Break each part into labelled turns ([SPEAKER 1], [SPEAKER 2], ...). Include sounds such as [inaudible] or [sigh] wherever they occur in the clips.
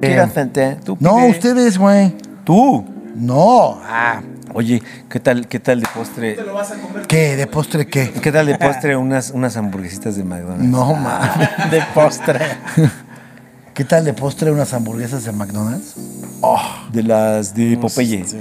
[SPEAKER 1] ¿Qué era frente? Tú,
[SPEAKER 2] No,
[SPEAKER 1] pibe.
[SPEAKER 2] ustedes, güey.
[SPEAKER 1] Tú.
[SPEAKER 2] No.
[SPEAKER 1] Ah, oye, ¿qué tal, qué tal de postre?
[SPEAKER 2] ¿Qué? ¿De postre qué?
[SPEAKER 1] ¿Qué tal de postre unas, unas hamburguesitas de McDonald's? [laughs]
[SPEAKER 2] No, mames.
[SPEAKER 3] De postre.
[SPEAKER 2] ¿Qué tal de postre unas hamburguesas
[SPEAKER 1] [laughs]
[SPEAKER 2] de McDonald's?
[SPEAKER 1] Oh. De las de Popeye.
[SPEAKER 3] Sí.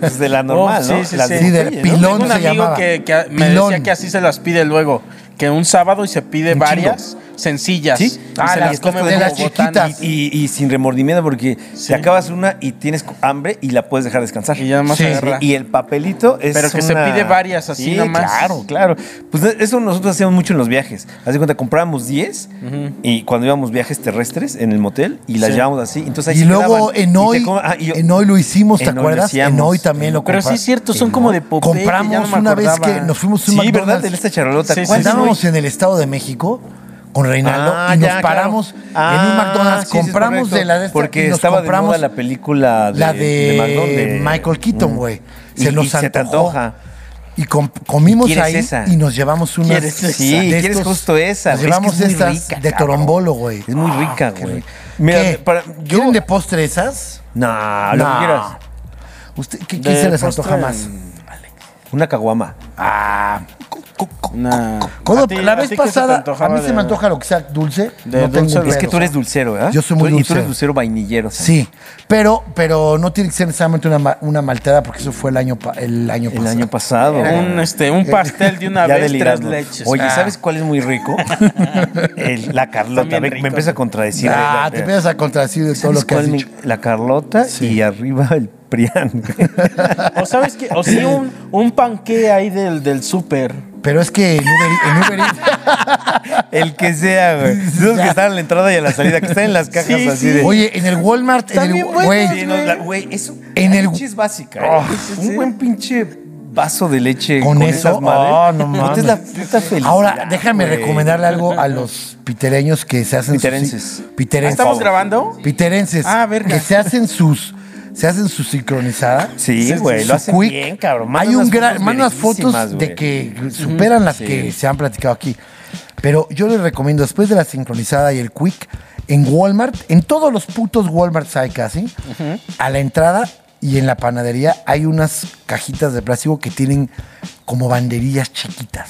[SPEAKER 1] Pues de la normal,
[SPEAKER 3] Oh,
[SPEAKER 1] ¿no?
[SPEAKER 3] sí, sí,
[SPEAKER 1] Las
[SPEAKER 3] sí.
[SPEAKER 1] de
[SPEAKER 2] Sí, de
[SPEAKER 1] Popeye, ¿no?
[SPEAKER 2] pilón.
[SPEAKER 3] Tengo un
[SPEAKER 2] se
[SPEAKER 3] amigo
[SPEAKER 2] llamaba.
[SPEAKER 3] que, que me
[SPEAKER 2] Pilón.
[SPEAKER 3] decía que así se las pide luego. Que un sábado y se pide
[SPEAKER 2] Un chingo.
[SPEAKER 3] varias sencillas.
[SPEAKER 1] Sí.
[SPEAKER 3] Y
[SPEAKER 1] Ah,
[SPEAKER 3] se
[SPEAKER 1] las
[SPEAKER 3] las come
[SPEAKER 1] de
[SPEAKER 3] como
[SPEAKER 2] las
[SPEAKER 3] botanas.
[SPEAKER 2] chiquitas.
[SPEAKER 1] Y, y sin remordimiento porque te acabas una y tienes cu- hambre y la puedes dejar descansar.
[SPEAKER 3] Y ya nomás
[SPEAKER 1] Sí.
[SPEAKER 3] agarra.
[SPEAKER 1] Y el papelito es
[SPEAKER 3] Pero que se
[SPEAKER 1] una-
[SPEAKER 3] pide varias, así
[SPEAKER 1] Sí,
[SPEAKER 3] nomás.
[SPEAKER 1] claro, claro. Pues de- eso nosotros hacíamos mucho en los viajes. Haz de cuenta, comprábamos 10 y cuando íbamos viajes terrestres en el motel y las
[SPEAKER 3] Sí.
[SPEAKER 1] llevábamos así. Entonces ahí
[SPEAKER 2] Y
[SPEAKER 1] se
[SPEAKER 2] luego
[SPEAKER 1] quedaban. Y
[SPEAKER 2] en
[SPEAKER 1] te
[SPEAKER 2] hoy,
[SPEAKER 1] com- ah, y yo-
[SPEAKER 2] en hoy lo hicimos, ¿te
[SPEAKER 1] en hoy lo
[SPEAKER 2] acuerdas?
[SPEAKER 1] hacíamos.
[SPEAKER 2] En hoy también lo
[SPEAKER 3] Pero
[SPEAKER 2] compramos.
[SPEAKER 3] sí es cierto, son como de Popeye. ya no
[SPEAKER 2] Compramos
[SPEAKER 3] me
[SPEAKER 2] una vez
[SPEAKER 3] acordaba.
[SPEAKER 2] que nos fuimos a un
[SPEAKER 1] Sí, ¿verdad?
[SPEAKER 2] McDonald's.
[SPEAKER 1] De esta charolota.
[SPEAKER 3] Sí, sí,
[SPEAKER 1] ¿Cuál?
[SPEAKER 3] sí.
[SPEAKER 2] Estábamos en el Estado de México con Reinaldo
[SPEAKER 1] Ah,
[SPEAKER 2] y nos
[SPEAKER 1] ya, claro.
[SPEAKER 2] paramos en
[SPEAKER 1] Ah,
[SPEAKER 2] un McDonald's.
[SPEAKER 1] sí, sí, es
[SPEAKER 2] compramos
[SPEAKER 1] correcto.
[SPEAKER 2] de la de esta
[SPEAKER 1] Porque
[SPEAKER 2] y nos
[SPEAKER 1] estaba de moda
[SPEAKER 2] compramos
[SPEAKER 1] la película de,
[SPEAKER 2] la de,
[SPEAKER 1] McDonald's, de-
[SPEAKER 2] Michael Keaton, güey.
[SPEAKER 1] Y-
[SPEAKER 2] Se
[SPEAKER 1] y
[SPEAKER 2] nos
[SPEAKER 1] se te
[SPEAKER 2] antojó.
[SPEAKER 1] antoja.
[SPEAKER 2] Y com- comimos
[SPEAKER 1] ¿Quieres
[SPEAKER 2] ahí
[SPEAKER 1] esa?
[SPEAKER 2] y nos llevamos unas.
[SPEAKER 3] ¿Quieres esa?
[SPEAKER 1] Sí,
[SPEAKER 2] de
[SPEAKER 1] quieres
[SPEAKER 2] estos-
[SPEAKER 1] justo esa. güey, es
[SPEAKER 2] Nos
[SPEAKER 1] que
[SPEAKER 2] llevamos
[SPEAKER 1] es muy
[SPEAKER 2] estas
[SPEAKER 1] rica,
[SPEAKER 2] de
[SPEAKER 1] cabrón.
[SPEAKER 2] Torombolo, güey. Ah,
[SPEAKER 1] Es muy rica, güey.
[SPEAKER 2] Mira,
[SPEAKER 1] Mira, para, yo.
[SPEAKER 2] ¿Quieren de postre esas?
[SPEAKER 1] Nah, lo
[SPEAKER 2] No.
[SPEAKER 1] que quieras. mm.
[SPEAKER 2] ¿Usted, ¿Qué, qué
[SPEAKER 3] De
[SPEAKER 2] se les
[SPEAKER 3] postre,
[SPEAKER 2] antoja más? Ah,
[SPEAKER 1] Una caguama.
[SPEAKER 3] Nah.
[SPEAKER 2] Codo-
[SPEAKER 3] ¿A ti-
[SPEAKER 2] la
[SPEAKER 3] a
[SPEAKER 2] vez
[SPEAKER 3] ti qué se te
[SPEAKER 2] pasada, a
[SPEAKER 3] antojaba
[SPEAKER 2] mí se
[SPEAKER 3] de-
[SPEAKER 2] me antoja lo que sea dulce.
[SPEAKER 3] de
[SPEAKER 2] no
[SPEAKER 3] dulce,
[SPEAKER 2] tengo
[SPEAKER 1] Es que
[SPEAKER 2] pedo.
[SPEAKER 1] tú eres dulcero, ¿verdad?
[SPEAKER 2] Yo soy
[SPEAKER 1] Tú-
[SPEAKER 2] muy
[SPEAKER 1] Y tú
[SPEAKER 2] dulcero.
[SPEAKER 1] eres dulcero vainillero. o sea,
[SPEAKER 2] Sí, pero, pero no tiene que ser necesariamente una, ma- una malteada porque eso fue el año, pa- el año
[SPEAKER 1] El
[SPEAKER 2] pasado.
[SPEAKER 1] año pasado.
[SPEAKER 3] Un, este, [laughs] un pastel de una
[SPEAKER 1] Ya
[SPEAKER 3] vez, tres
[SPEAKER 1] delirando.
[SPEAKER 3] leches.
[SPEAKER 1] Oye,
[SPEAKER 3] Ah.
[SPEAKER 1] ¿sabes cuál es muy
[SPEAKER 3] [laughs]
[SPEAKER 1] rico? El- la Carlota.
[SPEAKER 3] También
[SPEAKER 1] Ve-
[SPEAKER 3] rico.
[SPEAKER 1] me empieza a contradecir.
[SPEAKER 2] Ah,
[SPEAKER 1] Ve-
[SPEAKER 2] te
[SPEAKER 1] ve-
[SPEAKER 2] empiezas a contradecir de todo
[SPEAKER 1] ¿Sabes
[SPEAKER 2] lo que has
[SPEAKER 1] cuál me-
[SPEAKER 2] dicho.
[SPEAKER 1] La Carlota y arriba el Prián. [laughs]
[SPEAKER 3] O sabes que, o [laughs] sí, un, un panqué ahí del, del súper.
[SPEAKER 2] Pero es que en Uber, en Uber Eats-
[SPEAKER 1] el que sea, güey. Esos que están en la entrada y a la salida, que están en las cajas
[SPEAKER 3] Sí,
[SPEAKER 1] así
[SPEAKER 3] sí.
[SPEAKER 1] de.
[SPEAKER 2] Oye, en el Walmart, en el,
[SPEAKER 3] También buenos,
[SPEAKER 2] güey,
[SPEAKER 1] Sí, no, la- güey, eso
[SPEAKER 2] En
[SPEAKER 1] en
[SPEAKER 2] el-
[SPEAKER 1] el es básica. ¿eh? un buen pinche vaso de leche
[SPEAKER 2] con,
[SPEAKER 1] con,
[SPEAKER 2] eso,
[SPEAKER 1] esas madres.
[SPEAKER 2] ah, no
[SPEAKER 1] Puta, es la
[SPEAKER 2] mames.
[SPEAKER 1] puta felicidad.
[SPEAKER 2] Ahora, déjame
[SPEAKER 1] güey.
[SPEAKER 2] recomendarle algo a los pitereños que se hacen sus-
[SPEAKER 1] Piterenses.
[SPEAKER 2] piterenses.
[SPEAKER 3] ¿Estamos grabando?
[SPEAKER 2] Piterenses.
[SPEAKER 3] Ah, verga.
[SPEAKER 2] Que se hacen sus se hacen su sincronizada.
[SPEAKER 1] Sí, güey, lo
[SPEAKER 2] su
[SPEAKER 1] hacen
[SPEAKER 2] quick.
[SPEAKER 1] bien, cabrón.
[SPEAKER 2] Hay un gran, manda unas
[SPEAKER 1] verguísimas,
[SPEAKER 2] fotos de
[SPEAKER 1] güey.
[SPEAKER 2] que superan las
[SPEAKER 1] Sí.
[SPEAKER 2] que se han platicado aquí. Pero yo les recomiendo, después de la sincronizada y el quick, en Walmart, en todos los putos Walmarts hay casi, a la entrada y en la panadería hay unas cajitas de plástico que tienen como banderillas chiquitas.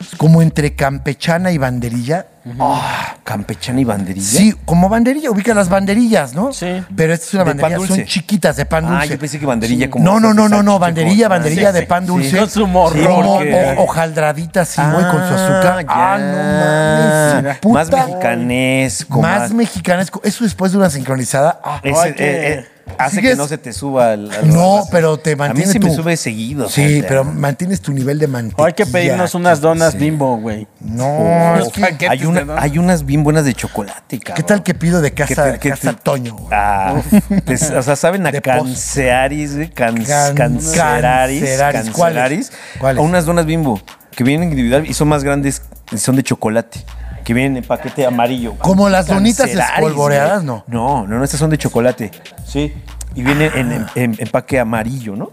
[SPEAKER 2] Es como entre campechana y banderilla.
[SPEAKER 1] Ah, campechana y banderilla.
[SPEAKER 2] Sí, como banderilla, ubica las banderillas, ¿no?
[SPEAKER 3] Sí.
[SPEAKER 2] Pero esta es una
[SPEAKER 1] De pan
[SPEAKER 2] banderilla, son
[SPEAKER 1] dulce.
[SPEAKER 2] chiquitas de pan
[SPEAKER 1] Ah,
[SPEAKER 2] dulce.
[SPEAKER 1] yo pensé que banderilla como
[SPEAKER 2] No, no,
[SPEAKER 1] esas
[SPEAKER 2] no,
[SPEAKER 1] de
[SPEAKER 2] no, no,
[SPEAKER 1] salchicha
[SPEAKER 2] banderilla,
[SPEAKER 1] con-
[SPEAKER 2] banderilla
[SPEAKER 1] Sí,
[SPEAKER 2] de
[SPEAKER 1] sí,
[SPEAKER 2] pan
[SPEAKER 1] sí.
[SPEAKER 2] dulce.
[SPEAKER 3] Con su morro.
[SPEAKER 1] Sí,
[SPEAKER 2] Romo,
[SPEAKER 1] porque-
[SPEAKER 2] o- hojaldradita, sí, güey, con su azúcar.
[SPEAKER 1] Ah,
[SPEAKER 2] Ah, no mames.
[SPEAKER 1] ya. Más
[SPEAKER 2] puta.
[SPEAKER 1] mexicanesco.
[SPEAKER 2] Más mexicanesco. Eso después de una sincronizada. ah,
[SPEAKER 1] Ese,
[SPEAKER 3] Ay,
[SPEAKER 1] eh,
[SPEAKER 3] que-
[SPEAKER 1] eh, hace
[SPEAKER 2] sigues-
[SPEAKER 1] que no se te suba al, al-
[SPEAKER 2] No, pero te mantiene
[SPEAKER 1] A mí se
[SPEAKER 2] tu-
[SPEAKER 1] me sube seguido.
[SPEAKER 2] sí,
[SPEAKER 1] fíjate.
[SPEAKER 2] pero mantienes tu nivel de mantequilla.
[SPEAKER 3] O hay que pedirnos unas donas
[SPEAKER 1] sí.
[SPEAKER 3] bimbo, güey.
[SPEAKER 2] No, es
[SPEAKER 3] Los
[SPEAKER 2] que-
[SPEAKER 3] paquetes
[SPEAKER 1] Hay,
[SPEAKER 3] de
[SPEAKER 1] una-
[SPEAKER 3] donas.
[SPEAKER 1] hay unas bien buenas de chocolate, cabrón.
[SPEAKER 2] ¿Qué tal que pido de casa,
[SPEAKER 1] ¿Qué te- qué
[SPEAKER 2] casa
[SPEAKER 1] te-
[SPEAKER 2] Toño? güey?
[SPEAKER 1] Ah, pues, o sea, saben a
[SPEAKER 2] De postre.
[SPEAKER 1] cancearis, güey, cans-
[SPEAKER 2] Can-
[SPEAKER 1] canceraris,
[SPEAKER 2] canceraris.
[SPEAKER 1] canceraris,
[SPEAKER 2] ¿Cuáles? ¿Cuáles?
[SPEAKER 1] a unas donas bimbo que vienen individual y son más grandes, y son de chocolate, que vienen en paquete amarillo.
[SPEAKER 2] Como las donitas
[SPEAKER 1] Canceraris,
[SPEAKER 2] espolvoreadas,
[SPEAKER 1] güey.
[SPEAKER 2] ¿no?
[SPEAKER 1] No, no, no, estas son de chocolate. Sí. Y vienen en, en- en empaque amarillo, ¿no?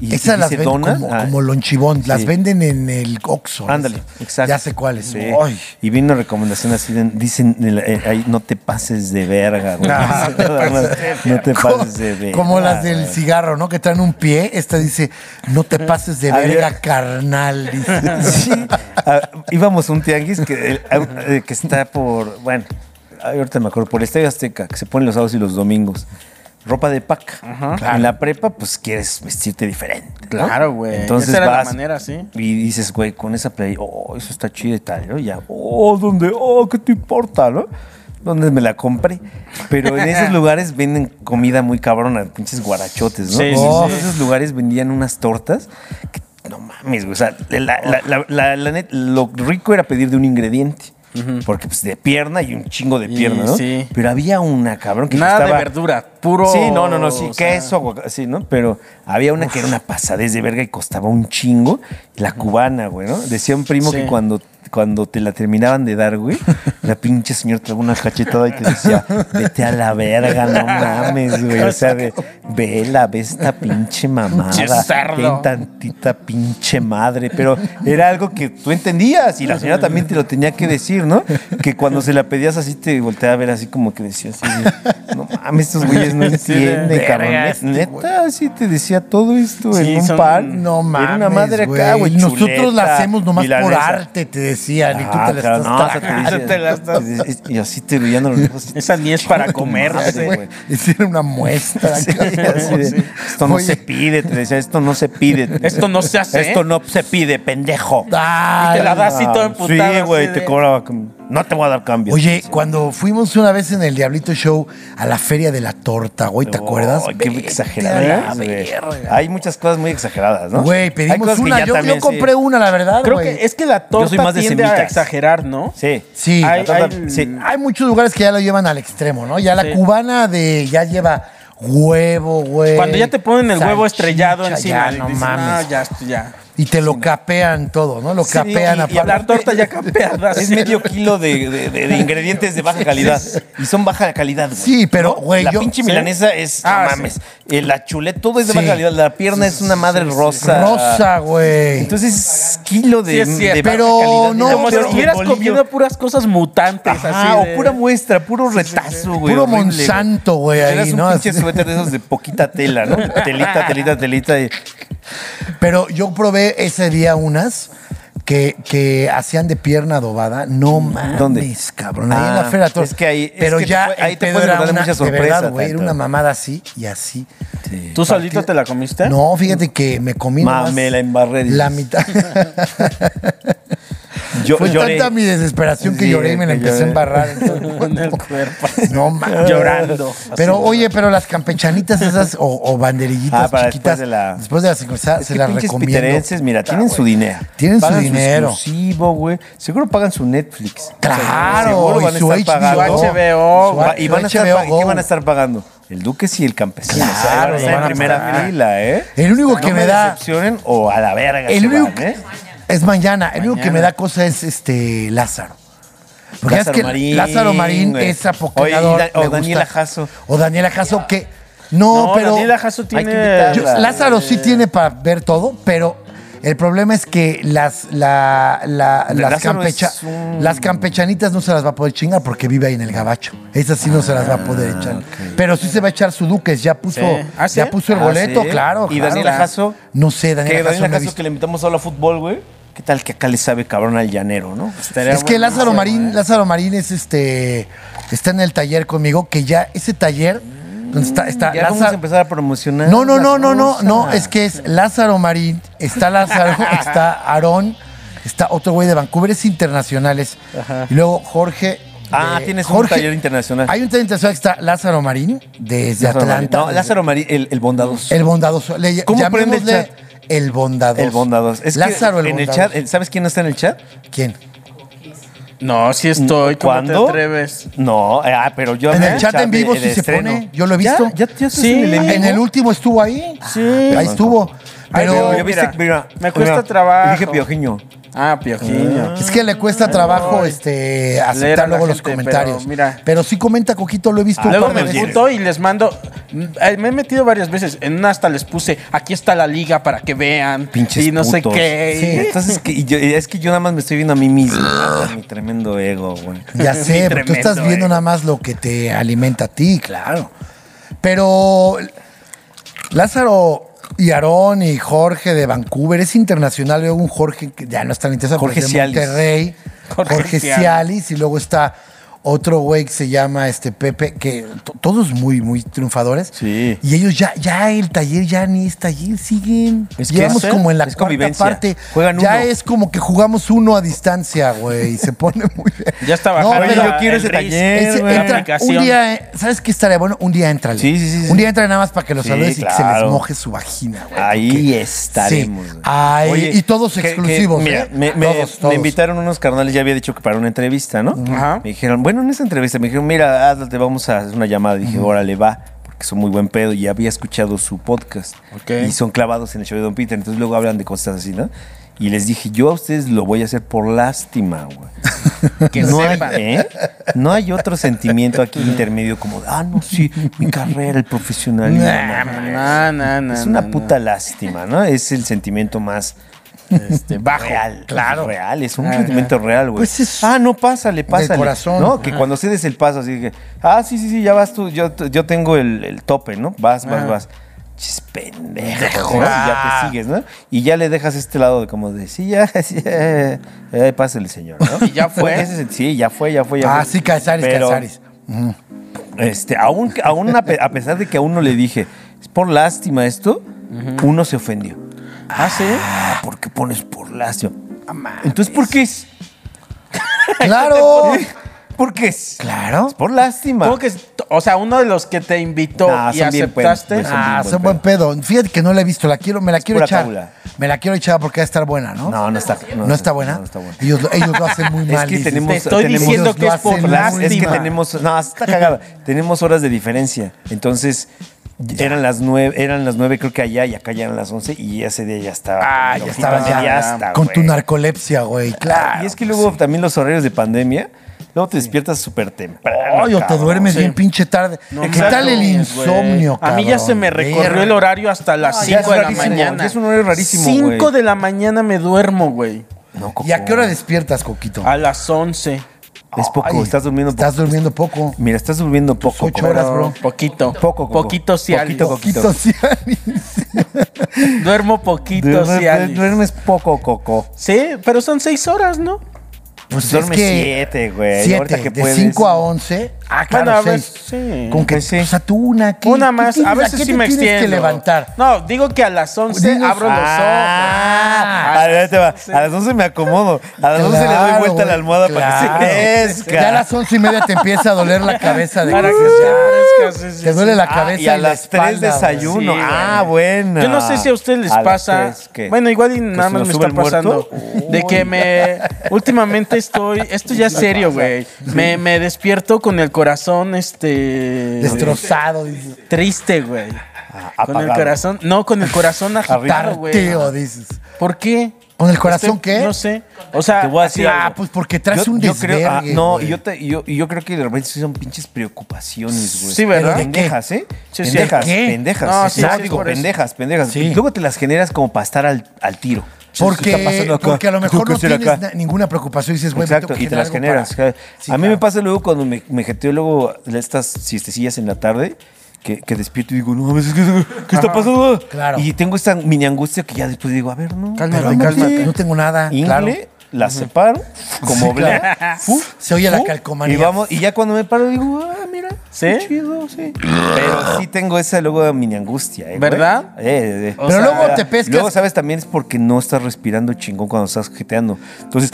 [SPEAKER 1] Y,
[SPEAKER 2] Esas
[SPEAKER 1] y
[SPEAKER 2] las
[SPEAKER 1] dice
[SPEAKER 2] venden
[SPEAKER 1] dona,
[SPEAKER 2] como,
[SPEAKER 1] ah,
[SPEAKER 2] como lonchibón. Las
[SPEAKER 1] sí.
[SPEAKER 2] venden en el Oxxo.
[SPEAKER 1] Ándale,
[SPEAKER 2] ese.
[SPEAKER 1] exacto.
[SPEAKER 2] Ya sé cuáles.
[SPEAKER 1] Sí.
[SPEAKER 2] Ay.
[SPEAKER 1] Y viene una recomendación así, de- dicen, en la- eh, ahí, no te pases de verga, [laughs] güey.
[SPEAKER 2] Ah,
[SPEAKER 1] No te pases- [laughs]
[SPEAKER 2] [laughs]
[SPEAKER 1] no te
[SPEAKER 2] Co-
[SPEAKER 1] pases de verga.
[SPEAKER 2] Como las del
[SPEAKER 1] güey.
[SPEAKER 2] cigarro, ¿no? Que traen un pie. Esta dice, no te pases de
[SPEAKER 1] Había-
[SPEAKER 2] verga, carnal.
[SPEAKER 1] [laughs]
[SPEAKER 2] dice.
[SPEAKER 1] [laughs] Sí. Ah, íbamos a un tianguis que, eh, que está por, bueno, ay, ahorita me acuerdo, por el Estadio Azteca, que se pone los sábados y los domingos. Ropa de paca. En la prepa, pues quieres vestirte diferente. ¿no?
[SPEAKER 3] Claro, güey.
[SPEAKER 1] Entonces
[SPEAKER 3] Esa era la
[SPEAKER 1] vas
[SPEAKER 3] manera, sí.
[SPEAKER 1] Y dices, güey, con esa play, oh, eso está chido y tal, ¿no? Y Ya, oh, ¿dónde? Oh, ¿qué te importa, no? ¿Dónde me la compré? Pero en
[SPEAKER 3] [laughs]
[SPEAKER 1] esos lugares venden comida muy cabrona, pinches guarachotes, ¿no?
[SPEAKER 3] Sí, sí,
[SPEAKER 1] Oh,
[SPEAKER 3] sí.
[SPEAKER 1] En esos lugares vendían unas tortas que no mames, güey. O sea, la, la- la- la- la net- lo rico era pedir de un ingrediente. Porque pues de pierna y un chingo de
[SPEAKER 3] Y
[SPEAKER 1] pierna, ¿no?
[SPEAKER 3] sí.
[SPEAKER 1] Pero había una, cabrón, que
[SPEAKER 3] Nada de
[SPEAKER 1] costaba
[SPEAKER 3] verdura. puro.
[SPEAKER 1] Sí, no, no, no, sí,
[SPEAKER 3] o sea,
[SPEAKER 1] queso, aguacate, sí, ¿no? Pero había una que era una pasadez de verga y costaba un chingo, la cubana, güey, ¿no? Decía un primo
[SPEAKER 3] Sí.
[SPEAKER 1] que cuando, cuando te la terminaban de dar, güey, la pinche señora te daba una cachetada y te decía, vete a la verga, no mames, güey. O sea, de, vela, ve esta pinche mamada,
[SPEAKER 3] Pinche cerdo.
[SPEAKER 1] ten tantita pinche madre, pero era algo que tú entendías y la señora también te lo tenía que decir, ¿no? Que cuando se la pedías así te volteaba a ver así como que decía así, de, no mames, estos güeyes no
[SPEAKER 3] Sí, de
[SPEAKER 1] entienden,
[SPEAKER 3] verga,
[SPEAKER 1] cabrón. Ne-
[SPEAKER 3] este
[SPEAKER 1] Neta, así te decía todo esto
[SPEAKER 3] Sí,
[SPEAKER 1] en un
[SPEAKER 3] son-
[SPEAKER 1] par.
[SPEAKER 2] No mames.
[SPEAKER 1] Era una madre acá, güey.
[SPEAKER 2] güey. Nosotros la
[SPEAKER 1] chuleta,
[SPEAKER 2] hacemos nomás por
[SPEAKER 1] milanesa.
[SPEAKER 2] arte, te decían. y tú
[SPEAKER 1] Ah,
[SPEAKER 2] te la
[SPEAKER 1] claro,
[SPEAKER 2] estás
[SPEAKER 1] no, o sea, te
[SPEAKER 2] tragando,
[SPEAKER 1] decía-
[SPEAKER 3] Te la estás-
[SPEAKER 1] te decía- Y así te veían a los ojos.
[SPEAKER 2] [laughs]
[SPEAKER 1] así,
[SPEAKER 3] Esa ni es para
[SPEAKER 1] madre,
[SPEAKER 3] comerse.
[SPEAKER 1] güey.
[SPEAKER 2] Hicieron una muestra.
[SPEAKER 1] [laughs] Sí,
[SPEAKER 2] cabrón.
[SPEAKER 1] así de,
[SPEAKER 3] Sí.
[SPEAKER 1] Esto no
[SPEAKER 2] Oye.
[SPEAKER 1] se pide, te decía, esto no se
[SPEAKER 2] [laughs]
[SPEAKER 1] pide.
[SPEAKER 3] Esto no se hace.
[SPEAKER 1] Esto no se pide, pendejo.
[SPEAKER 2] Ay,
[SPEAKER 3] Y te la das así todo
[SPEAKER 1] Ah,
[SPEAKER 3] emputado.
[SPEAKER 1] Sí,
[SPEAKER 3] así
[SPEAKER 1] güey, te
[SPEAKER 3] de-
[SPEAKER 1] cobraba. con- No te voy a dar cambio.
[SPEAKER 2] Oye, cuando fuimos una vez en el Diablito Show a la Feria de la Torta, güey, ¿te
[SPEAKER 1] Oh,
[SPEAKER 2] acuerdas?
[SPEAKER 1] Qué
[SPEAKER 2] Vete a
[SPEAKER 1] exagerada.
[SPEAKER 2] la verga.
[SPEAKER 1] Hay muchas cosas muy exageradas, ¿no?
[SPEAKER 2] Güey,
[SPEAKER 1] Hay
[SPEAKER 2] pedimos
[SPEAKER 1] cosas que
[SPEAKER 2] una.
[SPEAKER 1] ya
[SPEAKER 2] Yo, yo
[SPEAKER 1] también, sí.
[SPEAKER 2] compré una, la verdad,
[SPEAKER 3] Creo
[SPEAKER 2] güey.
[SPEAKER 3] que es que la
[SPEAKER 1] Yo
[SPEAKER 3] torta
[SPEAKER 1] soy más de
[SPEAKER 3] tiende a
[SPEAKER 1] semitas.
[SPEAKER 3] exagerar, ¿no?
[SPEAKER 1] Sí.
[SPEAKER 2] Sí.
[SPEAKER 1] La
[SPEAKER 3] Hay-
[SPEAKER 1] torta-
[SPEAKER 3] hay-
[SPEAKER 1] sí.
[SPEAKER 2] Hay muchos lugares que ya lo llevan al extremo, ¿no? Ya la
[SPEAKER 3] Sí.
[SPEAKER 2] cubana de ya lleva huevo, güey.
[SPEAKER 3] Cuando ya te ponen el huevo
[SPEAKER 2] salchicha,
[SPEAKER 3] estrellado encima,
[SPEAKER 2] Ya,
[SPEAKER 3] y
[SPEAKER 2] no
[SPEAKER 3] dices,
[SPEAKER 2] mames.
[SPEAKER 3] "No, ya, esto ya.
[SPEAKER 2] Y te lo capean todo, ¿no? Lo
[SPEAKER 1] "Ah, Sí,
[SPEAKER 2] capean
[SPEAKER 1] y- y
[SPEAKER 2] aparte.
[SPEAKER 3] La torta ya campeada.
[SPEAKER 1] Es [laughs]
[SPEAKER 3] sí.
[SPEAKER 1] medio kilo de, de- de- de ingredientes de baja calidad. Y son baja calidad. güey.
[SPEAKER 2] Sí, pero,
[SPEAKER 1] ¿No?
[SPEAKER 2] güey,
[SPEAKER 1] La
[SPEAKER 2] yo-
[SPEAKER 1] pinche
[SPEAKER 2] ¿Sí?
[SPEAKER 1] milanesa es.
[SPEAKER 3] Ah,
[SPEAKER 1] no
[SPEAKER 3] sí.
[SPEAKER 1] mames. Eh, la chuleta, todo es de
[SPEAKER 2] Sí.
[SPEAKER 1] baja calidad. La pierna es una madre rosa.
[SPEAKER 2] Rosa, güey.
[SPEAKER 1] Entonces, kilo de.
[SPEAKER 3] Sí, es cierto.
[SPEAKER 1] de baja
[SPEAKER 2] Pero
[SPEAKER 1] calidad.
[SPEAKER 2] no,
[SPEAKER 3] Como si
[SPEAKER 2] pero-
[SPEAKER 3] estuvieras
[SPEAKER 1] bolillo.
[SPEAKER 3] comiendo puras cosas mutantes.
[SPEAKER 1] Ajá,
[SPEAKER 3] así de-
[SPEAKER 1] o pura muestra, puro retazo, güey.
[SPEAKER 2] Puro
[SPEAKER 1] horrible,
[SPEAKER 2] Monsanto, güey,
[SPEAKER 1] Te
[SPEAKER 2] ahí,
[SPEAKER 1] das un
[SPEAKER 2] ¿no?
[SPEAKER 1] pinche suéter de esos de poquita tela,
[SPEAKER 2] [laughs]
[SPEAKER 1] ¿no? Telita, telita, telita. y-
[SPEAKER 2] Pero yo probé ese día unas que, que hacían de pierna adobada. No mames,
[SPEAKER 1] ¿Dónde?
[SPEAKER 2] cabrón. Ahí en la
[SPEAKER 1] Ah,
[SPEAKER 2] feria todo.
[SPEAKER 1] es que ahí- es
[SPEAKER 2] Pero
[SPEAKER 1] que te
[SPEAKER 2] ya
[SPEAKER 1] fue- ahí
[SPEAKER 2] el
[SPEAKER 1] te
[SPEAKER 2] pedo
[SPEAKER 1] puedes
[SPEAKER 2] era
[SPEAKER 1] guardar
[SPEAKER 2] una-
[SPEAKER 1] muchas
[SPEAKER 2] de verdad,
[SPEAKER 1] sorpresas,
[SPEAKER 2] güey, era
[SPEAKER 1] tanto.
[SPEAKER 2] una mamada así y así.
[SPEAKER 3] ¿Tú solito te la comiste?
[SPEAKER 2] No, fíjate que me comí
[SPEAKER 1] Ma,
[SPEAKER 2] nomás
[SPEAKER 1] me la embarré, dices.
[SPEAKER 2] La mitad.
[SPEAKER 1] Yo,
[SPEAKER 2] [laughs] Fue
[SPEAKER 1] lloré.
[SPEAKER 2] tanta mi desesperación que
[SPEAKER 1] Sí,
[SPEAKER 2] lloré y me la
[SPEAKER 1] que
[SPEAKER 2] empecé
[SPEAKER 1] lloré.
[SPEAKER 2] a embarrar. en todo el
[SPEAKER 3] En el
[SPEAKER 2] cuerpo.
[SPEAKER 3] cuerpo.
[SPEAKER 2] [laughs]
[SPEAKER 1] [laughs]
[SPEAKER 2] No mames.
[SPEAKER 3] Llorando. Así,
[SPEAKER 2] Pero
[SPEAKER 3] güey.
[SPEAKER 2] oye, pero las campechanitas esas o, o banderillitas
[SPEAKER 1] Ah, para después
[SPEAKER 2] chiquitas,
[SPEAKER 1] de la-
[SPEAKER 2] después de la sincronizada,
[SPEAKER 1] Es
[SPEAKER 2] se
[SPEAKER 1] que
[SPEAKER 2] las
[SPEAKER 1] Ah, pinches
[SPEAKER 2] recomiendo.
[SPEAKER 1] piterenses, mira,
[SPEAKER 2] Puta,
[SPEAKER 1] tienen
[SPEAKER 2] güey.
[SPEAKER 1] su dinero.
[SPEAKER 2] Tienen su
[SPEAKER 1] Pagan
[SPEAKER 2] dinero.
[SPEAKER 1] exclusivo, güey. Seguro pagan su Netflix.
[SPEAKER 2] Claro,
[SPEAKER 1] Seguro
[SPEAKER 2] y
[SPEAKER 1] van a
[SPEAKER 2] su
[SPEAKER 1] estar
[SPEAKER 2] HBO.
[SPEAKER 1] pagando.
[SPEAKER 3] Su HBO,
[SPEAKER 1] Va- y
[SPEAKER 2] su
[SPEAKER 1] van a estar
[SPEAKER 2] HBO
[SPEAKER 1] pag- ¿Qué
[SPEAKER 2] Go.
[SPEAKER 1] van a estar pagando? El Duques y el Campesino. o sea,
[SPEAKER 2] Claro,
[SPEAKER 1] van a estar
[SPEAKER 2] van a
[SPEAKER 1] en primera
[SPEAKER 2] estar.
[SPEAKER 1] fila, ¿eh?
[SPEAKER 2] El único que
[SPEAKER 1] no
[SPEAKER 2] me da-
[SPEAKER 1] decepcionen o a la verga
[SPEAKER 2] El
[SPEAKER 1] se
[SPEAKER 2] único
[SPEAKER 1] van,
[SPEAKER 2] que-
[SPEAKER 1] ¿eh?
[SPEAKER 2] es mañana. El único que
[SPEAKER 3] Mañana.
[SPEAKER 2] me da cosa es este Lázaro. Porque
[SPEAKER 1] Lázaro
[SPEAKER 2] es que
[SPEAKER 1] Marín,
[SPEAKER 2] Lázaro Marín
[SPEAKER 1] güey.
[SPEAKER 2] es apoqueador.
[SPEAKER 1] Oye, y Da- o
[SPEAKER 2] me gusta.
[SPEAKER 1] Daniela Jasso.
[SPEAKER 2] O Daniela Jasso que no,
[SPEAKER 3] No,
[SPEAKER 2] pero
[SPEAKER 3] Daniela Jasso
[SPEAKER 1] que
[SPEAKER 3] tiene.
[SPEAKER 1] invitarla.
[SPEAKER 2] yo- Lázaro
[SPEAKER 1] Eh.
[SPEAKER 2] sí tiene para ver todo, pero el problema es que las la, la- las,
[SPEAKER 1] Lázaro
[SPEAKER 2] campecha-
[SPEAKER 1] es un-
[SPEAKER 2] las campechanitas no se las va a poder chingar porque vive ahí en el gabacho. Esas sí no se las va
[SPEAKER 1] Ah,
[SPEAKER 2] a poder echar. Pero sí se va a echar su duques, ya puso,
[SPEAKER 3] Sí. ¿Ah, sí?
[SPEAKER 2] ya puso el
[SPEAKER 1] Ah,
[SPEAKER 2] boleto,
[SPEAKER 1] sí.
[SPEAKER 2] claro.
[SPEAKER 1] ¿Y
[SPEAKER 2] claro.
[SPEAKER 1] Daniela Jasso?
[SPEAKER 2] No sé, Daniela
[SPEAKER 1] Que
[SPEAKER 2] Jasso
[SPEAKER 1] Daniela
[SPEAKER 2] no he
[SPEAKER 1] Jasso
[SPEAKER 2] visto.
[SPEAKER 1] que le invitamos a a fútbol, güey. ¿Qué tal que acá le sabe cabrón al llanero, no? Pues Estaría
[SPEAKER 2] Es que
[SPEAKER 1] bueno.
[SPEAKER 2] Lázaro Marín, Lázaro Marín es este está en el taller conmigo, que ya ese taller donde está, está
[SPEAKER 1] Ya vamos a
[SPEAKER 2] Lázaro.
[SPEAKER 1] empezar a promocionar.
[SPEAKER 2] No, no,
[SPEAKER 1] las
[SPEAKER 2] no, no, no, no, eh,
[SPEAKER 1] cosas.
[SPEAKER 2] es que es Lázaro Marín,
[SPEAKER 1] [laughs]
[SPEAKER 2] está Lázaro, está Aarón, está otro güey de Vancouver, es internacionales. Y luego Jorge.
[SPEAKER 1] Ah,
[SPEAKER 2] de-
[SPEAKER 1] tienes un taller internacional.
[SPEAKER 2] Hay un taller internacional que está Lázaro Marín, desde
[SPEAKER 1] Lázaro Marín.
[SPEAKER 2] Atlanta.
[SPEAKER 1] No, Lázaro Marín, el, el bondadoso.
[SPEAKER 2] El bondadoso. Le,
[SPEAKER 1] ¿Cómo prende el
[SPEAKER 2] llamémosle El bondadoso.
[SPEAKER 1] El bondadoso. Es que
[SPEAKER 2] Lázaro el
[SPEAKER 1] en el
[SPEAKER 2] bondadoso.
[SPEAKER 1] chat, el- ¿sabes quién no está en el chat?
[SPEAKER 2] ¿Quién?
[SPEAKER 3] No, sí estoy. ¿Cómo
[SPEAKER 1] ¿Cuándo?
[SPEAKER 3] te atreves?
[SPEAKER 1] No, eh, ah, pero yo
[SPEAKER 2] En
[SPEAKER 1] hablé
[SPEAKER 2] el
[SPEAKER 1] del
[SPEAKER 2] chat en vivo
[SPEAKER 1] de-
[SPEAKER 2] sí
[SPEAKER 1] de
[SPEAKER 2] se
[SPEAKER 1] estreno.
[SPEAKER 2] pone, yo lo he visto.
[SPEAKER 1] Ya, ya, ya estás
[SPEAKER 3] Sí.
[SPEAKER 1] en el en
[SPEAKER 2] En
[SPEAKER 1] vivo.
[SPEAKER 2] el último estuvo ahí.
[SPEAKER 3] Sí.
[SPEAKER 2] Ahí estuvo.
[SPEAKER 3] Ay,
[SPEAKER 2] Pero
[SPEAKER 1] Pero, ¿ya viste?
[SPEAKER 3] mira,
[SPEAKER 1] Mira,
[SPEAKER 3] me cuesta
[SPEAKER 1] mira,
[SPEAKER 3] trabajo.
[SPEAKER 1] Dije Piojiño.
[SPEAKER 3] Ah, Piojiño.
[SPEAKER 2] es que le cuesta trabajo este
[SPEAKER 3] Leer a
[SPEAKER 2] aceptar
[SPEAKER 3] la
[SPEAKER 2] luego los
[SPEAKER 3] gente,
[SPEAKER 2] comentarios.
[SPEAKER 3] pero
[SPEAKER 2] Pero,
[SPEAKER 3] mira.
[SPEAKER 2] sí comenta Coquito, lo he visto.
[SPEAKER 1] Ah,
[SPEAKER 2] un
[SPEAKER 3] Luego
[SPEAKER 2] par
[SPEAKER 3] me
[SPEAKER 2] de
[SPEAKER 1] no
[SPEAKER 2] veces.
[SPEAKER 1] tienes.
[SPEAKER 3] puto y les mando. eh, Me he metido varias veces. En una hasta les puse. Aquí está la liga para que vean.
[SPEAKER 1] Pinches
[SPEAKER 3] y no sé
[SPEAKER 1] putos.
[SPEAKER 3] qué.
[SPEAKER 1] Sí, Entonces, que, y yo- es que yo nada más me estoy viendo a mí mismo. mi tremendo ego, güey. [laughs]
[SPEAKER 2] Ya
[SPEAKER 3] Sí,
[SPEAKER 2] sé, pero tú estás
[SPEAKER 3] tremendo,
[SPEAKER 2] viendo
[SPEAKER 3] eh.
[SPEAKER 2] nada más lo que te alimenta a ti, claro. Pero Lázaro y Aarón y Jorge de Vancouver es internacional. Luego un Jorge que ya no es tan internacional,
[SPEAKER 1] Jorge
[SPEAKER 2] pero es de
[SPEAKER 1] Cialis.
[SPEAKER 2] Monterrey.
[SPEAKER 3] Jorge
[SPEAKER 2] Jorge,
[SPEAKER 3] Cialis.
[SPEAKER 2] Cialis. Y luego está otro güey que se llama este Pepe, que to- todos muy, muy triunfadores.
[SPEAKER 1] Sí.
[SPEAKER 2] Y ellos ya, ya el taller ya ni es taller, siguen.
[SPEAKER 1] Es que
[SPEAKER 2] Llevamos
[SPEAKER 1] hacen,
[SPEAKER 2] como en la
[SPEAKER 1] es
[SPEAKER 2] cuarta
[SPEAKER 1] convivencia.
[SPEAKER 2] parte.
[SPEAKER 1] Juegan
[SPEAKER 2] ya
[SPEAKER 1] uno.
[SPEAKER 2] es como que jugamos uno a distancia, güey. Y se pone muy
[SPEAKER 1] [laughs]
[SPEAKER 2] bien.
[SPEAKER 3] Ya está
[SPEAKER 2] No,
[SPEAKER 3] bajando.
[SPEAKER 1] Oye,
[SPEAKER 2] pero
[SPEAKER 1] yo quiero ese
[SPEAKER 3] RIS,
[SPEAKER 1] taller,
[SPEAKER 2] ese-
[SPEAKER 1] güey.
[SPEAKER 3] la
[SPEAKER 2] entra
[SPEAKER 3] aplicación.
[SPEAKER 2] un día, eh, ¿sabes qué estaría bueno? Un día entra.
[SPEAKER 1] Sí, sí, sí, sí.
[SPEAKER 2] Un día entra nada más para que los
[SPEAKER 1] Sí,
[SPEAKER 2] saludes y que se les
[SPEAKER 1] claro.
[SPEAKER 2] moje su vagina, güey.
[SPEAKER 1] Ahí
[SPEAKER 2] porque-
[SPEAKER 1] estaremos.
[SPEAKER 2] Sí.
[SPEAKER 1] güey.
[SPEAKER 2] Ahí- y todos
[SPEAKER 1] que- que,
[SPEAKER 2] exclusivos,
[SPEAKER 1] mira,
[SPEAKER 2] ¿eh?
[SPEAKER 1] me, me-
[SPEAKER 2] Todos,
[SPEAKER 1] me
[SPEAKER 2] todos.
[SPEAKER 1] invitaron unos carnales, ya había dicho que para una entrevista, ¿no?
[SPEAKER 3] Ajá.
[SPEAKER 1] Me dijeron, bueno, en esa entrevista me dijeron, mira, hazla, te vamos a hacer una llamada. dije, órale, va. porque que son muy buen pedo, y había escuchado su podcast.
[SPEAKER 3] Ok.
[SPEAKER 1] Y son clavados en el show de Don Peter, entonces luego hablan de cosas así, ¿no? Y les dije, yo a ustedes lo voy a hacer por lástima, güey.
[SPEAKER 3] Que
[SPEAKER 1] no hay,
[SPEAKER 3] sepan.
[SPEAKER 1] ¿eh? No hay otro sentimiento
[SPEAKER 2] [laughs]
[SPEAKER 1] aquí intermedio como, de, ah, no, sí, mi carrera, el profesionalismo. no, no, no".
[SPEAKER 3] Ah, No, no, no,
[SPEAKER 1] es una
[SPEAKER 3] no,
[SPEAKER 1] puta lástima, ¿no? Es el sentimiento más [laughs]
[SPEAKER 3] Este, bajo.
[SPEAKER 1] real.
[SPEAKER 2] [laughs] claro.
[SPEAKER 1] Real, es un
[SPEAKER 3] Ajá.
[SPEAKER 1] sentimiento real, güey.
[SPEAKER 2] Pues es-
[SPEAKER 1] Ah, no, pásale, pásale.
[SPEAKER 2] corazón. Ah.
[SPEAKER 1] No, que cuando cedes el paso, así que, ah, sí, sí, sí, ya vas tú, yo, yo tengo el, el tope, ¿no? Vas, vas,
[SPEAKER 3] Ah.
[SPEAKER 1] vas. Chis, pendejo. ¿no? Y ya
[SPEAKER 2] Ah.
[SPEAKER 1] te sigues, ¿no? Y ya le dejas este lado de como de, sí, ya, [laughs] sí, eh, eh, pásale, señor, ¿no?
[SPEAKER 2] [laughs]
[SPEAKER 3] Y ya fue.
[SPEAKER 1] Ese es el- sí, ya fue, ya fue, ya fue.
[SPEAKER 2] Ah, sí, Casares,
[SPEAKER 1] Pero- [laughs]
[SPEAKER 2] Casares.
[SPEAKER 1] este, aún, aún a, pe- a pesar de que a uno le dije, es por lástima esto, uno se ofendió.
[SPEAKER 3] Ah, sí.
[SPEAKER 1] Ah, ¿por qué pones por lástima? Entonces, ¿por qué es?
[SPEAKER 2] Claro.
[SPEAKER 1] ¿Por qué es?
[SPEAKER 2] Claro.
[SPEAKER 1] Es por lástima.
[SPEAKER 3] ¿Cómo que es- o sea, uno de los que te invitó
[SPEAKER 1] Nah,
[SPEAKER 3] y
[SPEAKER 1] son bien
[SPEAKER 3] aceptaste.
[SPEAKER 1] buenos, son
[SPEAKER 3] Ah,
[SPEAKER 1] bien
[SPEAKER 2] Ah,
[SPEAKER 1] buen
[SPEAKER 2] es un buen pedo. Fíjate que no la he visto, la quiero, me la quiero
[SPEAKER 1] pura
[SPEAKER 2] echar.
[SPEAKER 1] cábula.
[SPEAKER 2] Me la quiero echar porque va a estar buena, ¿no?
[SPEAKER 1] No, no está.
[SPEAKER 2] ¿No está buena.
[SPEAKER 1] No está buena.
[SPEAKER 2] Ellos, lo- ellos lo hacen
[SPEAKER 1] [laughs]
[SPEAKER 2] muy
[SPEAKER 1] Es
[SPEAKER 2] mal.
[SPEAKER 1] que
[SPEAKER 2] dices.
[SPEAKER 1] tenemos-
[SPEAKER 3] te estoy
[SPEAKER 1] tenemos-
[SPEAKER 3] diciendo que
[SPEAKER 2] lo
[SPEAKER 3] es por
[SPEAKER 2] hacen muy
[SPEAKER 3] lástima.
[SPEAKER 1] Es que tenemos. No, está cagada. tenemos horas de diferencia. Entonces. Eran las nueve, eran las nueve creo que allá y acá ya eran las once y ese día ya estaba.
[SPEAKER 3] Ah, ya
[SPEAKER 2] Estabas
[SPEAKER 3] No,
[SPEAKER 2] ya
[SPEAKER 3] ya
[SPEAKER 1] está,
[SPEAKER 2] con tu
[SPEAKER 1] güey. Ah,
[SPEAKER 2] narcolepsia, güey. Claro.
[SPEAKER 1] Y es que luego también los horarios de pandemia, luego te despiertas súper temprano.
[SPEAKER 2] Ay, o te
[SPEAKER 1] cabrón.
[SPEAKER 2] duermes
[SPEAKER 3] sí.
[SPEAKER 2] bien pinche tarde.
[SPEAKER 3] no
[SPEAKER 2] ¿Qué
[SPEAKER 3] mames,
[SPEAKER 2] tal el
[SPEAKER 3] güey.
[SPEAKER 2] insomnio,
[SPEAKER 3] A mí ya se me
[SPEAKER 2] cabrón?
[SPEAKER 3] recorrió el
[SPEAKER 2] Verga.
[SPEAKER 3] horario hasta las
[SPEAKER 1] No, ya
[SPEAKER 3] 5 de
[SPEAKER 1] es
[SPEAKER 3] la
[SPEAKER 1] rarísimo,
[SPEAKER 3] mañana.
[SPEAKER 1] ya es un horario rarísimo,
[SPEAKER 3] 5
[SPEAKER 1] güey.
[SPEAKER 3] de la mañana me duermo, güey.
[SPEAKER 1] No,
[SPEAKER 2] ¿Y a qué hora
[SPEAKER 1] Coco.
[SPEAKER 2] despiertas, Coquito?
[SPEAKER 3] A las 11.
[SPEAKER 1] Es poco,
[SPEAKER 2] Ay,
[SPEAKER 1] estás durmiendo poco.
[SPEAKER 2] Estás durmiendo poco.
[SPEAKER 1] Mira, estás durmiendo poco.
[SPEAKER 2] ocho
[SPEAKER 1] Coco.
[SPEAKER 2] horas, bro.
[SPEAKER 3] Oh, Poquito.
[SPEAKER 1] Poco, Coco.
[SPEAKER 3] Poquito Cialis.
[SPEAKER 1] Poquito, Coco.
[SPEAKER 2] Coquito, sí.
[SPEAKER 3] Duermo poquito
[SPEAKER 1] Duerme-
[SPEAKER 3] Cialis.
[SPEAKER 1] duermes poco, Coco.
[SPEAKER 3] Sí, pero son 6 horas, ¿no?
[SPEAKER 2] Pues
[SPEAKER 1] Duerme siete, güey. Ahorita
[SPEAKER 2] Siete,
[SPEAKER 1] que
[SPEAKER 2] de
[SPEAKER 1] puedes.
[SPEAKER 2] 5 a 11. Ah, claro,
[SPEAKER 3] Bueno, a
[SPEAKER 2] seis.
[SPEAKER 3] veces sí.
[SPEAKER 2] Con que,
[SPEAKER 1] Pues sí.
[SPEAKER 2] o sea, tú una. ¿qué-
[SPEAKER 3] Una
[SPEAKER 2] qué
[SPEAKER 3] más.
[SPEAKER 2] tienes-
[SPEAKER 3] A veces
[SPEAKER 2] qué
[SPEAKER 3] sí
[SPEAKER 2] te
[SPEAKER 3] me extiendo.
[SPEAKER 2] tienes que levantar.
[SPEAKER 3] No, digo que a las 11
[SPEAKER 2] Dinos-
[SPEAKER 3] abro los ojos.
[SPEAKER 1] Ah,
[SPEAKER 3] Ah,
[SPEAKER 1] a, ver, ahí te va. a las 11 me acomodo. A las 11 le doy
[SPEAKER 2] Claro,
[SPEAKER 1] vuelta a la
[SPEAKER 2] güey,
[SPEAKER 1] almohada para
[SPEAKER 2] claro.
[SPEAKER 1] que se crezca.
[SPEAKER 2] Ya a las once y media te empieza a doler la cabeza de
[SPEAKER 3] Para que
[SPEAKER 2] que
[SPEAKER 3] se crezca, sí, sí,
[SPEAKER 2] Te duele
[SPEAKER 3] sí.
[SPEAKER 2] la
[SPEAKER 1] Ah,
[SPEAKER 2] cabeza.
[SPEAKER 1] y a
[SPEAKER 2] la
[SPEAKER 1] las
[SPEAKER 2] espalda,
[SPEAKER 1] 3 desayuno.
[SPEAKER 3] Sí, güey.
[SPEAKER 1] ah, bueno.
[SPEAKER 3] Yo no sé si a ustedes les
[SPEAKER 1] A las
[SPEAKER 3] pasa.
[SPEAKER 1] tres, ¿qué?
[SPEAKER 3] Bueno, igual y nada
[SPEAKER 1] se nos
[SPEAKER 3] más me
[SPEAKER 1] sube
[SPEAKER 3] está
[SPEAKER 1] el muerto?
[SPEAKER 3] pasando. De
[SPEAKER 2] [laughs]
[SPEAKER 3] que me. Últimamente estoy. Esto ya es serio, güey. Me, me despierto con el corazón, este.
[SPEAKER 2] güey. Destrozado. dices.
[SPEAKER 3] Triste, güey. Con el
[SPEAKER 1] apagado.
[SPEAKER 3] corazón. No, con
[SPEAKER 2] [laughs]
[SPEAKER 3] el corazón agitado, güey.
[SPEAKER 2] Tarteo, dices.
[SPEAKER 3] ¿Por qué?
[SPEAKER 2] ¿Con el corazón
[SPEAKER 3] Estoy-
[SPEAKER 2] qué?
[SPEAKER 3] No sé. O sea,
[SPEAKER 1] Te voy a decir
[SPEAKER 3] así-
[SPEAKER 2] Ah, pues porque traes un desvergue.
[SPEAKER 1] creo, ah, no,
[SPEAKER 2] güey.
[SPEAKER 1] y yo, te- y yo, y yo creo que de repente sí son pinches preocupaciones, güey.
[SPEAKER 3] Sí, ¿verdad?
[SPEAKER 1] Pero Pendejas, ¿eh?
[SPEAKER 3] Sí, sí.
[SPEAKER 1] pendejas,
[SPEAKER 2] ¿De qué?
[SPEAKER 1] pendejas.
[SPEAKER 3] No, sí,
[SPEAKER 1] No,
[SPEAKER 3] sí,
[SPEAKER 1] digo,
[SPEAKER 3] por eso.
[SPEAKER 1] pendejas, pendejas.
[SPEAKER 2] Sí.
[SPEAKER 1] Y Luego te las generas como para estar al, al tiro. ¿Qué está
[SPEAKER 2] Porque,
[SPEAKER 1] pasando acá?
[SPEAKER 2] porque a lo
[SPEAKER 1] ¿Qué
[SPEAKER 2] mejor
[SPEAKER 1] tengo
[SPEAKER 2] no
[SPEAKER 1] que hacer
[SPEAKER 2] tienes
[SPEAKER 1] acá?
[SPEAKER 2] na- ninguna preocupación y dices, güey, me
[SPEAKER 1] Exacto,
[SPEAKER 2] tengo que
[SPEAKER 1] y te las
[SPEAKER 2] generar algo
[SPEAKER 1] generas.
[SPEAKER 2] para-
[SPEAKER 1] A
[SPEAKER 2] Sí,
[SPEAKER 1] mí me
[SPEAKER 2] claro.
[SPEAKER 1] pasa luego cuando me, me jeteo luego estas siestecillas en la tarde, que, que despierto y digo, no mames, es que- ¿qué está pasando?
[SPEAKER 2] Claro.
[SPEAKER 1] Y tengo esta mini angustia que ya después digo, a ver, no.
[SPEAKER 2] Pero
[SPEAKER 3] Cálmate,
[SPEAKER 2] vamos,
[SPEAKER 3] cálmate.
[SPEAKER 2] No tengo nada.
[SPEAKER 1] Ingle,
[SPEAKER 2] Claro.
[SPEAKER 1] la separo, como
[SPEAKER 2] Sí,
[SPEAKER 1] blea,
[SPEAKER 2] claro.
[SPEAKER 1] fu,
[SPEAKER 2] Se oye la
[SPEAKER 1] fu,
[SPEAKER 2] calcomanía.
[SPEAKER 1] Y, vamos, y ya cuando me paro digo, ah, mira,
[SPEAKER 3] ¿Sí?
[SPEAKER 1] qué chido, sí. Pero sí tengo esa luego mini angustia. eh, güey.
[SPEAKER 3] ¿Verdad?
[SPEAKER 1] Eh, eh, eh.
[SPEAKER 3] O
[SPEAKER 2] Pero
[SPEAKER 3] sea,
[SPEAKER 2] luego te pescas.
[SPEAKER 1] Luego, ¿sabes? También es porque no estás respirando chingón cuando estás jeteando. Entonces,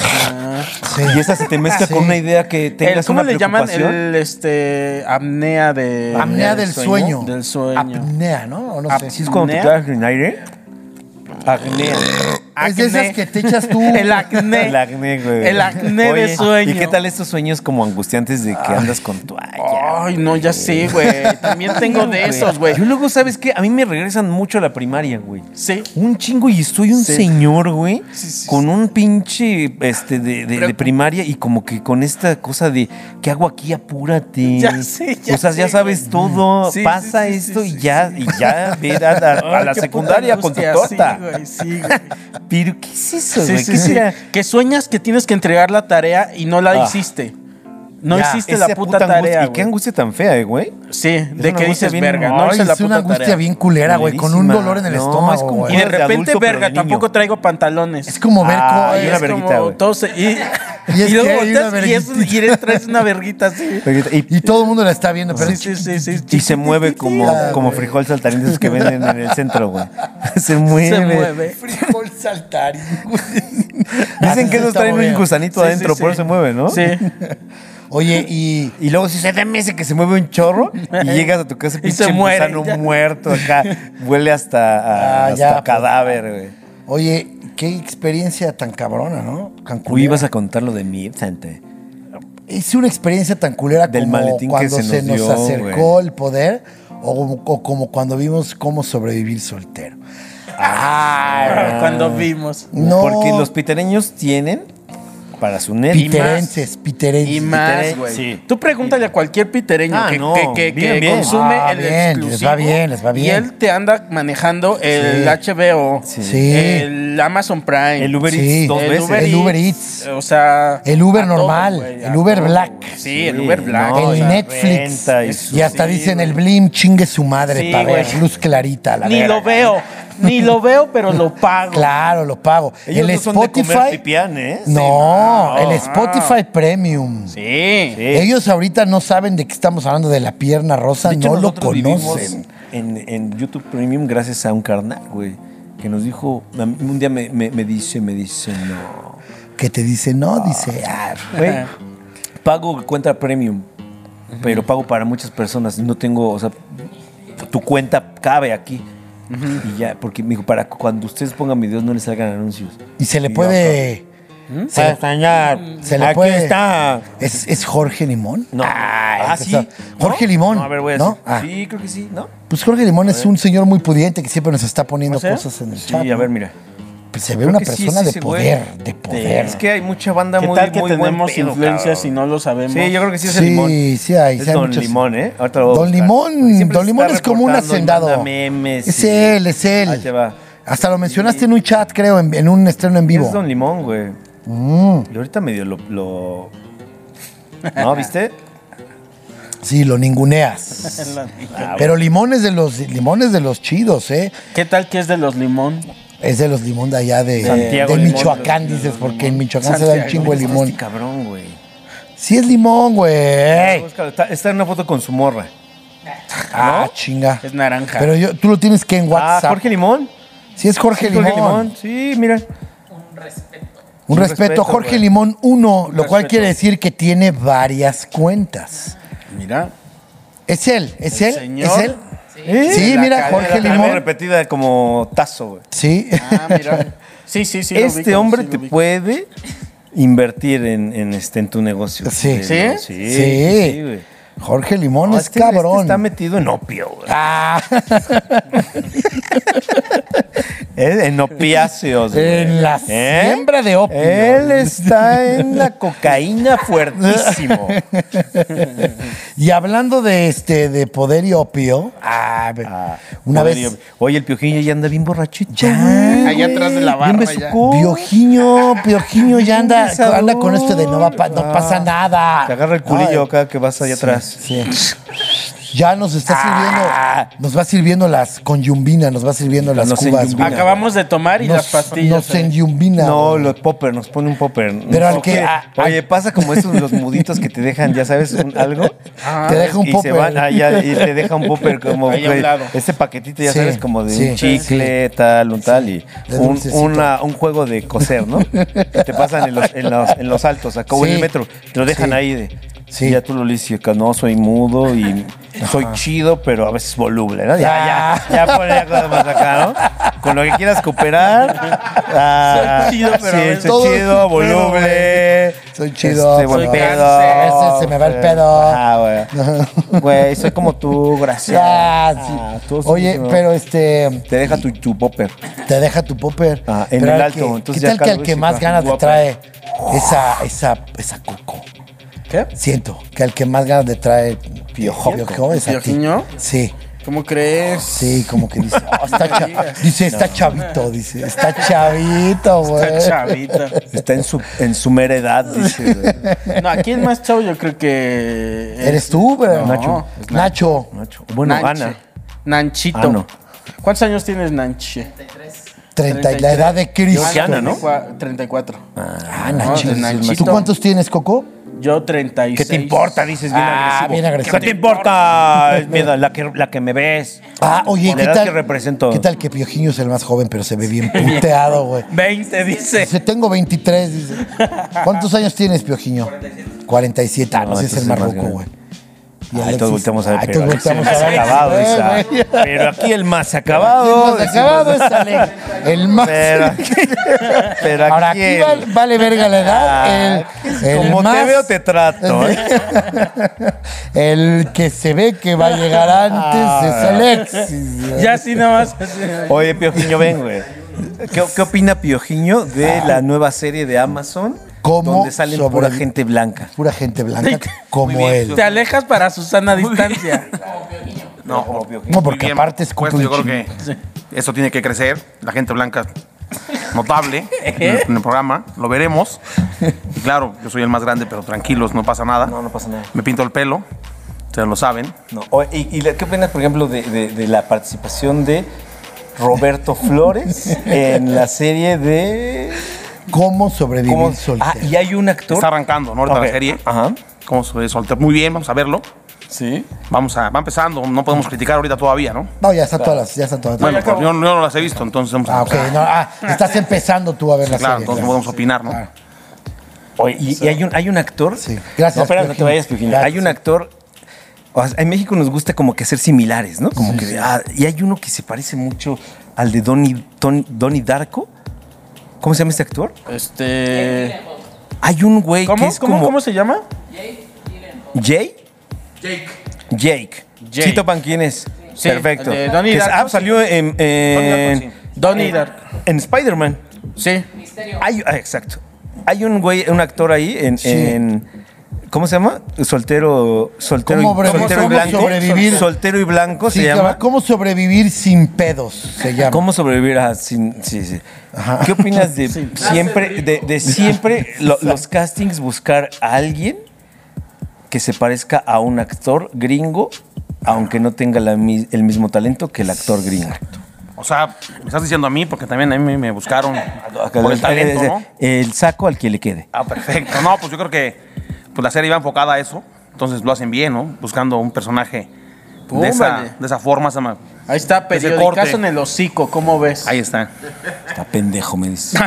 [SPEAKER 2] Sí.
[SPEAKER 1] y esta se te mezcla
[SPEAKER 2] Sí.
[SPEAKER 1] con una idea que
[SPEAKER 3] El-
[SPEAKER 1] tengas
[SPEAKER 3] Ah. Eh, ¿Cómo
[SPEAKER 1] una
[SPEAKER 3] le llaman
[SPEAKER 1] preocupación.
[SPEAKER 3] el este apnea de
[SPEAKER 2] Apnea del sueño.
[SPEAKER 3] Del sueño.
[SPEAKER 2] Apnea, ¿no? O no
[SPEAKER 3] Ap-
[SPEAKER 2] sé.
[SPEAKER 1] Ah, Sí, es cuando te
[SPEAKER 3] ¿Apnea?
[SPEAKER 1] quedas en aire. Acné. Ah,
[SPEAKER 2] Es de
[SPEAKER 3] Acné.
[SPEAKER 2] esas que te echas tú.
[SPEAKER 3] El
[SPEAKER 1] [laughs]
[SPEAKER 3] acné.
[SPEAKER 1] El acné, güey.
[SPEAKER 3] El acné
[SPEAKER 1] Oye,
[SPEAKER 3] de sueño. Ah.
[SPEAKER 1] ¿Y qué tal estos sueños como angustiantes de que andas con toalla?
[SPEAKER 3] Ay, no, ya sé, güey. También tengo de esos, güey.
[SPEAKER 1] Yo luego, ¿sabes qué? A mí me regresan mucho a la primaria, güey.
[SPEAKER 3] Sí.
[SPEAKER 1] Un chingo y estoy un
[SPEAKER 3] Sí.
[SPEAKER 1] señor, güey,
[SPEAKER 3] Sí, sí,
[SPEAKER 1] con un pinche este de, de- de primaria y como que con esta cosa de ¿qué hago aquí? Apúrate.
[SPEAKER 3] [laughs] Ya sé, ya
[SPEAKER 1] O sea, ya
[SPEAKER 3] sé, Mm.
[SPEAKER 1] sabes todo,
[SPEAKER 3] Sí,
[SPEAKER 1] pasa
[SPEAKER 3] sí, sí,
[SPEAKER 1] esto
[SPEAKER 3] sí,
[SPEAKER 1] y
[SPEAKER 3] sí,
[SPEAKER 1] ya, y ya ve a, la- a
[SPEAKER 3] [laughs] Ay,
[SPEAKER 1] la
[SPEAKER 3] qué
[SPEAKER 1] secundaria
[SPEAKER 3] puta
[SPEAKER 1] con tu torta.
[SPEAKER 3] angustia. Sí, güey, sí, güey.
[SPEAKER 1] Pero ¿qué es eso,
[SPEAKER 3] Sí,
[SPEAKER 1] güey?
[SPEAKER 3] sí,
[SPEAKER 1] ¿Qué
[SPEAKER 3] sí.
[SPEAKER 1] será?
[SPEAKER 3] Que sueñas que tienes que entregar la tarea y no la
[SPEAKER 1] Ah.
[SPEAKER 3] hiciste. No
[SPEAKER 1] Ya,
[SPEAKER 3] hiciste
[SPEAKER 1] esa
[SPEAKER 3] la puta,
[SPEAKER 1] angustia.
[SPEAKER 3] tarea.
[SPEAKER 1] Y qué
[SPEAKER 3] güey.
[SPEAKER 1] angustia tan fea, eh, güey.
[SPEAKER 3] Sí, de que
[SPEAKER 1] angustia
[SPEAKER 3] dices
[SPEAKER 1] bien-
[SPEAKER 3] verga.
[SPEAKER 2] Ay,
[SPEAKER 3] No hice la
[SPEAKER 2] es una
[SPEAKER 3] puta
[SPEAKER 2] angustia
[SPEAKER 3] tarea.
[SPEAKER 2] bien culera, güey, con un
[SPEAKER 1] Culerísima.
[SPEAKER 2] dolor en el
[SPEAKER 1] No,
[SPEAKER 2] estómago.
[SPEAKER 1] es como-
[SPEAKER 2] güey.
[SPEAKER 3] Y de
[SPEAKER 1] de
[SPEAKER 3] repente,
[SPEAKER 1] adulto, pero
[SPEAKER 3] verga,
[SPEAKER 1] de niño.
[SPEAKER 3] tampoco traigo pantalones.
[SPEAKER 2] Es como ver
[SPEAKER 1] Ah,
[SPEAKER 2] co-
[SPEAKER 1] y
[SPEAKER 3] Es
[SPEAKER 1] una
[SPEAKER 2] es-
[SPEAKER 1] verguita,
[SPEAKER 3] como
[SPEAKER 1] güey.
[SPEAKER 3] todo se- y,
[SPEAKER 2] Y es
[SPEAKER 3] y luego
[SPEAKER 2] que hay una
[SPEAKER 3] volteas y, es-
[SPEAKER 2] verguita.
[SPEAKER 3] y eres- traes una verguita así.
[SPEAKER 1] Y,
[SPEAKER 2] y todo el mundo la está viendo, pero
[SPEAKER 3] Sí, sí, sí, sí.
[SPEAKER 1] y se mueve como,
[SPEAKER 2] Ah,
[SPEAKER 1] como
[SPEAKER 2] güey.
[SPEAKER 1] frijol saltarín de esos que venden en el centro, güey. [laughs] Se mueve.
[SPEAKER 3] Se mueve.
[SPEAKER 2] frijol saltarín.
[SPEAKER 1] Dicen que esos traen un gusanito
[SPEAKER 3] Sí,
[SPEAKER 1] adentro,
[SPEAKER 3] sí,
[SPEAKER 1] por
[SPEAKER 3] sí.
[SPEAKER 1] eso se mueve, ¿no?
[SPEAKER 3] Sí.
[SPEAKER 2] Oye, y
[SPEAKER 1] Y luego si se da ese que se mueve un chorro [laughs] y llegas a tu casa
[SPEAKER 3] Y
[SPEAKER 1] pinche
[SPEAKER 3] se muere,
[SPEAKER 1] gusano
[SPEAKER 3] ya.
[SPEAKER 1] muerto [laughs] acá. Huele hasta, a-
[SPEAKER 2] Ah,
[SPEAKER 1] hasta
[SPEAKER 2] ya, pues.
[SPEAKER 1] cadáver, güey.
[SPEAKER 2] oye, qué experiencia tan cabrona, ¿no? Tan
[SPEAKER 1] Uy,
[SPEAKER 2] culera.
[SPEAKER 1] ibas a contar lo de mí, Sante.
[SPEAKER 2] Es una experiencia tan culera
[SPEAKER 1] Del
[SPEAKER 2] como
[SPEAKER 1] maletín que
[SPEAKER 2] cuando
[SPEAKER 1] se
[SPEAKER 2] se
[SPEAKER 1] nos
[SPEAKER 2] nos,
[SPEAKER 1] dio,
[SPEAKER 2] acercó el poder O, o como cuando vimos cómo sobrevivir soltero.
[SPEAKER 3] Cuando vimos.
[SPEAKER 2] No.
[SPEAKER 1] Porque los pitereños tienen para su net.
[SPEAKER 3] Pite-
[SPEAKER 2] Piterenses, piterenses.
[SPEAKER 3] Y más,
[SPEAKER 1] Pitere-
[SPEAKER 3] güey.
[SPEAKER 1] sí.
[SPEAKER 3] Tú pregúntale a cualquier pitereño
[SPEAKER 1] Ah,
[SPEAKER 3] que,
[SPEAKER 1] no,
[SPEAKER 3] que- que-
[SPEAKER 1] bien,
[SPEAKER 3] que
[SPEAKER 1] bien.
[SPEAKER 3] consume
[SPEAKER 2] Ah,
[SPEAKER 3] el
[SPEAKER 2] bien,
[SPEAKER 3] exclusivo.
[SPEAKER 2] les va bien, les va
[SPEAKER 3] Y
[SPEAKER 2] bien.
[SPEAKER 3] él te anda manejando el HBO,
[SPEAKER 1] Sí.
[SPEAKER 2] Sí.
[SPEAKER 3] el Amazon Prime,
[SPEAKER 1] El Uber Eats
[SPEAKER 2] Sí.
[SPEAKER 1] dos
[SPEAKER 3] el
[SPEAKER 1] veces.
[SPEAKER 3] Uber,
[SPEAKER 2] El Uber Eats.
[SPEAKER 3] O sea.
[SPEAKER 2] El Uber
[SPEAKER 3] a todo,
[SPEAKER 2] normal,
[SPEAKER 3] güey,
[SPEAKER 2] el
[SPEAKER 3] a
[SPEAKER 2] Uber
[SPEAKER 3] todo,
[SPEAKER 2] Black.
[SPEAKER 3] güey. Sí, el Uber Black.
[SPEAKER 2] no,
[SPEAKER 3] o
[SPEAKER 2] el
[SPEAKER 3] sea,
[SPEAKER 2] Netflix.
[SPEAKER 1] renta y
[SPEAKER 2] Y
[SPEAKER 1] su-
[SPEAKER 2] hasta
[SPEAKER 3] Sí,
[SPEAKER 2] dicen
[SPEAKER 3] güey.
[SPEAKER 2] el Blim chingue su madre
[SPEAKER 3] Sí,
[SPEAKER 2] para
[SPEAKER 3] güey.
[SPEAKER 2] ver luz clarita. La
[SPEAKER 3] Ni
[SPEAKER 2] verga.
[SPEAKER 3] lo veo, ni lo veo, pero [laughs] lo pago.
[SPEAKER 2] Claro, lo pago.
[SPEAKER 1] Ellos
[SPEAKER 2] el
[SPEAKER 1] no son de
[SPEAKER 2] Spotify.
[SPEAKER 1] comer pipián, ¿eh? Sí,
[SPEAKER 2] no,
[SPEAKER 3] no.
[SPEAKER 2] el Spotify Premium.
[SPEAKER 3] Sí.
[SPEAKER 1] Sí.
[SPEAKER 2] Ellos ahorita no saben de qué estamos hablando de la pierna rosa,
[SPEAKER 1] De hecho,
[SPEAKER 2] no lo
[SPEAKER 1] nosotros vivimos
[SPEAKER 2] conocen.
[SPEAKER 1] En, en YouTube Premium, gracias a un carnal, güey, que nos dijo, a mí un día me, me- me dice, me dice, no.
[SPEAKER 2] Que te dice, no, dice, ah,
[SPEAKER 1] Güey, pago cuenta Premium, pero pago para muchas personas. No tengo, o sea, tu cuenta cabe aquí. Y ya, porque me dijo, para cuando ustedes pongan videos no les salgan anuncios.
[SPEAKER 2] y se le
[SPEAKER 1] Y yo ¿Mm? "Ah,
[SPEAKER 2] puede. Se le- se le
[SPEAKER 1] Aquí
[SPEAKER 2] puede-
[SPEAKER 1] está.
[SPEAKER 2] ¿Es, es Jorge Limón?
[SPEAKER 1] No.
[SPEAKER 2] Ah,
[SPEAKER 1] Ah,
[SPEAKER 2] es
[SPEAKER 1] sí.
[SPEAKER 2] esa- Jorge
[SPEAKER 1] ¿No?
[SPEAKER 2] Limón.
[SPEAKER 1] No, a ver, voy a
[SPEAKER 2] ¿no?
[SPEAKER 1] decir.
[SPEAKER 2] Ah.
[SPEAKER 1] Sí, creo que sí, ¿no?
[SPEAKER 2] Pues Jorge Limón es un señor muy pudiente que siempre nos está poniendo cosas en el
[SPEAKER 1] ¿Ah, Sí,
[SPEAKER 2] chat.
[SPEAKER 1] a ver, mira.
[SPEAKER 2] Pues se ve
[SPEAKER 1] Creo
[SPEAKER 2] una
[SPEAKER 1] que sí,
[SPEAKER 2] persona
[SPEAKER 1] sí,
[SPEAKER 2] de
[SPEAKER 1] ese güey.
[SPEAKER 2] poder, de poder.
[SPEAKER 1] Es que hay mucha banda
[SPEAKER 3] ¿Qué
[SPEAKER 1] muy,
[SPEAKER 3] tal que
[SPEAKER 1] muy buen
[SPEAKER 3] tenemos
[SPEAKER 1] pedo,
[SPEAKER 3] influencias
[SPEAKER 1] cabrón?
[SPEAKER 3] y no lo sabemos?
[SPEAKER 1] Sí, yo creo que sí es el
[SPEAKER 2] Sí,
[SPEAKER 1] limón.
[SPEAKER 2] sí hay, sí
[SPEAKER 1] es
[SPEAKER 2] hay
[SPEAKER 1] Don
[SPEAKER 2] muchos.
[SPEAKER 1] Limón, ¿eh? Ahorita lo voy a
[SPEAKER 2] Don
[SPEAKER 1] buscar.
[SPEAKER 2] Limón,
[SPEAKER 1] Siempre
[SPEAKER 2] Don
[SPEAKER 1] se
[SPEAKER 2] Limón
[SPEAKER 1] está
[SPEAKER 2] es como un
[SPEAKER 1] reportando y
[SPEAKER 2] hacendado.
[SPEAKER 1] manda memes
[SPEAKER 2] es
[SPEAKER 1] y-
[SPEAKER 2] él, es él.
[SPEAKER 1] Ahí te va.
[SPEAKER 2] Hasta lo mencionaste en un chat, creo, en, en un estreno en vivo.
[SPEAKER 1] Es Don Limón, güey.
[SPEAKER 2] Mm,
[SPEAKER 1] Y ahorita medio lo, lo- ¿No,
[SPEAKER 2] [laughs]
[SPEAKER 1] viste?
[SPEAKER 2] sí, lo ninguneas. Pero Limón es de los Limón es de los chidos, ¿eh?
[SPEAKER 3] ¿Qué tal que es de los limón?
[SPEAKER 2] Es de los limón de allá de,
[SPEAKER 1] Santiago
[SPEAKER 2] de
[SPEAKER 1] Limón,
[SPEAKER 2] Michoacán,
[SPEAKER 3] los- los
[SPEAKER 2] dices, porque en
[SPEAKER 3] Limón.
[SPEAKER 2] Michoacán se da un
[SPEAKER 3] Santiago,
[SPEAKER 2] chingo de
[SPEAKER 1] Este
[SPEAKER 2] limón.
[SPEAKER 1] cabrón, güey.
[SPEAKER 2] Sí es limón, güey.
[SPEAKER 1] Búscalo, Está, está en una foto con su morra.
[SPEAKER 2] Ah, chinga.
[SPEAKER 3] Es naranja.
[SPEAKER 2] Pero yo, tú lo tienes que en WhatsApp.
[SPEAKER 1] Ah, Jorge Limón.
[SPEAKER 2] Sí es Jorge,
[SPEAKER 1] Sí,
[SPEAKER 2] limón.
[SPEAKER 1] Sí, mira.
[SPEAKER 2] Un
[SPEAKER 1] Un
[SPEAKER 2] respeto,
[SPEAKER 1] respeto,
[SPEAKER 2] Jorge
[SPEAKER 1] güey.
[SPEAKER 2] Limón 1, lo cual
[SPEAKER 3] respeto.
[SPEAKER 2] quiere decir que tiene varias cuentas.
[SPEAKER 3] Mira.
[SPEAKER 2] ¿Es él? ¿Es
[SPEAKER 3] El
[SPEAKER 2] él?
[SPEAKER 3] señor.
[SPEAKER 2] ¿Es él?
[SPEAKER 1] ¿Eh?
[SPEAKER 2] Sí,
[SPEAKER 3] La
[SPEAKER 2] mira,
[SPEAKER 3] cadena,
[SPEAKER 2] Jorge
[SPEAKER 1] La
[SPEAKER 2] Limón.
[SPEAKER 1] repetida como tazo, güey.
[SPEAKER 2] Sí.
[SPEAKER 3] Ah, mira. [laughs] Sí, sí, sí. lo
[SPEAKER 1] este
[SPEAKER 3] ubico,
[SPEAKER 1] hombre
[SPEAKER 3] sí lo
[SPEAKER 1] te
[SPEAKER 3] ubico.
[SPEAKER 1] puede invertir en, en, este, en tu negocio.
[SPEAKER 2] Sí.
[SPEAKER 1] De-
[SPEAKER 2] ¿Sí?
[SPEAKER 1] Sí,
[SPEAKER 2] Sí.
[SPEAKER 1] sí, güey.
[SPEAKER 2] [laughs] Jorge Limón
[SPEAKER 1] No,
[SPEAKER 2] es
[SPEAKER 1] este-
[SPEAKER 2] cabrón.
[SPEAKER 1] este está metido en opio, güey.
[SPEAKER 2] Ah,
[SPEAKER 1] [laughs] Eh, En opiáceos. güey.
[SPEAKER 2] En la
[SPEAKER 1] ¿Eh?
[SPEAKER 2] siembra de opio.
[SPEAKER 1] Él está en la cocaína
[SPEAKER 3] [laughs]
[SPEAKER 1] fuertísimo.
[SPEAKER 2] y hablando de este de poder y opio, ah, una
[SPEAKER 1] Poder
[SPEAKER 2] vez
[SPEAKER 1] y opio. Oye, el piojillo ya anda bien borrachito.
[SPEAKER 2] Ya,
[SPEAKER 3] Allá atrás de la
[SPEAKER 1] Bien
[SPEAKER 3] barra. ya.
[SPEAKER 1] besucón. [laughs]
[SPEAKER 2] Piojiño, Piojiño ya anda,
[SPEAKER 1] Besador.
[SPEAKER 2] anda con esto de no, va pa- no
[SPEAKER 1] Ah.
[SPEAKER 2] pasa nada.
[SPEAKER 1] Te agarra el culillo
[SPEAKER 2] Ay,
[SPEAKER 1] acá que vas allá atrás.
[SPEAKER 2] Sí. Ya nos está sirviendo, nos va sirviendo las con yumbina, nos va sirviendo las
[SPEAKER 1] Ah. Nos
[SPEAKER 2] cubas.
[SPEAKER 1] enyumbina.
[SPEAKER 2] güey.
[SPEAKER 3] Acabamos de tomar y
[SPEAKER 2] Nos-
[SPEAKER 3] las pastillas.
[SPEAKER 2] Nos enyumbina.
[SPEAKER 1] No,
[SPEAKER 2] güey.
[SPEAKER 1] los popper, nos pone un popper.
[SPEAKER 2] Pero al
[SPEAKER 1] Oye,
[SPEAKER 2] que- a- a-
[SPEAKER 1] oye, pasa como estos los muditos que te dejan, ya sabes, un- algo.
[SPEAKER 3] Ah,
[SPEAKER 2] te deja un
[SPEAKER 1] y
[SPEAKER 2] popper.
[SPEAKER 1] Se van allá y te deja un
[SPEAKER 2] [laughs]
[SPEAKER 1] popper como
[SPEAKER 3] Ahí a un lado.
[SPEAKER 1] este paquetito, ya
[SPEAKER 2] Sí,
[SPEAKER 1] sabes, como de
[SPEAKER 2] sí,
[SPEAKER 1] un chicle, tal, un tal, y
[SPEAKER 2] de
[SPEAKER 1] un,
[SPEAKER 2] dulcecito.
[SPEAKER 1] una- un juego de coser, ¿no? Que te pasan en los, en los, en los altos, acá o en
[SPEAKER 2] Sí.
[SPEAKER 1] el metro, te lo dejan
[SPEAKER 2] Sí.
[SPEAKER 1] ahí de.
[SPEAKER 2] Sí.
[SPEAKER 1] y ya tú lo dices, que no, soy mudo y soy chido, pero a veces voluble, ¿no? Ya,
[SPEAKER 2] Ah.
[SPEAKER 1] ya, ya ponle ya cosas más acá, ¿no? Con lo que quieras cooperar. Ah,
[SPEAKER 3] Soy chido, pero a veces-
[SPEAKER 1] soy
[SPEAKER 2] Todo es
[SPEAKER 1] chido,
[SPEAKER 2] un pedo,
[SPEAKER 1] voluble.
[SPEAKER 2] Soy chido,
[SPEAKER 1] Este, buen
[SPEAKER 2] soy
[SPEAKER 1] pedo. eh,
[SPEAKER 2] cáncer, ese se me va el pedo.
[SPEAKER 1] Ah, güey. Güey, soy como tú, gracias.
[SPEAKER 2] Ah, sí.
[SPEAKER 1] Ah, tú sí,
[SPEAKER 2] Oye,
[SPEAKER 1] no.
[SPEAKER 2] pero este
[SPEAKER 1] Te deja tu, tu popper.
[SPEAKER 2] te deja tu popper.
[SPEAKER 1] Ah, en
[SPEAKER 2] Pero
[SPEAKER 1] el
[SPEAKER 2] al
[SPEAKER 1] alto,
[SPEAKER 2] que-
[SPEAKER 1] entonces ya
[SPEAKER 2] ¿Qué tal que al
[SPEAKER 1] Carlos
[SPEAKER 2] que
[SPEAKER 1] se
[SPEAKER 2] más
[SPEAKER 1] baja
[SPEAKER 2] ganas te
[SPEAKER 1] guapo.
[SPEAKER 2] trae esa, esa, esa coco?
[SPEAKER 3] ¿Qué?
[SPEAKER 2] Siento que al que más ganas te trae
[SPEAKER 1] Piojoco.
[SPEAKER 2] piojo es a ti.
[SPEAKER 3] ¿Piojiño?
[SPEAKER 2] Sí.
[SPEAKER 3] ¿Cómo crees? [laughs]
[SPEAKER 2] Sí, como que dice, "Oh, está cha- dice, está chavito, dice, está chavito, güey.
[SPEAKER 3] Esta chavita.
[SPEAKER 1] Está en su, en su mera edad, dice. güey.
[SPEAKER 3] No, aquí el más chavo yo creo que. es-
[SPEAKER 2] Eres tú, bro.
[SPEAKER 3] No,
[SPEAKER 2] Nacho.
[SPEAKER 3] es
[SPEAKER 2] Nacho.
[SPEAKER 1] Nacho. Bueno,
[SPEAKER 3] Nanche.
[SPEAKER 1] Ana.
[SPEAKER 3] Nanchito.
[SPEAKER 1] Ah, no.
[SPEAKER 3] ¿Cuántos años tienes, Nanche?
[SPEAKER 2] 30 y la edad de Cristo.
[SPEAKER 1] Yo que Ana, ¿no?
[SPEAKER 3] 34.
[SPEAKER 2] Ah, Nachito.
[SPEAKER 3] No, de Nachito.
[SPEAKER 2] ¿Tú cuántos tienes, Coco?
[SPEAKER 3] Yo 36.
[SPEAKER 1] ¿Qué te importa? Dices bien
[SPEAKER 2] Ah,
[SPEAKER 1] agresivo.
[SPEAKER 2] bien agresivo.
[SPEAKER 1] ¿Qué te importa? Es miedo, la que, la que me ves.
[SPEAKER 2] Ah, oye,
[SPEAKER 1] La
[SPEAKER 2] ¿qué
[SPEAKER 1] edad
[SPEAKER 2] tal?
[SPEAKER 1] que represento.
[SPEAKER 2] ¿Qué tal que Piojiño es el más joven, pero se ve bien puteado, güey?
[SPEAKER 3] 20, dice.
[SPEAKER 2] Dice, tengo 23, dice. ¿Cuántos años tienes, Piojiño? 47. 47. Ah, no,
[SPEAKER 1] No,
[SPEAKER 2] sí es el
[SPEAKER 1] entonces
[SPEAKER 2] más
[SPEAKER 1] es más
[SPEAKER 2] ruco,
[SPEAKER 1] grande.
[SPEAKER 2] güey. y
[SPEAKER 1] Ahí
[SPEAKER 2] Alexis.
[SPEAKER 1] todos volteamos a ver.
[SPEAKER 2] Ay,
[SPEAKER 1] pero
[SPEAKER 2] todos
[SPEAKER 1] Alexis
[SPEAKER 2] volteamos
[SPEAKER 1] más
[SPEAKER 2] a ver.
[SPEAKER 1] acabado,
[SPEAKER 2] Eh,
[SPEAKER 1] Isa.
[SPEAKER 2] güey.
[SPEAKER 1] Pero aquí el más acabado.
[SPEAKER 2] El más acabado es Alex. El
[SPEAKER 1] [laughs]
[SPEAKER 2] más.
[SPEAKER 1] Pero, pero aquí,
[SPEAKER 2] Ahora aquí
[SPEAKER 1] el-
[SPEAKER 2] vale, vale verga la [laughs] edad.
[SPEAKER 1] Ah,
[SPEAKER 2] El, el
[SPEAKER 1] como
[SPEAKER 2] más-
[SPEAKER 1] te veo, te
[SPEAKER 2] [laughs]
[SPEAKER 1] trato. ¿eh?
[SPEAKER 2] El que se ve que va a llegar Ah. antes es Alexis.
[SPEAKER 3] Ya así nada más. así.
[SPEAKER 1] Oye, Piojiño, ven, güey. ¿Qué, qué opina Piojiño de la nueva serie de Amazon?
[SPEAKER 2] ¿Cómo
[SPEAKER 1] Donde salen pura
[SPEAKER 2] sobrevi-
[SPEAKER 1] gente blanca.
[SPEAKER 2] Pura gente blanca
[SPEAKER 4] Muy
[SPEAKER 2] como
[SPEAKER 4] bien,
[SPEAKER 2] él.
[SPEAKER 3] Te alejas para Susana a distancia.
[SPEAKER 4] No,
[SPEAKER 2] No, porque
[SPEAKER 4] Muy bien,
[SPEAKER 2] aparte es
[SPEAKER 4] pues,
[SPEAKER 2] cupo de
[SPEAKER 4] yo creo que eso tiene que crecer. La gente blanca notable en, el, en el programa, lo veremos. Y claro, yo soy el más grande, pero tranquilos, no pasa nada.
[SPEAKER 1] No, no pasa nada.
[SPEAKER 4] Me pinto el pelo, ustedes lo saben.
[SPEAKER 1] No. Oye, ¿Y, y la- qué opinas, por ejemplo, de, de- de la participación de Roberto Flores en la serie de.
[SPEAKER 2] ¿Cómo sobrevivir
[SPEAKER 1] ¿Cómo? Ah,
[SPEAKER 2] soltero?
[SPEAKER 1] y hay un actor.
[SPEAKER 4] Está arrancando, ¿no? Ahorita
[SPEAKER 1] Ok.
[SPEAKER 4] la serie.
[SPEAKER 1] Ajá.
[SPEAKER 4] ¿Cómo se soltó? Muy bien, vamos a verlo.
[SPEAKER 1] Sí.
[SPEAKER 4] Vamos a, va empezando, no podemos criticar ahorita todavía, ¿no?
[SPEAKER 2] No, ya está todas las, ya está todas.
[SPEAKER 4] Bueno,
[SPEAKER 3] ya
[SPEAKER 4] pues,
[SPEAKER 3] acabó.
[SPEAKER 4] yo, yo no las he visto, entonces vamos a
[SPEAKER 2] Ah, ok. No, ah, estás empezando tú a ver la
[SPEAKER 4] Claro,
[SPEAKER 2] serie.
[SPEAKER 4] entonces podemos opinar, ¿no?
[SPEAKER 2] Claro.
[SPEAKER 1] Oye, y, y hay, un, hay un actor.
[SPEAKER 2] Sí. Gracias,
[SPEAKER 1] No, espera, no te
[SPEAKER 2] Piojiño.
[SPEAKER 1] vayas, Piojiño.
[SPEAKER 2] Gracias.
[SPEAKER 1] Hay un actor. o sea, en México nos gusta como que ser similares, ¿no? Como que. ah, y hay uno que se parece mucho al de Donnie, Tony- Donnie Darko. ¿Cómo se llama este actor?
[SPEAKER 3] Este.
[SPEAKER 1] Hay un güey que
[SPEAKER 3] ¿Cómo?
[SPEAKER 1] es
[SPEAKER 3] ¿Cómo?
[SPEAKER 1] como.
[SPEAKER 3] ¿Cómo se llama?
[SPEAKER 1] ¿Jay? Jake. Jake.
[SPEAKER 3] Jake.
[SPEAKER 1] Chito Pan, ¿quién es?
[SPEAKER 3] Sí,
[SPEAKER 1] Perfecto.
[SPEAKER 3] el de Donnie
[SPEAKER 1] Que es-
[SPEAKER 3] Darko,
[SPEAKER 1] ah, salió en, en,
[SPEAKER 4] Darko,
[SPEAKER 3] Donnie Dark.
[SPEAKER 1] en Spider-Man.
[SPEAKER 3] Sí.
[SPEAKER 1] Hay- ah, exacto. Hay un güey, un actor ahí en.
[SPEAKER 2] Sí.
[SPEAKER 1] en- ¿Cómo se llama? Soltero, soltero,
[SPEAKER 2] ¿Cómo
[SPEAKER 1] y,
[SPEAKER 2] bre-
[SPEAKER 1] soltero y
[SPEAKER 2] cómo
[SPEAKER 1] blanco.
[SPEAKER 2] sobrevivir?
[SPEAKER 1] Soltero y blanco
[SPEAKER 2] Sí,
[SPEAKER 1] se
[SPEAKER 2] claro,
[SPEAKER 1] llama.
[SPEAKER 2] ¿Cómo sobrevivir sin pedos? Se llama.
[SPEAKER 1] ¿Cómo sobrevivir a sin, sí, sí. ¿Qué opinas
[SPEAKER 2] [laughs]
[SPEAKER 1] de siempre, de, de siempre lo- los castings buscar a alguien que se parezca a un actor gringo, aunque no tenga la mi- el mismo talento que el actor gringo?
[SPEAKER 4] O sea, me estás diciendo a mí, porque también a mí me buscaron por el
[SPEAKER 1] El,
[SPEAKER 4] talento, ¿no?
[SPEAKER 1] el saco al que le quede.
[SPEAKER 4] Ah, perfecto. No, pues yo creo que pues, la serie va enfocada a eso. Entonces lo hacen bien, ¿no? Buscando un personaje de esa,
[SPEAKER 3] Tómale.
[SPEAKER 4] de esa forma. esa ma-
[SPEAKER 3] Ahí está,
[SPEAKER 4] Ese
[SPEAKER 3] periodicazo
[SPEAKER 4] corte.
[SPEAKER 3] en el hocico, ¿cómo ves?
[SPEAKER 4] Ahí está.
[SPEAKER 1] Está pendejo, me
[SPEAKER 2] [laughs]
[SPEAKER 1] dice.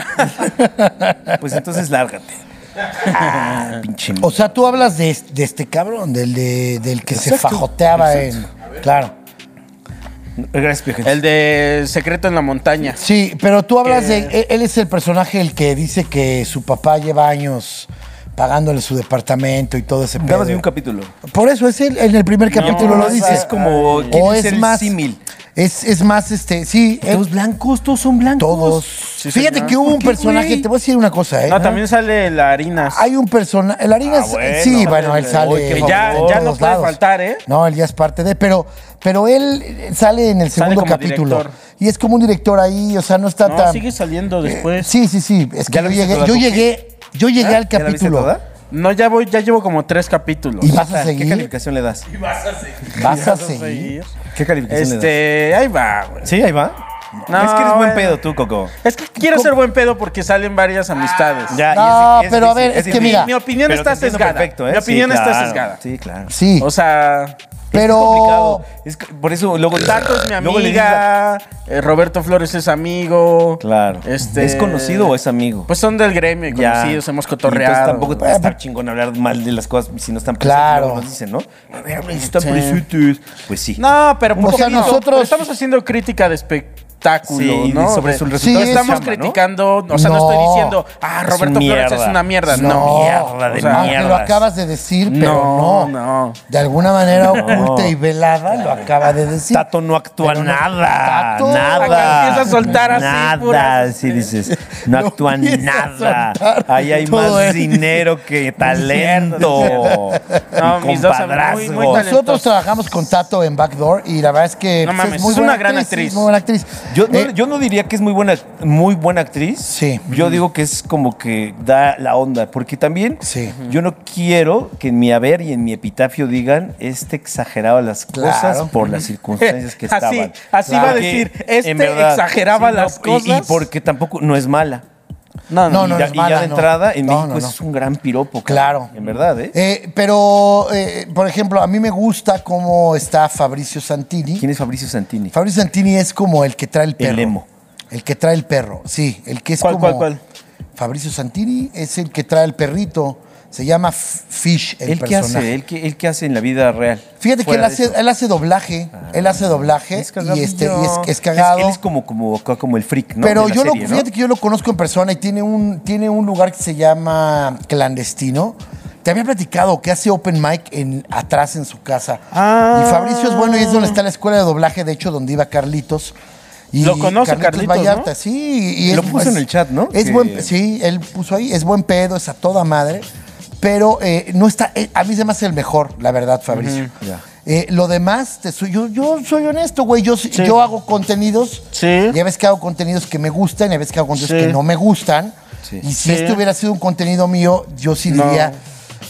[SPEAKER 1] pues entonces lárgate. Ah, pinche
[SPEAKER 2] O sea, tú hablas de, de este cabrón, del, de, del que se fajoteaba en. Claro.
[SPEAKER 1] Gracias, Piojitos.
[SPEAKER 3] El de Secreto en la Montaña.
[SPEAKER 2] Sí, pero tú hablas de. él- Él es el personaje el que dice que su papá lleva años pagándole su departamento y todo ese
[SPEAKER 1] Nada
[SPEAKER 2] pedo.
[SPEAKER 1] más vi un capítulo.
[SPEAKER 2] Por eso es él, en el primer capítulo lo
[SPEAKER 1] es-
[SPEAKER 2] dice.
[SPEAKER 1] es como-
[SPEAKER 2] O
[SPEAKER 1] quiere
[SPEAKER 2] es
[SPEAKER 1] ser
[SPEAKER 2] más.
[SPEAKER 1] símil.
[SPEAKER 2] Es, es más, este. Sí, él-
[SPEAKER 1] Todos blancos, todos son blancos.
[SPEAKER 2] todos. Fíjate que hubo un personaje. Te voy a decir una cosa, ¿eh?
[SPEAKER 3] No, Ah, también sale la harina.
[SPEAKER 2] Hay un personaje. El harina
[SPEAKER 1] Ah,
[SPEAKER 2] es-
[SPEAKER 1] bueno.
[SPEAKER 2] sí, bueno, él
[SPEAKER 1] Uy,
[SPEAKER 2] sale.
[SPEAKER 1] que
[SPEAKER 2] por
[SPEAKER 3] ya-
[SPEAKER 2] todos
[SPEAKER 3] ya no puede
[SPEAKER 2] lados.
[SPEAKER 3] faltar, ¿eh?
[SPEAKER 2] No, él ya es parte de. Pero, pero él eh, sale en el
[SPEAKER 3] Sale
[SPEAKER 2] segundo
[SPEAKER 3] como
[SPEAKER 2] capítulo.
[SPEAKER 3] director.
[SPEAKER 2] Y es como un director ahí, o sea, no está
[SPEAKER 3] No,
[SPEAKER 2] tan.
[SPEAKER 3] sigue saliendo después.
[SPEAKER 2] Sí, sí, sí. Es que
[SPEAKER 1] ¿Ya la
[SPEAKER 2] yo
[SPEAKER 1] viste
[SPEAKER 2] llegué,
[SPEAKER 1] toda,
[SPEAKER 2] yo
[SPEAKER 1] Coqui?
[SPEAKER 2] llegué, yo llegué al
[SPEAKER 1] ¿Ya la viste
[SPEAKER 2] capítulo.
[SPEAKER 1] toda?
[SPEAKER 3] No, ya voy, ya llevo como tres capítulos.
[SPEAKER 2] Y vas a
[SPEAKER 1] ¿Qué
[SPEAKER 2] seguir.
[SPEAKER 1] calificación le das?
[SPEAKER 2] Vas a
[SPEAKER 3] ¿Vas a
[SPEAKER 2] seguir.
[SPEAKER 3] seguir?
[SPEAKER 1] ¿Qué calificación le das?
[SPEAKER 3] Este, ahí va, güey.
[SPEAKER 1] Sí, ahí va.
[SPEAKER 3] No,
[SPEAKER 1] es que eres
[SPEAKER 2] eh.
[SPEAKER 1] buen
[SPEAKER 3] bueno.
[SPEAKER 1] pedo tú, Coco.
[SPEAKER 3] Es que quiero ser buen pedo porque salen varias amistades.
[SPEAKER 1] Ya, y
[SPEAKER 2] No,
[SPEAKER 1] y
[SPEAKER 2] pero a ver, es que mira.
[SPEAKER 3] Mi opinión
[SPEAKER 1] Pero
[SPEAKER 3] está
[SPEAKER 1] te entiendo ¿eh?
[SPEAKER 3] sesgada. Mi
[SPEAKER 1] Sí,
[SPEAKER 3] opinión está
[SPEAKER 1] claro.
[SPEAKER 3] sesgada.
[SPEAKER 1] Sí, claro. Es
[SPEAKER 2] Sí.
[SPEAKER 3] O sea,
[SPEAKER 2] pero. [laughs]
[SPEAKER 1] complicado. Es que por eso luego
[SPEAKER 3] Tato es mi
[SPEAKER 1] luego le dices a-
[SPEAKER 3] amiga, eh, Roberto Flores es amigo.
[SPEAKER 1] Claro.
[SPEAKER 3] Este,
[SPEAKER 1] ¿Es conocido o es amigo?
[SPEAKER 3] Pues son del gremio y
[SPEAKER 1] Ya.
[SPEAKER 3] conocidos,
[SPEAKER 1] Y
[SPEAKER 3] hemos
[SPEAKER 1] Entonces
[SPEAKER 3] cotorreado.
[SPEAKER 1] tampoco te está chingón hablar mal de las cosas si no están presentes.
[SPEAKER 2] Claro.
[SPEAKER 1] luego Nos dicen, ¿no? A ver, güey, si están presentes. Pues sí.
[SPEAKER 3] No, pero
[SPEAKER 2] O sea,
[SPEAKER 3] poquito.
[SPEAKER 2] nosotros-
[SPEAKER 3] Pero estamos haciendo crítica de espectáculo,
[SPEAKER 1] Sí,
[SPEAKER 3] ¿no?
[SPEAKER 1] sobre
[SPEAKER 3] De-
[SPEAKER 1] su
[SPEAKER 2] resultado
[SPEAKER 3] no
[SPEAKER 2] de
[SPEAKER 3] estamos
[SPEAKER 1] chamba, ¿no?
[SPEAKER 3] criticando, o sea, no. estoy
[SPEAKER 2] No.
[SPEAKER 3] diciendo, ah,
[SPEAKER 1] Es
[SPEAKER 3] Roberto
[SPEAKER 1] un
[SPEAKER 3] Flores es
[SPEAKER 1] mierda.
[SPEAKER 3] una mierda.
[SPEAKER 1] No.
[SPEAKER 3] No.
[SPEAKER 1] Mierda de
[SPEAKER 2] o sea, aunque lo
[SPEAKER 1] mierdas.
[SPEAKER 2] acabas de decir, pero no.
[SPEAKER 3] No, no.
[SPEAKER 2] De alguna manera oculta y velada lo acaba de decir.
[SPEAKER 1] Tato no actúa
[SPEAKER 2] Pero no-
[SPEAKER 1] nada.
[SPEAKER 2] Tato-
[SPEAKER 1] nada.
[SPEAKER 3] Acá empieza a soltar así,
[SPEAKER 1] Nada.
[SPEAKER 3] puras-
[SPEAKER 1] Sí, dices. No
[SPEAKER 2] Lo
[SPEAKER 1] actúa
[SPEAKER 2] empieza a
[SPEAKER 1] nada.
[SPEAKER 2] soltar
[SPEAKER 1] Ahí hay
[SPEAKER 2] todo
[SPEAKER 1] más
[SPEAKER 2] él.
[SPEAKER 1] dinero que talento.
[SPEAKER 3] No,
[SPEAKER 1] Y
[SPEAKER 3] mis dos am- muy- muy
[SPEAKER 1] compadrazgos.
[SPEAKER 3] talentosos.
[SPEAKER 2] Nosotros trabajamos con Tato en Backdoor y la verdad es que
[SPEAKER 3] No
[SPEAKER 2] pues,
[SPEAKER 3] mames, es
[SPEAKER 2] buena
[SPEAKER 3] una gran actriz.
[SPEAKER 2] es Muy buena actriz.
[SPEAKER 1] Yo, no,
[SPEAKER 2] Eh,
[SPEAKER 1] yo no diría que es muy buena, muy buena actriz.
[SPEAKER 2] Sí.
[SPEAKER 1] Yo digo que es como que da la onda, porque también
[SPEAKER 2] Sí.
[SPEAKER 1] yo no quiero que en mi haber y en mi epitafio digan este exageraba las
[SPEAKER 2] Claro.
[SPEAKER 1] cosas por las circunstancias que
[SPEAKER 3] [laughs] Así-
[SPEAKER 1] estaban.
[SPEAKER 3] así va a
[SPEAKER 1] Porque,
[SPEAKER 3] decir,
[SPEAKER 1] en
[SPEAKER 3] este exageraba las
[SPEAKER 1] y-
[SPEAKER 3] cosas.
[SPEAKER 1] Y porque tampoco no es mala.
[SPEAKER 3] No,
[SPEAKER 2] No,
[SPEAKER 1] y,
[SPEAKER 2] no,
[SPEAKER 1] ya,
[SPEAKER 2] es
[SPEAKER 1] y ya
[SPEAKER 2] mala,
[SPEAKER 1] de
[SPEAKER 2] no.
[SPEAKER 1] entrada, en
[SPEAKER 2] No,
[SPEAKER 1] México
[SPEAKER 2] no,
[SPEAKER 1] ese
[SPEAKER 2] no.
[SPEAKER 1] es un gran piropo.
[SPEAKER 2] Claro.
[SPEAKER 1] En verdad, ¿eh?
[SPEAKER 2] eh, pero, eh, por ejemplo, a mí me gusta cómo está Fabricio Santini.
[SPEAKER 1] ¿Quién es Fabricio Santini?
[SPEAKER 2] Fabricio Santini es como el que trae el perro.
[SPEAKER 1] emo.
[SPEAKER 2] El que trae el perro, sí. El que es
[SPEAKER 3] ¿Cuál,
[SPEAKER 2] como.
[SPEAKER 3] cuál, cuál?
[SPEAKER 2] Fabricio Santini es el que trae el perrito. Se llama F- Fish, el
[SPEAKER 1] ¿Él qué
[SPEAKER 2] personaje.
[SPEAKER 1] hace? ¿Él qué, él qué hace en la vida real?
[SPEAKER 2] Fíjate que él
[SPEAKER 1] Fuera de
[SPEAKER 2] hace,
[SPEAKER 1] eso. Ah,
[SPEAKER 2] él hace doblaje, él hace doblaje
[SPEAKER 1] Es cagado.
[SPEAKER 2] y, este, y es, es
[SPEAKER 1] Es-
[SPEAKER 2] cagado.
[SPEAKER 1] él es como, como, como el freak, ¿no?
[SPEAKER 2] Pero
[SPEAKER 1] De la
[SPEAKER 2] yo
[SPEAKER 1] serie,
[SPEAKER 2] lo,
[SPEAKER 1] ¿no?
[SPEAKER 2] fíjate que yo lo conozco en persona y tiene un, tiene un lugar que se llama Clandestino. Te había platicado que hace open mic en, atrás en su casa.
[SPEAKER 3] Ah.
[SPEAKER 2] Y Fabricio es bueno y es donde está la escuela de doblaje, de hecho, donde iba Carlitos. Y
[SPEAKER 3] Lo conoce Carlitos,
[SPEAKER 2] Vallarta,
[SPEAKER 3] ¿no?
[SPEAKER 2] sí. y es-
[SPEAKER 1] Lo puso en el chat, ¿no?
[SPEAKER 2] Es
[SPEAKER 1] Que-
[SPEAKER 2] buen, sí, él puso ahí, es buen pedo, es a toda madre. Pero eh, no está, eh, a mí se me hace el mejor, la verdad, Fabricio.
[SPEAKER 1] ya.
[SPEAKER 2] Eh, lo demás, te soy, yo, yo soy honesto, güey. Yo, yo hago contenidos.
[SPEAKER 3] Sí.
[SPEAKER 2] Y a veces que hago contenidos que me gustan y a veces que hago contenidos
[SPEAKER 3] Sí.
[SPEAKER 2] que no me gustan.
[SPEAKER 1] Sí.
[SPEAKER 2] Y si
[SPEAKER 3] Sí.
[SPEAKER 2] este hubiera sido un contenido mío, yo sí
[SPEAKER 3] No.
[SPEAKER 2] diría,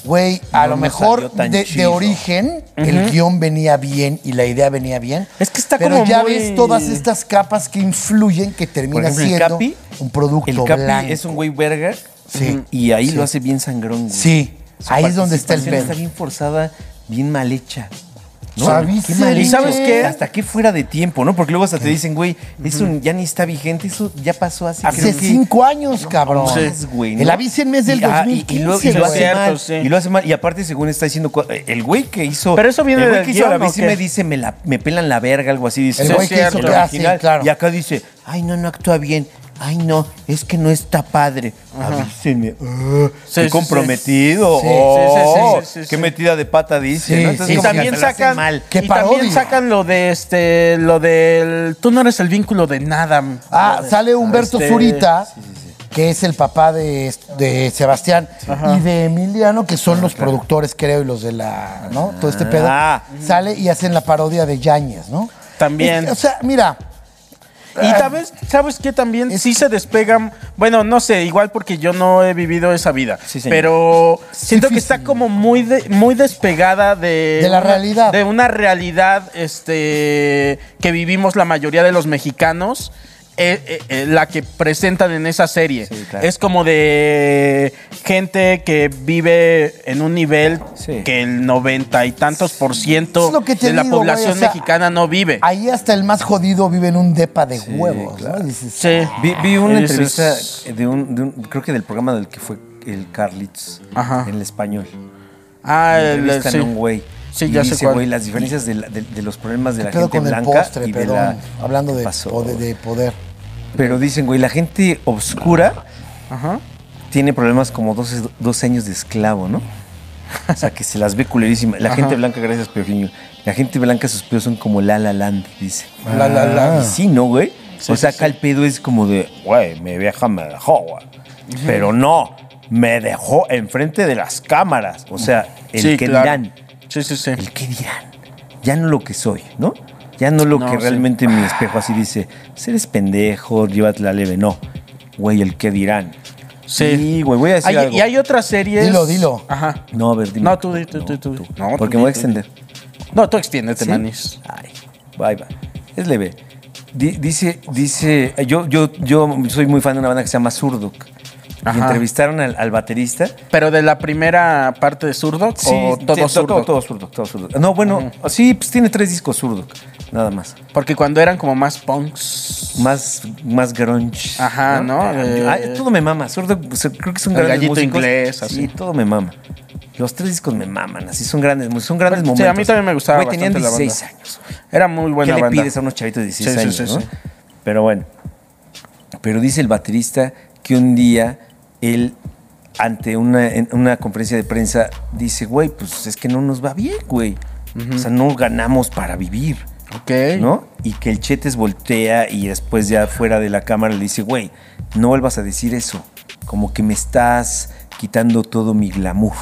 [SPEAKER 2] güey,
[SPEAKER 1] No
[SPEAKER 2] a lo
[SPEAKER 1] nos
[SPEAKER 2] mejor
[SPEAKER 1] salió tan
[SPEAKER 2] de, de
[SPEAKER 1] chido.
[SPEAKER 2] origen el guión venía bien y la idea venía bien.
[SPEAKER 3] Es que está
[SPEAKER 2] pero
[SPEAKER 3] como
[SPEAKER 2] ya
[SPEAKER 3] muy-
[SPEAKER 2] ves todas estas capas que influyen que
[SPEAKER 1] Por
[SPEAKER 2] termina
[SPEAKER 1] ejemplo, el
[SPEAKER 2] siendo
[SPEAKER 1] Capi.
[SPEAKER 2] un producto
[SPEAKER 1] El Capi
[SPEAKER 2] blanco.
[SPEAKER 1] es un güey verga.
[SPEAKER 2] Sí.
[SPEAKER 1] Y ahí lo hace bien sangrón, güey.
[SPEAKER 2] Sí,
[SPEAKER 1] Su
[SPEAKER 2] ahí es donde está el
[SPEAKER 1] participación
[SPEAKER 2] pedo.
[SPEAKER 1] Está bien forzada, bien mal hecha.
[SPEAKER 2] Fabricio,
[SPEAKER 1] mal
[SPEAKER 3] ¿y
[SPEAKER 1] hecho.
[SPEAKER 3] sabes qué?
[SPEAKER 1] Hasta que fuera de tiempo, ¿no? Porque luego hasta te dicen, güey, eso ya ni está vigente, eso ya pasó hace,
[SPEAKER 2] Hace
[SPEAKER 1] creo que-
[SPEAKER 2] cinco años, cabrón.
[SPEAKER 1] más, güey, ¿no?
[SPEAKER 2] El avísenme es del
[SPEAKER 1] Y- ah, y-
[SPEAKER 2] 2015,
[SPEAKER 1] y, lo, y lo hace
[SPEAKER 2] güey.
[SPEAKER 3] Cierto,
[SPEAKER 1] mal,
[SPEAKER 3] sí.
[SPEAKER 1] y lo hace mal. Y aparte, según está diciendo, cua- el güey que hizo.
[SPEAKER 3] Pero eso viene
[SPEAKER 1] el güey
[SPEAKER 3] del
[SPEAKER 1] que hizo la
[SPEAKER 3] guión, ¿o
[SPEAKER 1] bici me
[SPEAKER 3] qué?
[SPEAKER 1] dice, me, la, me pelan la verga, algo así. Dice,
[SPEAKER 2] El
[SPEAKER 1] Sí,
[SPEAKER 2] güey
[SPEAKER 1] es
[SPEAKER 2] que hizo
[SPEAKER 1] cierto,
[SPEAKER 2] que- ah,
[SPEAKER 1] original.
[SPEAKER 2] sí, claro.
[SPEAKER 1] Y acá dice, ay, no, no actúa bien. Ay, no, es que no está padre. Avísenme. Ah,
[SPEAKER 3] Sí,
[SPEAKER 1] qué
[SPEAKER 3] sí,
[SPEAKER 1] comprometido.
[SPEAKER 2] sí. Sí, sí, sí,
[SPEAKER 1] Oh,
[SPEAKER 3] sí, sí, sí,
[SPEAKER 1] Qué
[SPEAKER 3] sí.
[SPEAKER 1] metida de pata dice.
[SPEAKER 2] Sí,
[SPEAKER 1] ¿no?
[SPEAKER 2] sí,
[SPEAKER 1] Entonces,
[SPEAKER 3] Y
[SPEAKER 1] como que
[SPEAKER 3] también
[SPEAKER 1] hasta lo hace
[SPEAKER 3] sacan,
[SPEAKER 1] mal.
[SPEAKER 2] Qué
[SPEAKER 3] y también
[SPEAKER 2] parodia.
[SPEAKER 3] sacan lo de este, lo del, tú no eres el vínculo de nada.
[SPEAKER 2] Ah, sale Humberto
[SPEAKER 3] Este,
[SPEAKER 2] Zurita, que es el papá de, de Sebastián y de Emiliano, que son los productores, creo, y los de la. ¿No? Todo este pedo.
[SPEAKER 1] Ah.
[SPEAKER 2] Sale y hacen la parodia de Yañez, ¿no?
[SPEAKER 3] También.
[SPEAKER 2] Es- o sea, mira.
[SPEAKER 3] Y sabes, sabes que también
[SPEAKER 2] Ah. Es-
[SPEAKER 3] sí se despegan, bueno, no sé, igual porque yo no he vivido esa vida,
[SPEAKER 1] Sí, señor.
[SPEAKER 3] pero siento que
[SPEAKER 2] difícil.
[SPEAKER 3] está como muy de- muy despegada de
[SPEAKER 2] De la
[SPEAKER 3] una-
[SPEAKER 2] realidad.
[SPEAKER 3] de una realidad este que vivimos la mayoría de los mexicanos. eh, eh, eh, la que presentan en esa serie
[SPEAKER 1] Sí, claro.
[SPEAKER 3] es como de gente que vive en un nivel
[SPEAKER 1] Sí.
[SPEAKER 3] que el noventa y tantos por ciento
[SPEAKER 2] Es lo que te
[SPEAKER 3] de la
[SPEAKER 2] digo, güey,
[SPEAKER 3] población
[SPEAKER 2] o sea,
[SPEAKER 3] mexicana no vive.
[SPEAKER 2] Ahí hasta el más jodido vive en un depa de huevos, ¿no? Dices, "Ah,
[SPEAKER 3] Sí.
[SPEAKER 1] Vi, vi una
[SPEAKER 3] Eso es-
[SPEAKER 1] entrevista de un, de un- creo que del programa del que fue el Carlitz,
[SPEAKER 3] Ajá.
[SPEAKER 1] en el español.
[SPEAKER 3] Ah, el, el-
[SPEAKER 1] Entrevistan
[SPEAKER 3] sí.
[SPEAKER 1] a un güey.
[SPEAKER 3] Sí,
[SPEAKER 1] y
[SPEAKER 3] ya sé
[SPEAKER 1] dice,
[SPEAKER 3] cuál.
[SPEAKER 1] güey, las diferencias de, la- de- de los problemas de la
[SPEAKER 2] ¿Qué pedo
[SPEAKER 1] gente
[SPEAKER 2] con el
[SPEAKER 1] blanca
[SPEAKER 2] postre,
[SPEAKER 1] y de
[SPEAKER 2] perdón?
[SPEAKER 1] la...
[SPEAKER 2] Hablando de,
[SPEAKER 1] pasó?
[SPEAKER 2] pode- de poder.
[SPEAKER 1] Pero dicen, güey, la gente obscura tiene problemas como 12, 12 años de esclavo, ¿no? O sea, que se las ve culerísima. La gente blanca, gracias, Piojiño. La gente blanca, sus pedos son como la la land, dice. Ah.
[SPEAKER 2] La, la, la.
[SPEAKER 1] Y sí, ¿no, güey? o sea, acá el pedo es como de, güey, mi vieja me dejó, güey. Pero no, me dejó enfrente de las cámaras. O sea, el
[SPEAKER 3] Sí,
[SPEAKER 1] que
[SPEAKER 3] claro.
[SPEAKER 1] dirán,
[SPEAKER 3] Sí, sí, sí.
[SPEAKER 1] el que dirán. Ya no lo que soy, ¿no? Ya no lo
[SPEAKER 3] No,
[SPEAKER 1] que
[SPEAKER 3] sí.
[SPEAKER 1] realmente mi espejo así dice, eres pendejo, llévate la leve. No, güey, el que dirán.
[SPEAKER 3] Sí.
[SPEAKER 1] güey, voy a decir
[SPEAKER 3] Hay-
[SPEAKER 1] algo.
[SPEAKER 3] y hay otras series.
[SPEAKER 2] Dilo, dilo.
[SPEAKER 3] Ajá.
[SPEAKER 1] No, a ver, dime.
[SPEAKER 3] No, tú di, tú, tú, tú. No,
[SPEAKER 1] Porque
[SPEAKER 3] tú
[SPEAKER 1] me voy a
[SPEAKER 3] di,
[SPEAKER 1] extender.
[SPEAKER 3] No, tú extiéndete,
[SPEAKER 1] ¿Sí?
[SPEAKER 3] manis.
[SPEAKER 1] Ay, bye, bye. Es leve. Di- dice, dice, yo, yo, yo soy muy fan de una banda que se llama Zurduk. Y
[SPEAKER 3] Ajá.
[SPEAKER 1] entrevistaron al, al baterista.
[SPEAKER 3] Pero de la primera parte de Zurdo o
[SPEAKER 1] Sí,
[SPEAKER 3] todo
[SPEAKER 1] sí, to-
[SPEAKER 3] Zurdo.
[SPEAKER 1] Todo, todo Zurduk, todo Zurduk. No, bueno, sí, pues tiene tres discos Zurduk, nada más.
[SPEAKER 3] Porque cuando eran como más punks.
[SPEAKER 1] Más, más grunge.
[SPEAKER 3] Ajá, ¿no? Eh,
[SPEAKER 1] Ay, todo me mama. Zurduk, o sea, creo que son
[SPEAKER 3] El
[SPEAKER 1] grandes
[SPEAKER 3] gallito
[SPEAKER 1] músicos.
[SPEAKER 3] inglés, así.
[SPEAKER 1] Sí, todo me mama. Los tres discos me maman, así son grandes, mu- son grandes
[SPEAKER 3] Pues, Sí,
[SPEAKER 1] momentos.
[SPEAKER 3] a mí también me gustaba
[SPEAKER 1] Güey, tenían
[SPEAKER 3] bastante la
[SPEAKER 1] 16
[SPEAKER 3] banda.
[SPEAKER 1] años.
[SPEAKER 3] Era muy buena
[SPEAKER 1] ¿Qué
[SPEAKER 3] banda.
[SPEAKER 1] le pides a unos chavitos de 16
[SPEAKER 3] Sí,
[SPEAKER 1] años?
[SPEAKER 3] sí, sí,
[SPEAKER 1] no?
[SPEAKER 3] sí.
[SPEAKER 1] Pero bueno. Pero dice el baterista que un día él, ante una, en una conferencia de prensa, dice, güey, pues es que no nos va bien, güey. O sea, no ganamos para vivir,
[SPEAKER 3] Ok.
[SPEAKER 1] ¿no? Y que el Chetes voltea y después ya fuera de la cámara le dice, güey, no vuelvas a decir eso. Como que me estás quitando todo mi glamour,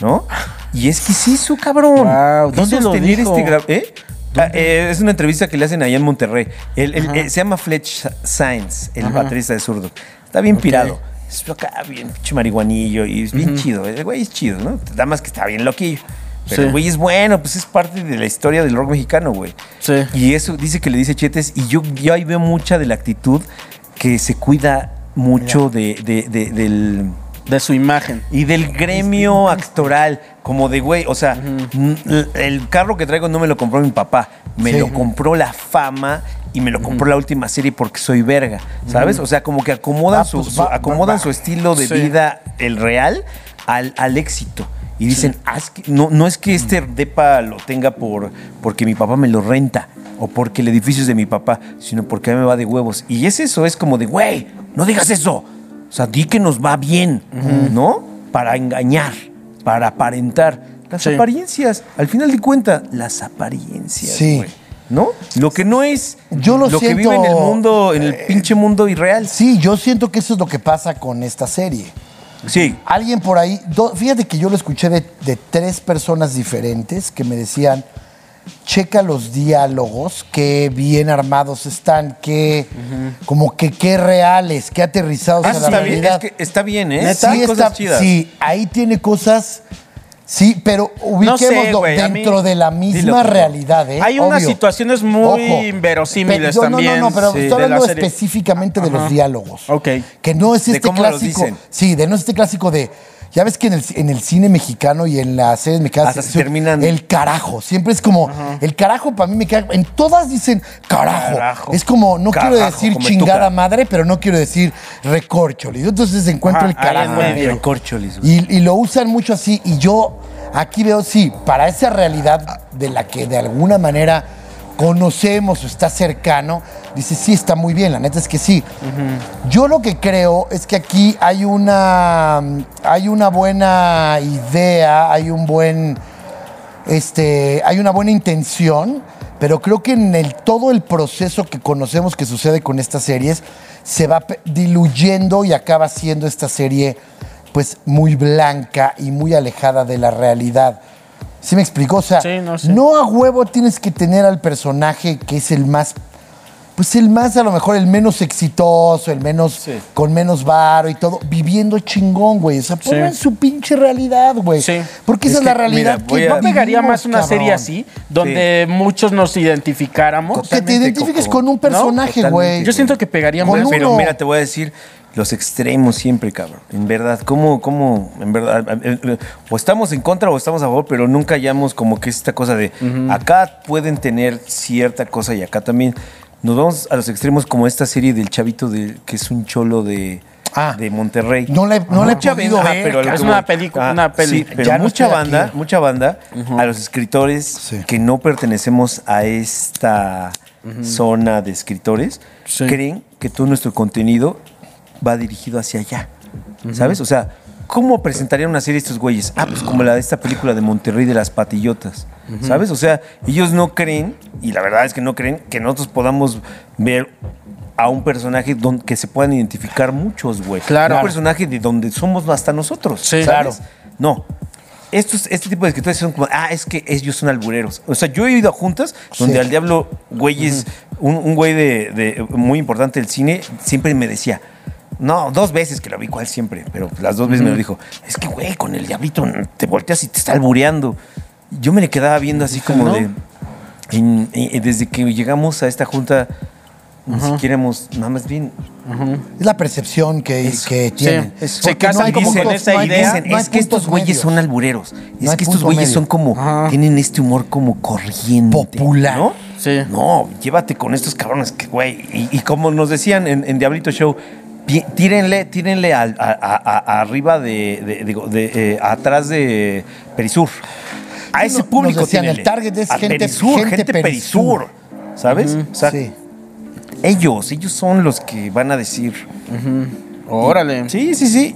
[SPEAKER 1] ¿no? Y es que sí, su cabrón.
[SPEAKER 3] Guau, ¿dónde
[SPEAKER 1] Es
[SPEAKER 3] lo
[SPEAKER 1] sostener
[SPEAKER 3] dijo?
[SPEAKER 1] gra- ¿Eh? Ah, eh, es una entrevista que le hacen allá en Monterrey. El- el- eh, se llama Fletch Sainz, el baterista de Zurdo. Está bien pirado. Es acá bien pinche marihuanillo y es bien chido. El güey es chido, ¿no? Nada más que está bien loquillo. Pero
[SPEAKER 3] Sí.
[SPEAKER 1] el güey es bueno, pues es parte de la historia del rock mexicano, güey.
[SPEAKER 3] Sí.
[SPEAKER 1] Y eso dice que le dice Chetes. Y yo, yo ahí veo mucha de la actitud que se cuida mucho de- de- de- del...
[SPEAKER 3] De su imagen.
[SPEAKER 1] Y del gremio actoral, como de güey, o sea, n- el carro que traigo no me lo compró mi papá, me
[SPEAKER 2] Sí.
[SPEAKER 1] lo compró la fama y me lo compró la última serie porque soy verga, ¿sabes? O sea, como que acomodan,
[SPEAKER 2] Ah,
[SPEAKER 1] su,
[SPEAKER 2] pues,
[SPEAKER 1] su-
[SPEAKER 2] va-
[SPEAKER 1] acomodan
[SPEAKER 2] va-
[SPEAKER 1] su estilo de
[SPEAKER 3] Sí.
[SPEAKER 1] vida, el real, al, al éxito. Y dicen, "Haz que- no, no es que este
[SPEAKER 2] Mm.
[SPEAKER 1] depa lo tenga por, porque mi papá me lo renta o porque el edificio es de mi papá, sino porque a mí me va de huevos. Y es eso, es como de, güey, no digas eso. O sea, di que nos va bien, ¿no? Para engañar, para aparentar. Las
[SPEAKER 3] Sí.
[SPEAKER 1] apariencias, al final de cuentas, las apariencias.
[SPEAKER 2] Sí.
[SPEAKER 1] güey, ¿No? Lo que no es
[SPEAKER 2] Yo lo
[SPEAKER 1] que
[SPEAKER 2] siento,
[SPEAKER 1] vive
[SPEAKER 2] eh,
[SPEAKER 1] en el mundo, en el pinche mundo irreal.
[SPEAKER 2] Sí, yo siento que eso es lo que pasa con esta serie.
[SPEAKER 1] Sí.
[SPEAKER 2] Alguien por ahí, do- fíjate que yo lo escuché de, de tres personas diferentes que me decían, checa los diálogos, qué bien armados están, qué, como que qué reales, qué aterrizados
[SPEAKER 1] Ah,
[SPEAKER 2] a la
[SPEAKER 1] está, bien,
[SPEAKER 2] realidad.
[SPEAKER 1] es que está bien, ¿eh?
[SPEAKER 2] Sí,
[SPEAKER 1] Hay cosas
[SPEAKER 2] está-
[SPEAKER 1] chidas.
[SPEAKER 2] sí, ahí tiene cosas, sí, pero ubiquémoslo
[SPEAKER 3] güey, a mí-
[SPEAKER 2] dentro de la
[SPEAKER 1] Dilo,
[SPEAKER 2] misma
[SPEAKER 1] por favor.
[SPEAKER 2] realidad, ¿eh?
[SPEAKER 3] Hay unas
[SPEAKER 2] Obvio.
[SPEAKER 3] situaciones muy
[SPEAKER 2] Ojo.
[SPEAKER 3] inverosímiles
[SPEAKER 2] Pero yo- No,
[SPEAKER 3] también,
[SPEAKER 2] no, no, pero
[SPEAKER 3] sí,
[SPEAKER 2] estoy
[SPEAKER 3] de la
[SPEAKER 2] hablando
[SPEAKER 3] serie.
[SPEAKER 2] específicamente de los diálogos.
[SPEAKER 3] Ok.
[SPEAKER 2] Que no es
[SPEAKER 1] De
[SPEAKER 2] este
[SPEAKER 1] cómo los
[SPEAKER 2] clásico.
[SPEAKER 1] dicen.
[SPEAKER 2] Sí, de no es este clásico de. Ya ves que en el, en el cine mexicano y en las series mexicanas.
[SPEAKER 1] Hasta se
[SPEAKER 2] siempre-
[SPEAKER 1] terminan-
[SPEAKER 2] El carajo. Siempre es como. El carajo para mí me queda. En todas dicen carajo.
[SPEAKER 1] Carajo.
[SPEAKER 2] Es como. No quiero
[SPEAKER 1] Carajo,
[SPEAKER 2] decir
[SPEAKER 1] como
[SPEAKER 2] chingada
[SPEAKER 1] Tuca.
[SPEAKER 2] madre, pero no quiero decir recorcholi. Entonces encuentro
[SPEAKER 3] Ajá,
[SPEAKER 2] el
[SPEAKER 3] ahí en
[SPEAKER 2] carajo. en
[SPEAKER 3] medio.
[SPEAKER 2] medio.
[SPEAKER 1] Recorcholis, güey.
[SPEAKER 2] Y, y lo usan mucho así. Y yo aquí veo, sí, para esa realidad de la que de alguna manera conocemos o está cercano, dice, sí, está muy bien, la neta es que sí. Yo lo que creo es que aquí hay una, hay una buena idea, hay un buen este, hay una buena intención, pero creo que en el, todo el proceso que conocemos que sucede con estas series se va pe- diluyendo y acaba siendo esta serie pues muy blanca y muy alejada de la realidad. ¿Sí me explicó? O sea,
[SPEAKER 3] Sí, no, sí.
[SPEAKER 2] a huevo tienes que tener al personaje que es el más pues el más a lo mejor el menos exitoso, el menos con menos varo y todo, viviendo chingón, güey. O sea, ponlo en su pinche realidad, güey.
[SPEAKER 3] Sí.
[SPEAKER 2] Porque esa
[SPEAKER 1] Es
[SPEAKER 2] es la
[SPEAKER 1] que,
[SPEAKER 2] realidad
[SPEAKER 1] mira,
[SPEAKER 2] que
[SPEAKER 1] voy a-
[SPEAKER 3] ¿No pegaría
[SPEAKER 2] vivimos,
[SPEAKER 3] más una
[SPEAKER 2] cabrón?
[SPEAKER 3] serie así, donde muchos nos identificáramos?
[SPEAKER 2] Que te
[SPEAKER 1] Totalmente,
[SPEAKER 2] identifiques
[SPEAKER 1] Coco.
[SPEAKER 2] con un personaje,
[SPEAKER 1] Totalmente.
[SPEAKER 2] güey.
[SPEAKER 3] Yo siento que pegaría
[SPEAKER 2] Con
[SPEAKER 3] más.
[SPEAKER 2] uno.
[SPEAKER 1] Pero mira, te voy a decir los extremos siempre, cabrón. En verdad, ¿cómo, cómo, en verdad? eh, eh, O estamos en contra o estamos a favor, pero nunca hallamos como que esta cosa de acá pueden tener cierta cosa y acá también. Nos vamos a los extremos como esta serie del chavito de, que es un cholo de,
[SPEAKER 2] Ah.
[SPEAKER 1] de Monterrey.
[SPEAKER 2] No la he- no la he podido
[SPEAKER 1] banda-
[SPEAKER 2] ver,
[SPEAKER 1] a lo
[SPEAKER 3] es
[SPEAKER 1] que
[SPEAKER 3] una
[SPEAKER 1] voy- Ah,
[SPEAKER 3] película, una peli.
[SPEAKER 1] sí, pero
[SPEAKER 2] Ya no
[SPEAKER 1] mucha
[SPEAKER 2] estoy
[SPEAKER 1] banda,
[SPEAKER 2] aquí.
[SPEAKER 1] mucha banda, a los escritores
[SPEAKER 2] Sí.
[SPEAKER 1] que no pertenecemos a esta zona de escritores,
[SPEAKER 3] Sí.
[SPEAKER 1] creen que todo nuestro contenido va dirigido hacia allá. ¿Sabes? O sea, ¿cómo presentarían una serie estos güeyes? Ah, pues como la de esta película de Monterrey de las patillotas. ¿Sabes? O sea, ellos no creen, y la verdad es que no creen, que nosotros podamos ver a un personaje don- que se puedan identificar muchos, güey.
[SPEAKER 3] Claro.
[SPEAKER 1] Un personaje de donde somos hasta nosotros.
[SPEAKER 3] Sí.
[SPEAKER 1] Claro.
[SPEAKER 3] Claro.
[SPEAKER 1] No. Estos, este tipo de escritores son como, ah, es que ellos son albureros. O sea, yo he ido a juntas donde
[SPEAKER 2] Sí.
[SPEAKER 1] al diablo, güeyes, un, un güey de, de- muy importante del cine, siempre me decía, no, dos veces que lo vi, cual siempre, pero las dos veces me lo dijo, es que, güey, con el diablito te volteas y te está albureando. Yo me le quedaba viendo así como
[SPEAKER 3] ¿no?
[SPEAKER 1] de, en- en- desde que llegamos a esta junta, ni siquiera hemos, nada más bien,
[SPEAKER 2] Es la percepción que,
[SPEAKER 1] Eso.
[SPEAKER 2] que tienen.
[SPEAKER 3] es- se
[SPEAKER 2] Porque
[SPEAKER 3] casan
[SPEAKER 2] hay
[SPEAKER 1] como
[SPEAKER 2] puntos-
[SPEAKER 1] con
[SPEAKER 3] esa
[SPEAKER 2] no hay-
[SPEAKER 3] idea.
[SPEAKER 2] no hay
[SPEAKER 1] Dicen, es que
[SPEAKER 2] puntos
[SPEAKER 1] estos güeyes
[SPEAKER 2] medios.
[SPEAKER 1] son albureros.
[SPEAKER 2] No
[SPEAKER 1] es
[SPEAKER 2] hay
[SPEAKER 1] que estos
[SPEAKER 2] punto
[SPEAKER 1] güeyes
[SPEAKER 2] medio.
[SPEAKER 1] son como.
[SPEAKER 3] Ajá.
[SPEAKER 1] Tienen este humor como corriente.
[SPEAKER 2] Popular.
[SPEAKER 1] ¿No?
[SPEAKER 3] Sí.
[SPEAKER 1] No, llévate con estos cabrones que, güey. Y, y como nos decían en, en Diablito Show. pi- Tírenle, tírenle al- a, a- a- arriba de, de- digo, de, eh, atrás de Perisur. A ese
[SPEAKER 2] No, nos
[SPEAKER 1] público
[SPEAKER 2] decían,
[SPEAKER 1] tírenle.
[SPEAKER 2] el target es
[SPEAKER 1] A
[SPEAKER 2] gente-
[SPEAKER 1] Perisur,
[SPEAKER 2] gente
[SPEAKER 1] gente Perisur.
[SPEAKER 2] Perisur.
[SPEAKER 1] ¿Sabes? O sea,
[SPEAKER 2] Sí.
[SPEAKER 1] ellos, ellos son los que van a decir.
[SPEAKER 3] Órale.
[SPEAKER 1] Sí, sí, sí.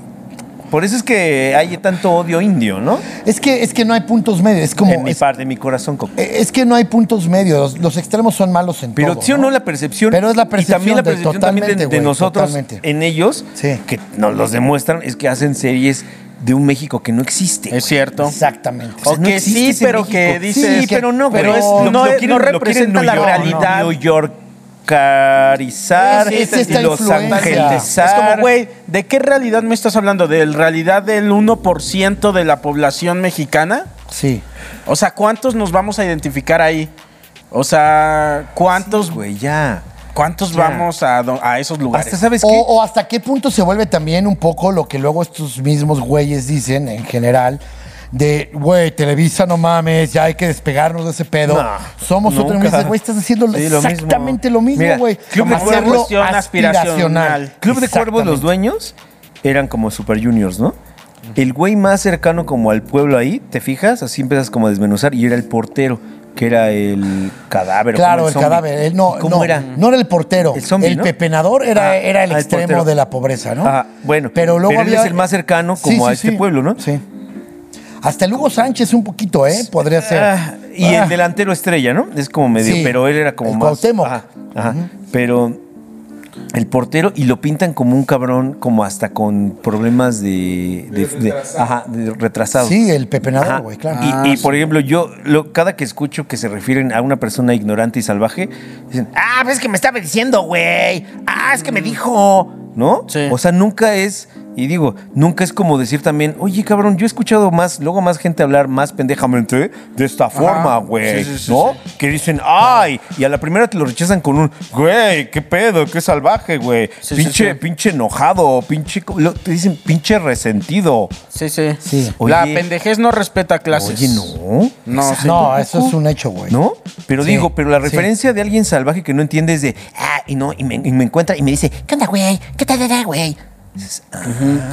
[SPEAKER 1] Por eso es que hay tanto odio indio, ¿no?
[SPEAKER 2] Es que, es que no hay puntos medios. Es
[SPEAKER 1] en
[SPEAKER 2] como.
[SPEAKER 1] mi
[SPEAKER 2] Es,
[SPEAKER 1] parte, en mi corazón. Coco.
[SPEAKER 2] es que no hay puntos medios. Los, los extremos son malos en
[SPEAKER 1] Pero
[SPEAKER 2] todo.
[SPEAKER 1] sí o no la percepción.
[SPEAKER 2] Pero es la
[SPEAKER 1] Y también
[SPEAKER 2] percepción
[SPEAKER 1] la
[SPEAKER 2] de-
[SPEAKER 1] percepción también de, de
[SPEAKER 2] totalmente, güey,
[SPEAKER 1] nosotros
[SPEAKER 2] totalmente.
[SPEAKER 1] en ellos,
[SPEAKER 2] Sí.
[SPEAKER 1] que nos los demuestran, es que hacen series de un México que no existe. güey.
[SPEAKER 3] Es cierto.
[SPEAKER 2] Exactamente.
[SPEAKER 1] O sea,
[SPEAKER 3] O que sí,
[SPEAKER 1] existe en
[SPEAKER 3] pero
[SPEAKER 1] México.
[SPEAKER 3] que dices-
[SPEAKER 1] Sí, pero no,
[SPEAKER 2] pero
[SPEAKER 1] güey.
[SPEAKER 2] es-
[SPEAKER 1] Lo-
[SPEAKER 3] no
[SPEAKER 1] lo
[SPEAKER 3] es-
[SPEAKER 1] quieren-
[SPEAKER 3] no
[SPEAKER 1] lo quieren
[SPEAKER 3] representa la realidad.
[SPEAKER 1] New [laughs] Yorkarizar
[SPEAKER 2] Es- es esta
[SPEAKER 1] y los
[SPEAKER 2] influencia.
[SPEAKER 1] angelizar.
[SPEAKER 3] Es como, güey, ¿de qué realidad me estás hablando? ¿De la realidad del 1% de la población mexicana?
[SPEAKER 2] Sí.
[SPEAKER 3] O sea, ¿cuántos nos vamos a identificar ahí? O sea, ¿cuántos,
[SPEAKER 1] güey, ya.
[SPEAKER 3] ¿cuántos
[SPEAKER 1] Ya.
[SPEAKER 3] vamos a, do- a esos lugares?
[SPEAKER 1] Hasta sabes
[SPEAKER 2] O,
[SPEAKER 1] qué?
[SPEAKER 2] o hasta qué punto se vuelve también un poco lo que luego estos mismos güeyes dicen en general. De, güey, Televisa, no mames, ya hay que despegarnos de ese pedo.
[SPEAKER 1] No,
[SPEAKER 2] Somos otro.
[SPEAKER 1] nunca.
[SPEAKER 2] Güey, estás haciendo
[SPEAKER 1] Sí, lo mismo.
[SPEAKER 2] exactamente lo mismo,
[SPEAKER 1] Mira,
[SPEAKER 2] güey.
[SPEAKER 1] Club
[SPEAKER 3] de
[SPEAKER 2] Hacerlo
[SPEAKER 3] Cuervos, cuestión aspiracional.
[SPEAKER 1] Club de Cuervos, los
[SPEAKER 2] Exactamente.
[SPEAKER 1] dueños eran como Super Juniors, ¿no? El güey más cercano como al pueblo ahí, ¿te fijas? Así empiezas como a desmenuzar y era el portero, que era el cadáver.
[SPEAKER 2] Claro,
[SPEAKER 1] como
[SPEAKER 2] el
[SPEAKER 1] zombie.
[SPEAKER 2] cadáver. él no,
[SPEAKER 1] ¿Y ¿Cómo
[SPEAKER 2] no,
[SPEAKER 1] era?
[SPEAKER 2] No era el portero.
[SPEAKER 1] El zombie, ¿no?
[SPEAKER 2] pepenador era,
[SPEAKER 1] Ah,
[SPEAKER 2] era el
[SPEAKER 1] ah, el
[SPEAKER 2] extremo
[SPEAKER 1] portero.
[SPEAKER 2] de la pobreza, ¿no?
[SPEAKER 1] Ah, bueno, pero él es el más cercano como a este pueblo, ¿no?
[SPEAKER 2] Sí. Hasta el Hugo Sánchez un poquito, ¿eh? Podría ser.
[SPEAKER 1] Ah, y
[SPEAKER 2] Ah,
[SPEAKER 1] el delantero estrella, ¿no? Es como medio,
[SPEAKER 2] Sí,
[SPEAKER 1] pero él era como
[SPEAKER 2] el
[SPEAKER 1] más.
[SPEAKER 2] Cuauhtémoc.
[SPEAKER 1] Ajá, ajá. Pero el portero y lo pintan como un cabrón, como hasta con problemas de, de, de- ajá, de retrasado.
[SPEAKER 2] Sí, el
[SPEAKER 1] Ajá.
[SPEAKER 2] pepenador, güey, claro.
[SPEAKER 1] Y,
[SPEAKER 3] Ah,
[SPEAKER 1] y, por ejemplo, yo lo- cada que escucho que se refieren a una persona ignorante y salvaje, dicen, ah, pues es que me estaba diciendo, güey. Ah, es que me dijo. ¿No?
[SPEAKER 3] Mm. Sí.
[SPEAKER 1] O sea, nunca es, y digo, nunca es como decir también, oye, cabrón, yo he escuchado más, luego más gente hablar más pendejamente de esta forma, güey.
[SPEAKER 3] Sí, sí, sí,
[SPEAKER 1] ¿No? Que dicen, ay, y a la primera te lo rechazan con un, güey, qué pedo, qué salvaje, güey.
[SPEAKER 3] Sí, sí,
[SPEAKER 1] pinche,
[SPEAKER 3] sí.
[SPEAKER 1] pinche enojado, pinche, co- lo- te dicen, pinche resentido.
[SPEAKER 3] Sí, sí.
[SPEAKER 2] Sí.
[SPEAKER 3] La
[SPEAKER 1] Oye.
[SPEAKER 3] pendejez no respeta clases.
[SPEAKER 1] Oye, no.
[SPEAKER 3] No, sí.
[SPEAKER 2] no, eso es un hecho, güey.
[SPEAKER 1] ¿No? Pero
[SPEAKER 2] Sí,
[SPEAKER 1] digo, pero la
[SPEAKER 2] sí.
[SPEAKER 1] referencia de alguien salvaje que no entiende es de, ah, y no, y me, y me encuentra y me dice, ¿qué onda, güey? ¿Qué tal, era, güey? Dices, ah,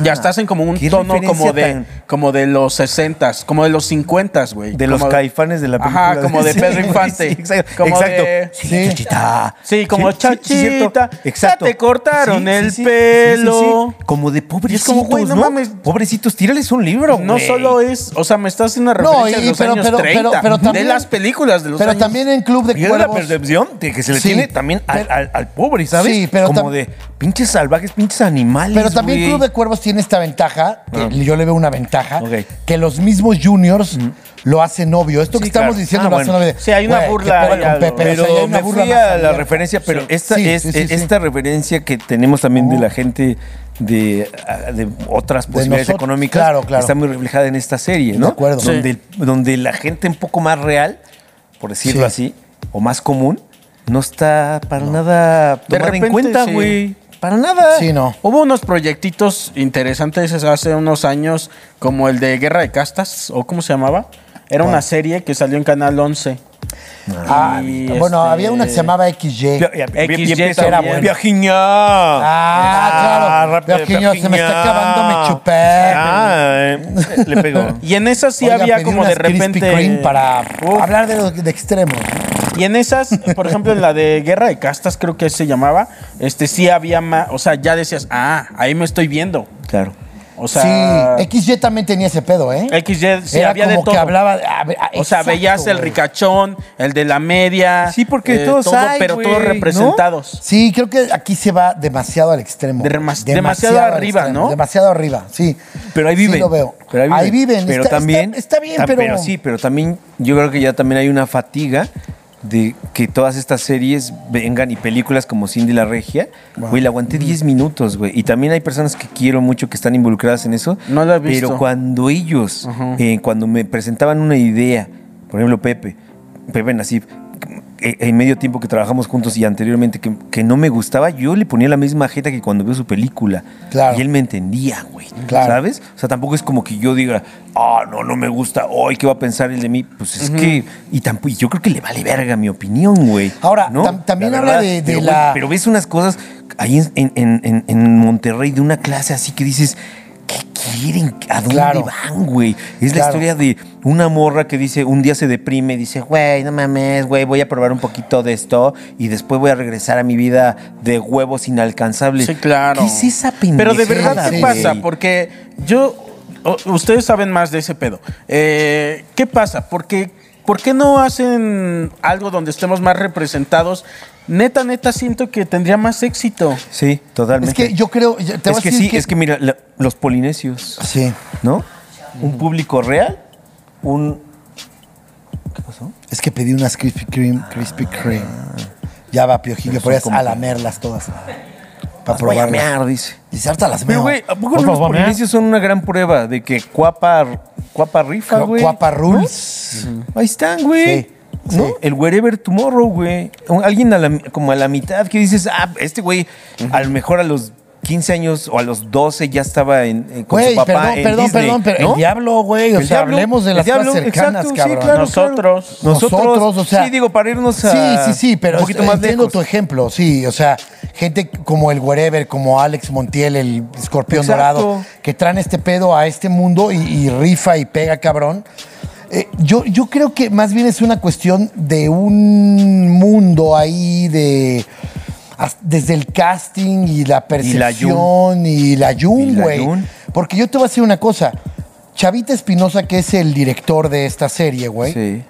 [SPEAKER 3] Ya estás en como un
[SPEAKER 1] Qué
[SPEAKER 3] tono
[SPEAKER 1] referencia
[SPEAKER 3] como de,
[SPEAKER 1] tan-
[SPEAKER 3] como de los 60 como de los 50 güey.
[SPEAKER 1] De los
[SPEAKER 3] Como-
[SPEAKER 1] caifanes de la película.
[SPEAKER 3] Ajá, [laughs] como
[SPEAKER 1] [laughs]
[SPEAKER 3] de
[SPEAKER 1] Sí,
[SPEAKER 3] Pedro
[SPEAKER 1] güey,
[SPEAKER 3] Infante.
[SPEAKER 1] sí, exacto.
[SPEAKER 3] Como
[SPEAKER 1] exacto.
[SPEAKER 3] de-
[SPEAKER 1] Sí,
[SPEAKER 2] Sí.
[SPEAKER 1] chachita.
[SPEAKER 3] Sí, como
[SPEAKER 1] cierto.
[SPEAKER 3] chachita, ya
[SPEAKER 1] exacto.
[SPEAKER 3] te cortaron el pelo.
[SPEAKER 1] Como de pobrecitos,
[SPEAKER 3] como, güey,
[SPEAKER 1] no,
[SPEAKER 3] no mames.
[SPEAKER 1] Pobrecitos, tírales un libro,
[SPEAKER 3] No
[SPEAKER 1] güey.
[SPEAKER 3] solo es, o sea, me estás haciendo una referencia
[SPEAKER 2] y-
[SPEAKER 3] de los
[SPEAKER 2] pero-
[SPEAKER 3] años
[SPEAKER 2] pero- pero-
[SPEAKER 3] 30,
[SPEAKER 2] pero también-
[SPEAKER 3] de las películas de los
[SPEAKER 2] Pero
[SPEAKER 3] años
[SPEAKER 2] también en Club de
[SPEAKER 1] Y era la
[SPEAKER 2] Cuervos.
[SPEAKER 1] percepción de que se le
[SPEAKER 2] Sí.
[SPEAKER 1] tiene también al,
[SPEAKER 2] Pero-
[SPEAKER 1] al- al pobre, ¿sabes?
[SPEAKER 2] Sí, pero
[SPEAKER 1] como
[SPEAKER 2] tam-
[SPEAKER 1] de pinches salvajes, pinches animales.
[SPEAKER 2] Pero también
[SPEAKER 1] güey.
[SPEAKER 2] Club de Cuervos tiene esta ventaja,
[SPEAKER 3] Ah.
[SPEAKER 2] que yo le veo una ventaja,
[SPEAKER 1] Ok.
[SPEAKER 2] que los mismos juniors
[SPEAKER 3] Mm.
[SPEAKER 2] lo hacen obvio. Esto que
[SPEAKER 1] Sí,
[SPEAKER 2] estamos
[SPEAKER 1] claro.
[SPEAKER 2] diciendo
[SPEAKER 1] Ah,
[SPEAKER 2] lo hacen
[SPEAKER 1] bueno.
[SPEAKER 2] obvio.
[SPEAKER 3] Sí, hay una
[SPEAKER 2] Güey, qué
[SPEAKER 3] burla
[SPEAKER 2] pedo
[SPEAKER 3] ahí,
[SPEAKER 2] con
[SPEAKER 3] algo.
[SPEAKER 2] Pepe,
[SPEAKER 1] Pero
[SPEAKER 2] o sea, hay una
[SPEAKER 1] me
[SPEAKER 2] burla
[SPEAKER 1] fui
[SPEAKER 2] más
[SPEAKER 1] a la
[SPEAKER 2] abierta.
[SPEAKER 1] referencia, pero
[SPEAKER 2] Sí.
[SPEAKER 1] esta
[SPEAKER 2] Sí,
[SPEAKER 1] es
[SPEAKER 2] sí, sí,
[SPEAKER 1] es-
[SPEAKER 2] sí. Oh.
[SPEAKER 1] esta referencia que tenemos también de la gente de, ah, de otras posibilidades
[SPEAKER 2] nosotros,
[SPEAKER 1] económicas
[SPEAKER 2] claro, claro.
[SPEAKER 1] está muy reflejada en esta serie, ¿no?
[SPEAKER 2] acuerdo.
[SPEAKER 1] Donde, donde la gente un poco más real, por decirlo así,
[SPEAKER 2] Sí.
[SPEAKER 1] o más común, no está para nada
[SPEAKER 3] De
[SPEAKER 1] tomada en
[SPEAKER 3] repente,
[SPEAKER 1] cuenta,
[SPEAKER 3] sí.
[SPEAKER 1] güey. Para nada.
[SPEAKER 2] Sí, no.
[SPEAKER 3] Hubo unos proyectitos interesantes hace unos años, como el de Guerra de Castas, o cómo se llamaba. Era una serie que salió en Canal 11.
[SPEAKER 2] Ah,
[SPEAKER 3] Y,
[SPEAKER 2] Bueno,
[SPEAKER 3] este,
[SPEAKER 2] había una que se llamaba XY.
[SPEAKER 1] Via- via-
[SPEAKER 3] XY
[SPEAKER 1] via- empieza-
[SPEAKER 3] era
[SPEAKER 2] bueno.
[SPEAKER 1] Viajiña.
[SPEAKER 2] Ah, claro.
[SPEAKER 1] rápido,
[SPEAKER 2] Viajiño, se me está
[SPEAKER 1] viajiña.
[SPEAKER 2] acabando, me chupé.
[SPEAKER 1] Ah, eh, le pegó.
[SPEAKER 2] [laughs]
[SPEAKER 3] Y en esas sí
[SPEAKER 2] Oigan,
[SPEAKER 3] había
[SPEAKER 2] pedí
[SPEAKER 3] como de
[SPEAKER 2] unas Krispy Kreme
[SPEAKER 3] repente.
[SPEAKER 2] para
[SPEAKER 3] Uf.
[SPEAKER 2] hablar de, los- de extremos.
[SPEAKER 3] Y en esas, por ejemplo, en la de Guerra de Castas, creo que se llamaba, este sí había más. O sea, ya decías, ah, ahí me estoy viendo.
[SPEAKER 1] Claro.
[SPEAKER 3] O sea,
[SPEAKER 2] sí, XY también tenía ese pedo, ¿eh?
[SPEAKER 3] XY sí
[SPEAKER 2] Era
[SPEAKER 3] había
[SPEAKER 2] como
[SPEAKER 3] de todo.
[SPEAKER 2] que hablaba. ah, ah,
[SPEAKER 3] O sea,
[SPEAKER 2] exacto,
[SPEAKER 3] veías el
[SPEAKER 2] güey.
[SPEAKER 3] ricachón, el de la media. eh,
[SPEAKER 1] Sí, porque todos
[SPEAKER 3] todo,
[SPEAKER 1] hay,
[SPEAKER 3] pero
[SPEAKER 1] güey,
[SPEAKER 3] todos
[SPEAKER 1] ¿no?
[SPEAKER 3] representados.
[SPEAKER 2] Sí, creo que aquí se va demasiado al extremo.
[SPEAKER 3] De-
[SPEAKER 2] güey.
[SPEAKER 3] mas- demasiado
[SPEAKER 2] al
[SPEAKER 3] arriba,
[SPEAKER 2] extremo,
[SPEAKER 3] ¿no?
[SPEAKER 2] Demasiado arriba, sí.
[SPEAKER 1] Pero ahí
[SPEAKER 2] Sí
[SPEAKER 1] viven.
[SPEAKER 2] lo veo.
[SPEAKER 1] Pero ahí viven. Pero
[SPEAKER 2] está,
[SPEAKER 1] también.
[SPEAKER 2] está- está bien,
[SPEAKER 1] ta-
[SPEAKER 2] pero.
[SPEAKER 1] sí, pero también yo creo que ya también hay una fatiga de que todas estas series vengan y películas como Cindy la Regia. Güey, la aguanté
[SPEAKER 2] Mm.
[SPEAKER 1] 10 minutos, güey. Y también hay personas que quiero mucho que están involucradas en eso.
[SPEAKER 3] No la he visto.
[SPEAKER 1] Pero cuando ellos, eh, cuando me presentaban una idea, por ejemplo, Pepe, Pepe Nasif, eh, en medio tiempo que trabajamos juntos y anteriormente que, que no me gustaba, yo le ponía la misma jeta que cuando veo su película.
[SPEAKER 2] Claro.
[SPEAKER 1] Y él me entendía, güey.
[SPEAKER 2] Claro.
[SPEAKER 1] ¿Sabes? O sea, tampoco es como que yo diga, ah, no, no me gusta, hoy, ¿qué va a pensar él de mí? Pues es que. Y tampoco, y yo creo que le vale verga mi opinión, güey.
[SPEAKER 2] Ahora,
[SPEAKER 1] ¿no?
[SPEAKER 2] tam- también
[SPEAKER 1] La
[SPEAKER 2] habla
[SPEAKER 1] verdad,
[SPEAKER 2] de- de
[SPEAKER 1] pero, güey,
[SPEAKER 2] la-
[SPEAKER 1] pero ves unas cosas ahí en, en- en- en Monterrey de una clase así que dices. ¿Qué quieren? ¿A dónde
[SPEAKER 2] Claro.
[SPEAKER 1] van, güey? Es la
[SPEAKER 2] Claro.
[SPEAKER 1] historia de una morra que dice, un día se deprime, dice, güey, no mames, güey, voy a probar un poquito de esto y después voy a regresar a mi vida de huevos inalcanzables.
[SPEAKER 3] Sí, claro.
[SPEAKER 1] ¿Qué es esa pendejada?
[SPEAKER 3] Pero de verdad, ¿qué
[SPEAKER 2] güey?
[SPEAKER 3] pasa? Porque yo. o- ustedes saben más de ese pedo. Eh, ¿Qué pasa? Porque, ¿Por qué no hacen algo donde estemos más representados? Neta, neta, siento que tendría más éxito.
[SPEAKER 1] Sí, totalmente.
[SPEAKER 2] Es que yo creo. yo- Te voy
[SPEAKER 1] es
[SPEAKER 2] a
[SPEAKER 1] que
[SPEAKER 2] decir
[SPEAKER 1] sí, es que mira, la- los polinesios,
[SPEAKER 2] Sí.
[SPEAKER 1] ¿no? Un público real, un...
[SPEAKER 2] Es que pedí unas Krispy Kreme, Krispy Kreme. Ya va, Piojillo, podrías
[SPEAKER 1] como que-
[SPEAKER 2] alamerlas todas. Para
[SPEAKER 1] Las voy a
[SPEAKER 2] probarlas.
[SPEAKER 1] mear, dice.
[SPEAKER 2] Y harta las
[SPEAKER 1] Pero,
[SPEAKER 2] meo.
[SPEAKER 1] güey, ¿a poco
[SPEAKER 2] Por
[SPEAKER 1] no los
[SPEAKER 2] favor,
[SPEAKER 1] polinesios son una gran prueba de que cuapa, cuapa rifa,
[SPEAKER 2] Cu-
[SPEAKER 1] güey?
[SPEAKER 2] cuapa
[SPEAKER 1] ¿No?
[SPEAKER 2] rules.
[SPEAKER 1] Ahí están, güey.
[SPEAKER 2] Sí,
[SPEAKER 1] ¿No?
[SPEAKER 2] sí.
[SPEAKER 1] El wherever tomorrow, güey. Un- Alguien a la- como a la mitad que dices, ah, este güey, a lo mejor a los 15 años o a los 12 ya estaba en, en- con
[SPEAKER 2] Güey,
[SPEAKER 1] su papá
[SPEAKER 2] perdón,
[SPEAKER 1] en
[SPEAKER 2] perdón,
[SPEAKER 1] Disney,
[SPEAKER 2] perdón, pero
[SPEAKER 1] ¿no?
[SPEAKER 2] el diablo, güey. O
[SPEAKER 1] El
[SPEAKER 2] sea,
[SPEAKER 1] diablo,
[SPEAKER 2] hablemos de
[SPEAKER 1] el
[SPEAKER 2] las
[SPEAKER 1] diablo,
[SPEAKER 2] cosas cercanas,
[SPEAKER 1] exacto, sí,
[SPEAKER 2] cabrón.
[SPEAKER 1] claro,
[SPEAKER 3] Nosotros.
[SPEAKER 1] claro. Nosotros,
[SPEAKER 2] o sea.
[SPEAKER 1] sí, digo, para irnos a
[SPEAKER 2] Sí, sí, sí, pero
[SPEAKER 1] un poquito más
[SPEAKER 2] entiendo
[SPEAKER 1] lejos.
[SPEAKER 2] tu ejemplo, sí, o sea, gente como el Wherever, como Alex Montiel, el escorpión
[SPEAKER 3] Exacto.
[SPEAKER 2] dorado, que traen este pedo a este mundo y, y rifa y pega cabrón. Eh, yo, yo creo que más bien es una cuestión de un mundo ahí de. as- Desde el casting y la
[SPEAKER 1] la Jun.
[SPEAKER 2] percepción y la
[SPEAKER 1] Y
[SPEAKER 2] Jun,
[SPEAKER 1] la
[SPEAKER 2] güey.
[SPEAKER 1] Jun.
[SPEAKER 2] Porque yo te voy a decir una cosa. Chavita Espinosa, que es el director de esta serie, güey.
[SPEAKER 1] Sí.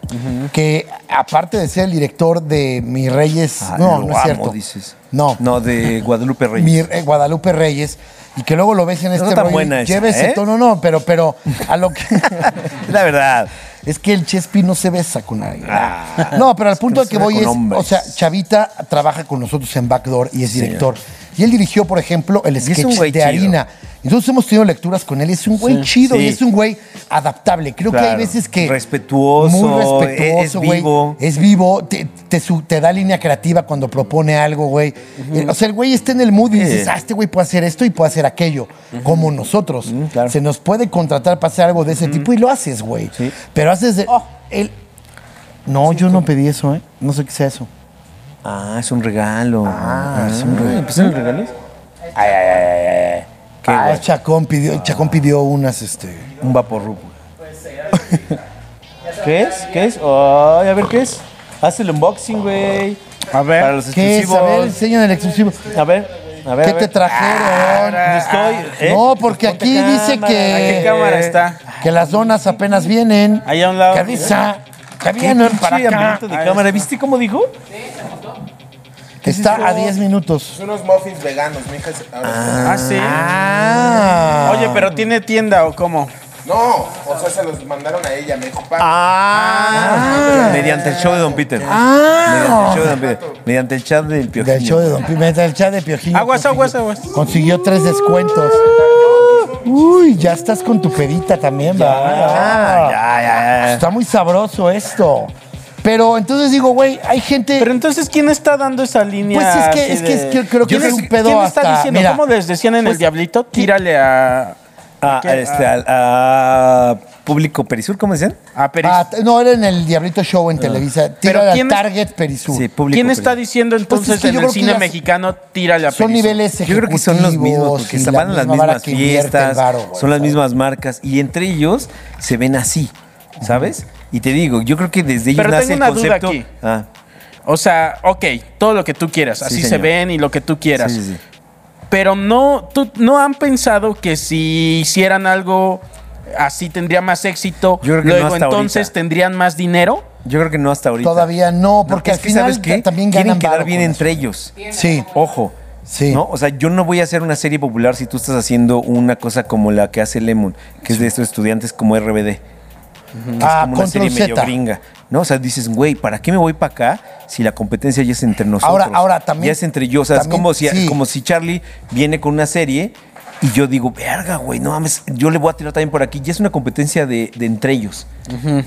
[SPEAKER 2] Que aparte de ser el director de Mis Reyes.
[SPEAKER 1] Ah,
[SPEAKER 2] no,
[SPEAKER 1] lo
[SPEAKER 2] no es
[SPEAKER 1] amo,
[SPEAKER 2] cierto.
[SPEAKER 1] dices.
[SPEAKER 2] No.
[SPEAKER 1] No, de Guadalupe Reyes.
[SPEAKER 2] Mi- eh, Guadalupe Reyes. Y que luego lo ves en
[SPEAKER 1] No
[SPEAKER 2] este
[SPEAKER 1] está tan
[SPEAKER 2] rollo y
[SPEAKER 1] buena esa,
[SPEAKER 2] lleva ese
[SPEAKER 1] ¿eh?
[SPEAKER 2] tono, no, pero, pero a lo que. [laughs]
[SPEAKER 1] La verdad.
[SPEAKER 2] Es que el Chespi no se besa con nadie. no, pero al punto
[SPEAKER 1] Ah, no
[SPEAKER 2] al que
[SPEAKER 1] se ve
[SPEAKER 2] voy
[SPEAKER 1] con
[SPEAKER 2] es,
[SPEAKER 1] hombres.
[SPEAKER 2] o sea, Chavita trabaja con nosotros en Backdoor y es director. Y él dirigió, por ejemplo, el
[SPEAKER 1] un
[SPEAKER 2] sketch de
[SPEAKER 1] güey chido.
[SPEAKER 2] Harina. Entonces hemos tenido lecturas con él. Es un güey chido
[SPEAKER 1] Sí.
[SPEAKER 2] y es un güey adaptable. Creo que hay
[SPEAKER 1] Claro.
[SPEAKER 2] veces que...
[SPEAKER 1] Respetuoso, e-,
[SPEAKER 2] Muy
[SPEAKER 1] es- es
[SPEAKER 2] respetuoso, güey.
[SPEAKER 1] vivo.
[SPEAKER 2] Es vivo. Te, te su- te da línea creativa cuando propone algo, güey. Eh, O sea, el güey está en el mood y dices,
[SPEAKER 1] Sí.
[SPEAKER 2] ah, este güey puede hacer esto y puede hacer aquello. Como nosotros.
[SPEAKER 1] claro.
[SPEAKER 2] Se nos puede contratar para hacer algo de ese tipo y lo haces, güey.
[SPEAKER 1] Sí.
[SPEAKER 2] Pero haces... de- el, no, yo no pedí eso, ¿eh? No sé qué sea eso.
[SPEAKER 1] Ah, es un regalo.
[SPEAKER 2] Ah, es un regalo.
[SPEAKER 1] ¿Empezaron los regalos?
[SPEAKER 2] Ay, ay, ay, ay, ay.
[SPEAKER 1] Qué
[SPEAKER 2] Ah,
[SPEAKER 1] guay.
[SPEAKER 2] Chacón pidió, Chacón pidió unas, este...
[SPEAKER 1] Un vaporrupo.
[SPEAKER 2] [laughs]
[SPEAKER 1] ¿Qué es? ¿Qué es? Ay, a ver, ¿qué es? Haz el unboxing, güey.
[SPEAKER 3] A ver.
[SPEAKER 1] Para los
[SPEAKER 2] ¿Qué es? A ver,
[SPEAKER 1] exclusivos.
[SPEAKER 2] enseñan el exclusivo.
[SPEAKER 1] A ver, a ver.
[SPEAKER 2] ¿Qué
[SPEAKER 1] a
[SPEAKER 2] te
[SPEAKER 1] ver.
[SPEAKER 2] trajeron?
[SPEAKER 1] Estoy, ¿eh?
[SPEAKER 2] No, porque aquí
[SPEAKER 1] Ponte
[SPEAKER 2] dice
[SPEAKER 1] cámara.
[SPEAKER 3] ¿A qué
[SPEAKER 2] que,
[SPEAKER 3] cámara está?
[SPEAKER 2] que las donas apenas vienen.
[SPEAKER 3] Ahí a un lado.
[SPEAKER 2] ¿Qué avisa? Que
[SPEAKER 1] ¿eh? Qué
[SPEAKER 2] vienen
[SPEAKER 1] pinche
[SPEAKER 2] para acá.
[SPEAKER 1] ambiente de cámara. ¿Viste cómo dijo?
[SPEAKER 2] Está a 10 minutos.
[SPEAKER 5] Unos muffins veganos, mi hija. se- ahora-
[SPEAKER 3] Ah, sí.
[SPEAKER 2] Ah.
[SPEAKER 3] Oye, pero ¿tiene tienda o cómo?
[SPEAKER 5] No, o sea, se los mandaron a ella, me dijo, "Pa".
[SPEAKER 1] Mediante el show de Don Peter.
[SPEAKER 2] Ah.
[SPEAKER 1] Mediante el show de Don Peter. Mediante el chat del Piojo.
[SPEAKER 2] Del show de Don Pimenta, del chat de Piojiño.
[SPEAKER 3] Aguas,
[SPEAKER 2] consiguió-
[SPEAKER 3] aguas, aguas.
[SPEAKER 2] Consiguió tres descuentos. Uy, ya estás con tu pedita también, ¿verdad?
[SPEAKER 1] Ya, ya, ya.
[SPEAKER 2] Está muy sabroso esto. Pero entonces digo, güey, hay gente...
[SPEAKER 3] Pero entonces, ¿quién está dando esa línea?
[SPEAKER 2] Pues es que,
[SPEAKER 3] así
[SPEAKER 2] es
[SPEAKER 3] de-
[SPEAKER 2] que, es que creo que
[SPEAKER 3] ¿Quién
[SPEAKER 2] es
[SPEAKER 3] es-
[SPEAKER 2] un pedo
[SPEAKER 3] ¿Quién
[SPEAKER 2] hasta...
[SPEAKER 3] está diciendo?
[SPEAKER 2] mira,
[SPEAKER 3] ¿Cómo les decían en
[SPEAKER 2] pues,
[SPEAKER 3] el Diablito? Tírale a...
[SPEAKER 1] Ah,
[SPEAKER 3] ¿a qué?
[SPEAKER 1] este,
[SPEAKER 3] A-
[SPEAKER 1] al- a público Perisur, ¿cómo decían?
[SPEAKER 3] a Peris.
[SPEAKER 2] Ah, t- no, era en el Diablito Show en
[SPEAKER 1] Ah.
[SPEAKER 2] Televisa.
[SPEAKER 3] Pero
[SPEAKER 2] Tira a
[SPEAKER 3] ¿quién es-
[SPEAKER 2] Target Perisur.
[SPEAKER 1] Sí, público.
[SPEAKER 3] ¿Quién está
[SPEAKER 1] Perisur.
[SPEAKER 3] diciendo entonces
[SPEAKER 2] que
[SPEAKER 3] en
[SPEAKER 2] yo
[SPEAKER 3] el
[SPEAKER 2] creo que
[SPEAKER 3] cine
[SPEAKER 2] ya-
[SPEAKER 3] mexicano tírale a
[SPEAKER 2] Son
[SPEAKER 3] Perisur?
[SPEAKER 2] niveles
[SPEAKER 1] Yo creo que son los mismos, porque se van a las mismas fiestas, son las mismas marcas, y entre ellos se ven así, ¿sabes? Y te digo, yo creo que desde ellos
[SPEAKER 3] Pero
[SPEAKER 1] nace
[SPEAKER 3] tengo
[SPEAKER 1] el
[SPEAKER 3] una duda
[SPEAKER 1] concepto.
[SPEAKER 3] aquí.
[SPEAKER 1] Ah,
[SPEAKER 3] O sea, ok, todo lo que tú quieras. Así se
[SPEAKER 1] señor.
[SPEAKER 3] ven y lo que tú quieras.
[SPEAKER 1] sí, sí, sí.
[SPEAKER 3] Pero no, tú, no han pensado que si hicieran algo así tendría más éxito.
[SPEAKER 1] Yo creo que no
[SPEAKER 3] luego
[SPEAKER 1] hasta
[SPEAKER 3] entonces
[SPEAKER 1] ahorita.
[SPEAKER 3] tendrían más dinero.
[SPEAKER 1] Yo creo que no hasta ahorita.
[SPEAKER 2] Todavía no, porque
[SPEAKER 1] es
[SPEAKER 2] al
[SPEAKER 1] que,
[SPEAKER 2] final
[SPEAKER 1] ¿sabes qué?
[SPEAKER 2] ta- también
[SPEAKER 1] Quieren
[SPEAKER 2] ganan
[SPEAKER 1] quedar
[SPEAKER 2] varo
[SPEAKER 1] bien
[SPEAKER 2] con
[SPEAKER 1] entre ellos.
[SPEAKER 2] eso. Sí,
[SPEAKER 1] Ojo.
[SPEAKER 2] Sí.
[SPEAKER 1] ¿No? O sea, yo no voy a hacer una serie popular si tú estás haciendo una cosa como la que hace Lemon, que es de estos estudiantes como RBD. que es
[SPEAKER 2] Ah,
[SPEAKER 1] como una
[SPEAKER 2] Control
[SPEAKER 1] serie medio
[SPEAKER 2] Z.
[SPEAKER 1] gringa. ¿No? O sea, dices, güey, ¿para qué me voy para acá si la competencia ya es entre nosotros?
[SPEAKER 2] Ahora- ahora también-
[SPEAKER 1] Ya es entre yo. O sea, es
[SPEAKER 2] también,
[SPEAKER 1] como si,
[SPEAKER 2] sí.
[SPEAKER 1] como si Charlie viene con una serie y yo digo, verga, güey, no mames, yo le voy a tirar también por aquí. Ya es una competencia de, de entre ellos.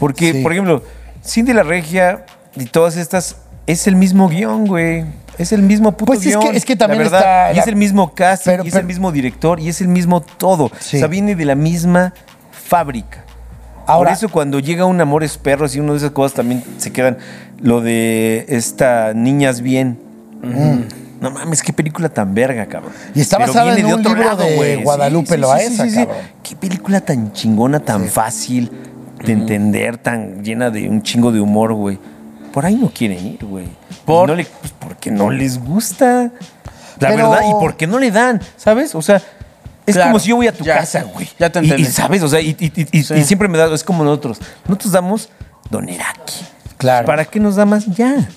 [SPEAKER 1] Porque,
[SPEAKER 2] Sí.
[SPEAKER 1] por ejemplo, Cindy la Regia y todas estas, es el mismo guión, güey. Es el mismo puto
[SPEAKER 2] Pues es que-
[SPEAKER 1] guión,
[SPEAKER 2] es que también
[SPEAKER 1] la verdad.
[SPEAKER 2] está
[SPEAKER 1] Y es
[SPEAKER 2] la-
[SPEAKER 1] el mismo cast,
[SPEAKER 2] Pero-
[SPEAKER 1] y es
[SPEAKER 2] pero-
[SPEAKER 1] el mismo director, y es el mismo todo.
[SPEAKER 2] Sí.
[SPEAKER 1] O sea, viene de la misma fábrica.
[SPEAKER 2] Ahora-
[SPEAKER 1] Por eso cuando llega un Amores Perros y una de esas cosas también se quedan lo de esta Niñas Bien. No mames, qué película tan verga, cabrón.
[SPEAKER 2] Y está basada
[SPEAKER 1] viene
[SPEAKER 2] en un libro de Guadalupe Loaesa, cabrón.
[SPEAKER 1] Qué película tan chingona, tan fácil de entender, tan llena de un chingo de humor, güey. Por ahí no quieren ir, güey.
[SPEAKER 3] ¿Por?
[SPEAKER 1] No le- pues porque no les gusta. La
[SPEAKER 2] Pero-
[SPEAKER 1] verdad, y porque no le dan, ¿sabes? O sea, es
[SPEAKER 3] Claro,
[SPEAKER 1] como si yo voy a tu
[SPEAKER 3] ya,
[SPEAKER 1] casa, güey.
[SPEAKER 3] ya te
[SPEAKER 1] Y-
[SPEAKER 3] entendí.
[SPEAKER 1] Y, sabes, o sea, y, y- y- y-
[SPEAKER 3] Sí.
[SPEAKER 1] y siempre me da, es como nosotros. Nosotros damos Doneraki.
[SPEAKER 2] claro.
[SPEAKER 1] ¿Para qué nos da más? Ya.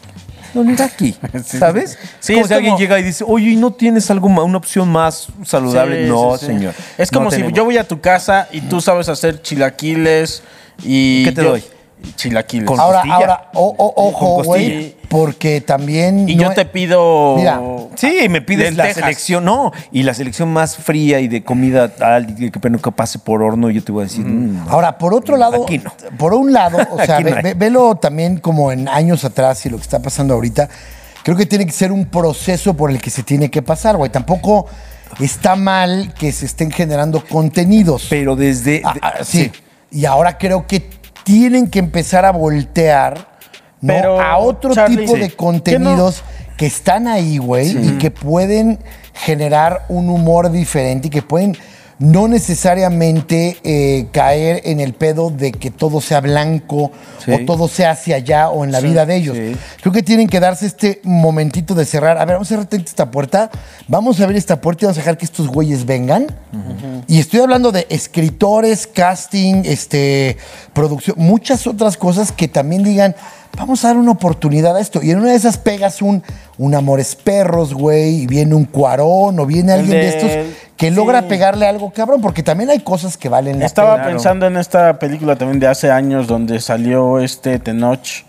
[SPEAKER 1] Doneraki.
[SPEAKER 3] [laughs] Sí.
[SPEAKER 1] ¿Sabes?
[SPEAKER 3] Sí,
[SPEAKER 1] como
[SPEAKER 3] es
[SPEAKER 1] si alguien
[SPEAKER 3] como-
[SPEAKER 1] llega y dice, oye, ¿y no tienes algo ma- una opción más saludable?
[SPEAKER 3] Sí,
[SPEAKER 1] no,
[SPEAKER 3] sí, sí.
[SPEAKER 1] señor.
[SPEAKER 3] Es como
[SPEAKER 1] No
[SPEAKER 3] si
[SPEAKER 1] tenemos.
[SPEAKER 3] yo voy a tu casa y tú sabes hacer chilaquiles y.
[SPEAKER 1] ¿Qué te
[SPEAKER 3] yo-
[SPEAKER 1] doy?
[SPEAKER 3] Chilaquiles. Ah,
[SPEAKER 1] Con-
[SPEAKER 2] ahora,
[SPEAKER 1] costilla.
[SPEAKER 2] ahora, o- o- ojo,
[SPEAKER 1] Con
[SPEAKER 2] güey,
[SPEAKER 1] costilla.
[SPEAKER 2] porque también...
[SPEAKER 3] y
[SPEAKER 2] no
[SPEAKER 3] yo
[SPEAKER 2] es-
[SPEAKER 3] te pido.
[SPEAKER 2] Mira.
[SPEAKER 1] Sí, y me pides
[SPEAKER 3] Lentejas.
[SPEAKER 1] la selección, no, y la selección más fría y de comida tal, y que pero que pase por horno, yo te voy a decir, mm,
[SPEAKER 2] Ahora, por otro lado,
[SPEAKER 1] Aquí no.
[SPEAKER 2] por
[SPEAKER 1] [laughs]
[SPEAKER 2] un lado, o sea,
[SPEAKER 1] Aquí no
[SPEAKER 2] ve-
[SPEAKER 1] hay.
[SPEAKER 2] ve- velo también como en años atrás y lo que está pasando ahorita, creo que tiene que ser un proceso por el que se tiene que pasar, güey. Tampoco está mal que se estén generando contenidos.
[SPEAKER 1] pero desde...
[SPEAKER 2] Ah,
[SPEAKER 1] de-
[SPEAKER 2] ah, sí. Y ahora creo que tienen que empezar a voltear ¿no?
[SPEAKER 3] Pero,
[SPEAKER 2] a otro
[SPEAKER 3] Charlie,
[SPEAKER 2] tipo
[SPEAKER 3] sí.
[SPEAKER 2] de
[SPEAKER 3] ¿Qué
[SPEAKER 2] contenidos que, que están ahí, güey, y que pueden generar un humor diferente y que pueden no necesariamente eh, caer en el pedo de que todo sea blanco
[SPEAKER 1] Sí.
[SPEAKER 2] o todo sea hacia allá o en la vida de ellos.
[SPEAKER 1] sí.
[SPEAKER 2] Creo que tienen que darse este momentito de cerrar. A ver, vamos a cerrar tantito esta puerta, vamos a abrir esta puerta y vamos a dejar que estos güeyes vengan. Y estoy hablando de escritores, casting, este, producción, muchas otras cosas que también digan, vamos a dar una oportunidad a esto. Y en una de esas pegas un, un Amores Perros, güey, y viene un Cuarón o viene alguien de
[SPEAKER 3] de-
[SPEAKER 2] estos que
[SPEAKER 3] sí.
[SPEAKER 2] logra pegarle algo, cabrón, porque también hay cosas que valen la
[SPEAKER 3] Estaba
[SPEAKER 2] pena.
[SPEAKER 3] pensando en esta película también de hace años donde salió este Tenoch.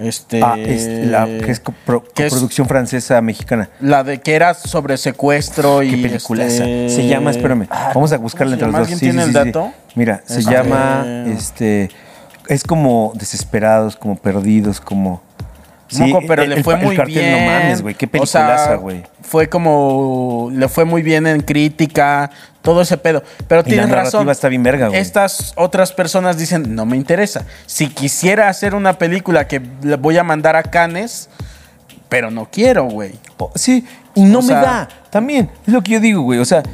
[SPEAKER 3] Este,
[SPEAKER 1] Ah, es la que es
[SPEAKER 3] que es
[SPEAKER 1] producción francesa mexicana.
[SPEAKER 3] La de que era sobre secuestro y.
[SPEAKER 1] Qué película
[SPEAKER 3] este-
[SPEAKER 1] Se llama, espérame.
[SPEAKER 3] Ah,
[SPEAKER 1] Vamos a
[SPEAKER 3] ¿cómo
[SPEAKER 1] buscarla
[SPEAKER 3] se
[SPEAKER 1] entre los
[SPEAKER 3] llama?
[SPEAKER 1] dos.
[SPEAKER 3] ¿Alguien
[SPEAKER 1] Sí,
[SPEAKER 3] tiene
[SPEAKER 1] sí,
[SPEAKER 3] el
[SPEAKER 1] sí, sí.
[SPEAKER 3] dato?
[SPEAKER 1] Mira, se
[SPEAKER 3] Este-
[SPEAKER 1] llama este. Es como desesperados, como perdidos, como.
[SPEAKER 3] Moco, pero
[SPEAKER 1] el-
[SPEAKER 3] le
[SPEAKER 1] el
[SPEAKER 3] fue
[SPEAKER 1] pa- el
[SPEAKER 3] muy
[SPEAKER 1] cartel,
[SPEAKER 3] bien.
[SPEAKER 1] No mames, güey. Qué
[SPEAKER 3] O sea,
[SPEAKER 1] peliculaza, güey.
[SPEAKER 3] fue como. Le fue muy bien en crítica, todo ese pedo. Pero
[SPEAKER 1] la
[SPEAKER 3] tienes
[SPEAKER 1] narrativa
[SPEAKER 3] razón.
[SPEAKER 1] está bien verga, güey.
[SPEAKER 3] Estas otras personas dicen, no me interesa. Si quisiera hacer una película que la voy a mandar a Cannes, pero no quiero, güey.
[SPEAKER 1] Po- Sí, y no
[SPEAKER 3] O
[SPEAKER 1] me
[SPEAKER 3] sea-
[SPEAKER 1] da. También, es lo que yo digo, güey. O sea,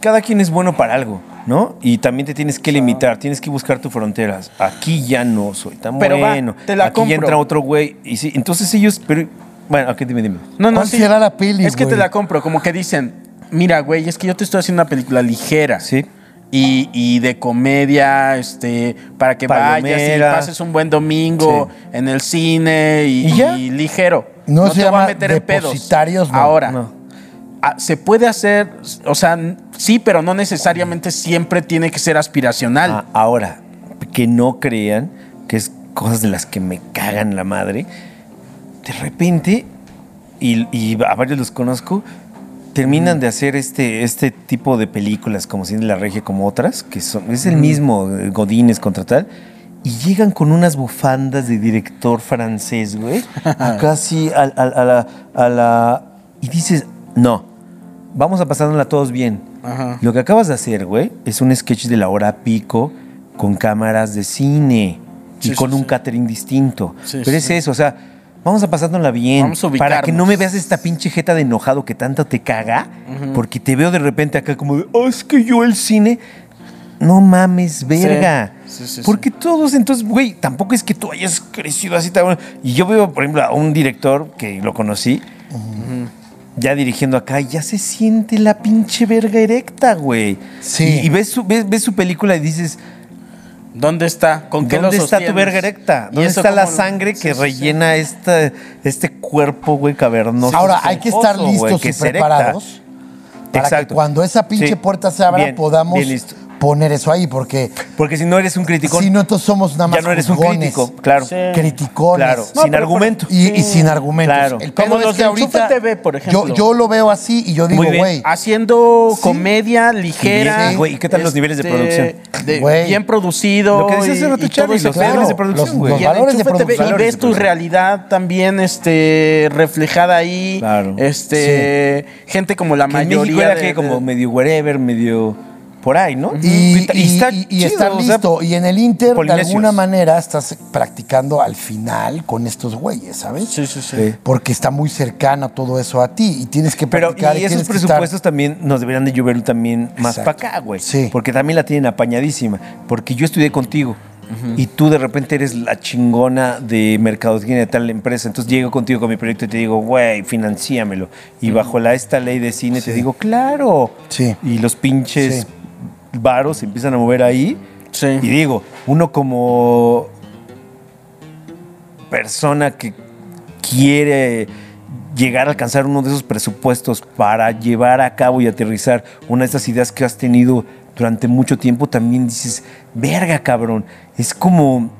[SPEAKER 1] cada quien es bueno para algo, ¿no? Y también te tienes que limitar, tienes que buscar tus fronteras. Aquí ya no soy tan
[SPEAKER 3] Pero va,
[SPEAKER 1] bueno.
[SPEAKER 3] te la
[SPEAKER 1] Aquí
[SPEAKER 3] compro.
[SPEAKER 1] ya entra otro güey. Y sí, entonces ellos. Pero, bueno, ok, dime, dime.
[SPEAKER 3] No, no,
[SPEAKER 2] ¿Cuál
[SPEAKER 3] sí.
[SPEAKER 2] será la peli,
[SPEAKER 3] Es que te
[SPEAKER 2] güey?
[SPEAKER 3] la compro, como que dicen, mira, güey, es que yo te estoy haciendo una película ligera.
[SPEAKER 1] Sí.
[SPEAKER 3] Y, y de comedia, este, para que vayas y
[SPEAKER 1] Palomera.
[SPEAKER 3] pases un buen domingo en el cine y,
[SPEAKER 1] ¿Y ya?
[SPEAKER 3] y ligero.
[SPEAKER 2] No se
[SPEAKER 3] te voy
[SPEAKER 2] llama
[SPEAKER 3] a meter en pedos.
[SPEAKER 2] Depositarios, no,
[SPEAKER 3] Ahora,
[SPEAKER 1] no.
[SPEAKER 3] ah, se puede hacer, o sea, n- sí, pero no necesariamente siempre tiene que ser aspiracional.
[SPEAKER 1] Ah, ahora, que no crean que es cosas de las que me cagan la madre. De repente, y, y a varios los conozco, terminan de hacer este, este tipo de películas, como Cien de la Regia, como otras, que son, es el mismo eh, Godínez contra tal. Y llegan con unas bufandas de director francés, güey.
[SPEAKER 3] [laughs]
[SPEAKER 1] Casi a, la, a la. Y dices, no, vamos a pasárnosla todos bien.
[SPEAKER 3] Ajá.
[SPEAKER 1] Lo que acabas de hacer, güey, es un sketch de la hora pico con cámaras de cine y
[SPEAKER 3] Sí,
[SPEAKER 1] con
[SPEAKER 3] sí,
[SPEAKER 1] un
[SPEAKER 3] sí.
[SPEAKER 1] catering distinto.
[SPEAKER 3] Sí,
[SPEAKER 1] Pero
[SPEAKER 3] sí,
[SPEAKER 1] es
[SPEAKER 3] sí.
[SPEAKER 1] eso, o sea, vamos a pasárnosla bien.
[SPEAKER 3] Vamos a
[SPEAKER 1] para que no
[SPEAKER 3] ubicarnos.
[SPEAKER 1] me veas esta pinche jeta de enojado que tanto te caga, porque te veo de repente acá como, de, "Oh, es que yo el cine. No mames, verga.
[SPEAKER 3] Sí, sí, sí.
[SPEAKER 1] porque todos, entonces, güey, tampoco es que tú hayas crecido así tan. Y yo veo, por ejemplo, a un director que lo conocí, ya dirigiendo acá, y ya se siente la pinche verga erecta, güey.
[SPEAKER 2] Sí.
[SPEAKER 1] Y, y ves, su, ves, ves su película y dices,
[SPEAKER 3] ¿Dónde está? ¿Con qué lo
[SPEAKER 1] ¿dónde está tu
[SPEAKER 3] sostienes?
[SPEAKER 1] verga erecta?
[SPEAKER 3] ¿Y
[SPEAKER 1] ¿Dónde
[SPEAKER 3] eso
[SPEAKER 1] está la
[SPEAKER 3] cómo lo-
[SPEAKER 1] sangre
[SPEAKER 3] Sí,
[SPEAKER 1] que
[SPEAKER 3] sí, sí.
[SPEAKER 1] rellena esta- este cuerpo, güey, cavernoso?
[SPEAKER 2] Ahora, hay que estar
[SPEAKER 1] esponjoso, güey,
[SPEAKER 2] listos
[SPEAKER 1] que
[SPEAKER 2] y
[SPEAKER 1] es erecta?
[SPEAKER 2] preparados para que
[SPEAKER 1] Exacto.
[SPEAKER 2] cuando esa pinche
[SPEAKER 1] Sí.
[SPEAKER 2] puerta se abra
[SPEAKER 1] Bien,
[SPEAKER 2] podamos
[SPEAKER 1] bien listo.
[SPEAKER 2] poner eso ahí, porque
[SPEAKER 1] Porque si no eres un criticón,
[SPEAKER 2] si no, entonces somos nada más
[SPEAKER 1] ya no eres un
[SPEAKER 2] juzgones,
[SPEAKER 1] crítico, claro.
[SPEAKER 3] Sí.
[SPEAKER 2] criticones.
[SPEAKER 1] Claro,
[SPEAKER 3] No,
[SPEAKER 1] sin
[SPEAKER 3] pero-
[SPEAKER 1] argumento.
[SPEAKER 2] Y, y sin argumentos.
[SPEAKER 1] Claro.
[SPEAKER 2] pedo
[SPEAKER 3] Como
[SPEAKER 2] es
[SPEAKER 3] los
[SPEAKER 2] que
[SPEAKER 3] de Enchufe TV, por ejemplo.
[SPEAKER 2] Yo, yo lo veo así y yo digo,
[SPEAKER 1] Muy bien.
[SPEAKER 2] güey,
[SPEAKER 3] haciendo
[SPEAKER 2] Sí.
[SPEAKER 3] comedia ligera. este,
[SPEAKER 2] Sí,
[SPEAKER 1] güey, ¿y qué tal los niveles de producción?
[SPEAKER 3] de-
[SPEAKER 2] Güey.
[SPEAKER 3] bien producido.
[SPEAKER 1] Lo que decía hace
[SPEAKER 3] y-
[SPEAKER 1] rato
[SPEAKER 3] y
[SPEAKER 1] Charlie, los
[SPEAKER 3] todo eso.
[SPEAKER 2] claro,
[SPEAKER 1] valores de producción,
[SPEAKER 2] los-
[SPEAKER 1] güey.
[SPEAKER 2] los
[SPEAKER 3] Y en
[SPEAKER 2] valores de
[SPEAKER 3] Enchufe TV,
[SPEAKER 2] producción.
[SPEAKER 3] y ves tu realidad también este, reflejada ahí.
[SPEAKER 1] Claro.
[SPEAKER 3] Este, Gente como la
[SPEAKER 1] Que en
[SPEAKER 3] mayoría.
[SPEAKER 1] México era
[SPEAKER 3] de-
[SPEAKER 1] que
[SPEAKER 3] de-
[SPEAKER 1] como medio wherever, medio por ahí, ¿no?
[SPEAKER 2] y, y, y- y
[SPEAKER 1] chido,
[SPEAKER 2] estar
[SPEAKER 1] o sea,
[SPEAKER 2] listo. y en el Inter, de
[SPEAKER 1] polinesios.
[SPEAKER 2] alguna manera, estás practicando al final con estos güeyes, ¿sabes?
[SPEAKER 3] Sí, sí, sí.
[SPEAKER 1] Sí.
[SPEAKER 2] Porque está muy cercano todo eso a ti y tienes que
[SPEAKER 1] Pero
[SPEAKER 2] practicar.
[SPEAKER 1] y esos
[SPEAKER 2] tienes que estar-
[SPEAKER 1] presupuestos también nos deberían de llover también más
[SPEAKER 2] Exacto.
[SPEAKER 1] para acá, güey.
[SPEAKER 2] Sí.
[SPEAKER 1] Porque también la tienen apañadísima. Porque yo estudié contigo. Y tú de repente eres la chingona de mercadotecnia de tal empresa. Entonces llego contigo con mi proyecto y te digo, güey, financiamelo. Y bajo la, esta ley de cine te digo, claro.
[SPEAKER 2] Sí.
[SPEAKER 1] Y los pinches
[SPEAKER 2] Sí.
[SPEAKER 1] varos se empiezan a mover ahí.
[SPEAKER 3] Sí.
[SPEAKER 1] Y digo, uno como persona que quiere llegar a alcanzar uno de esos presupuestos para llevar a cabo y aterrizar una de esas ideas que has tenido durante mucho tiempo, también dices, verga cabrón, es como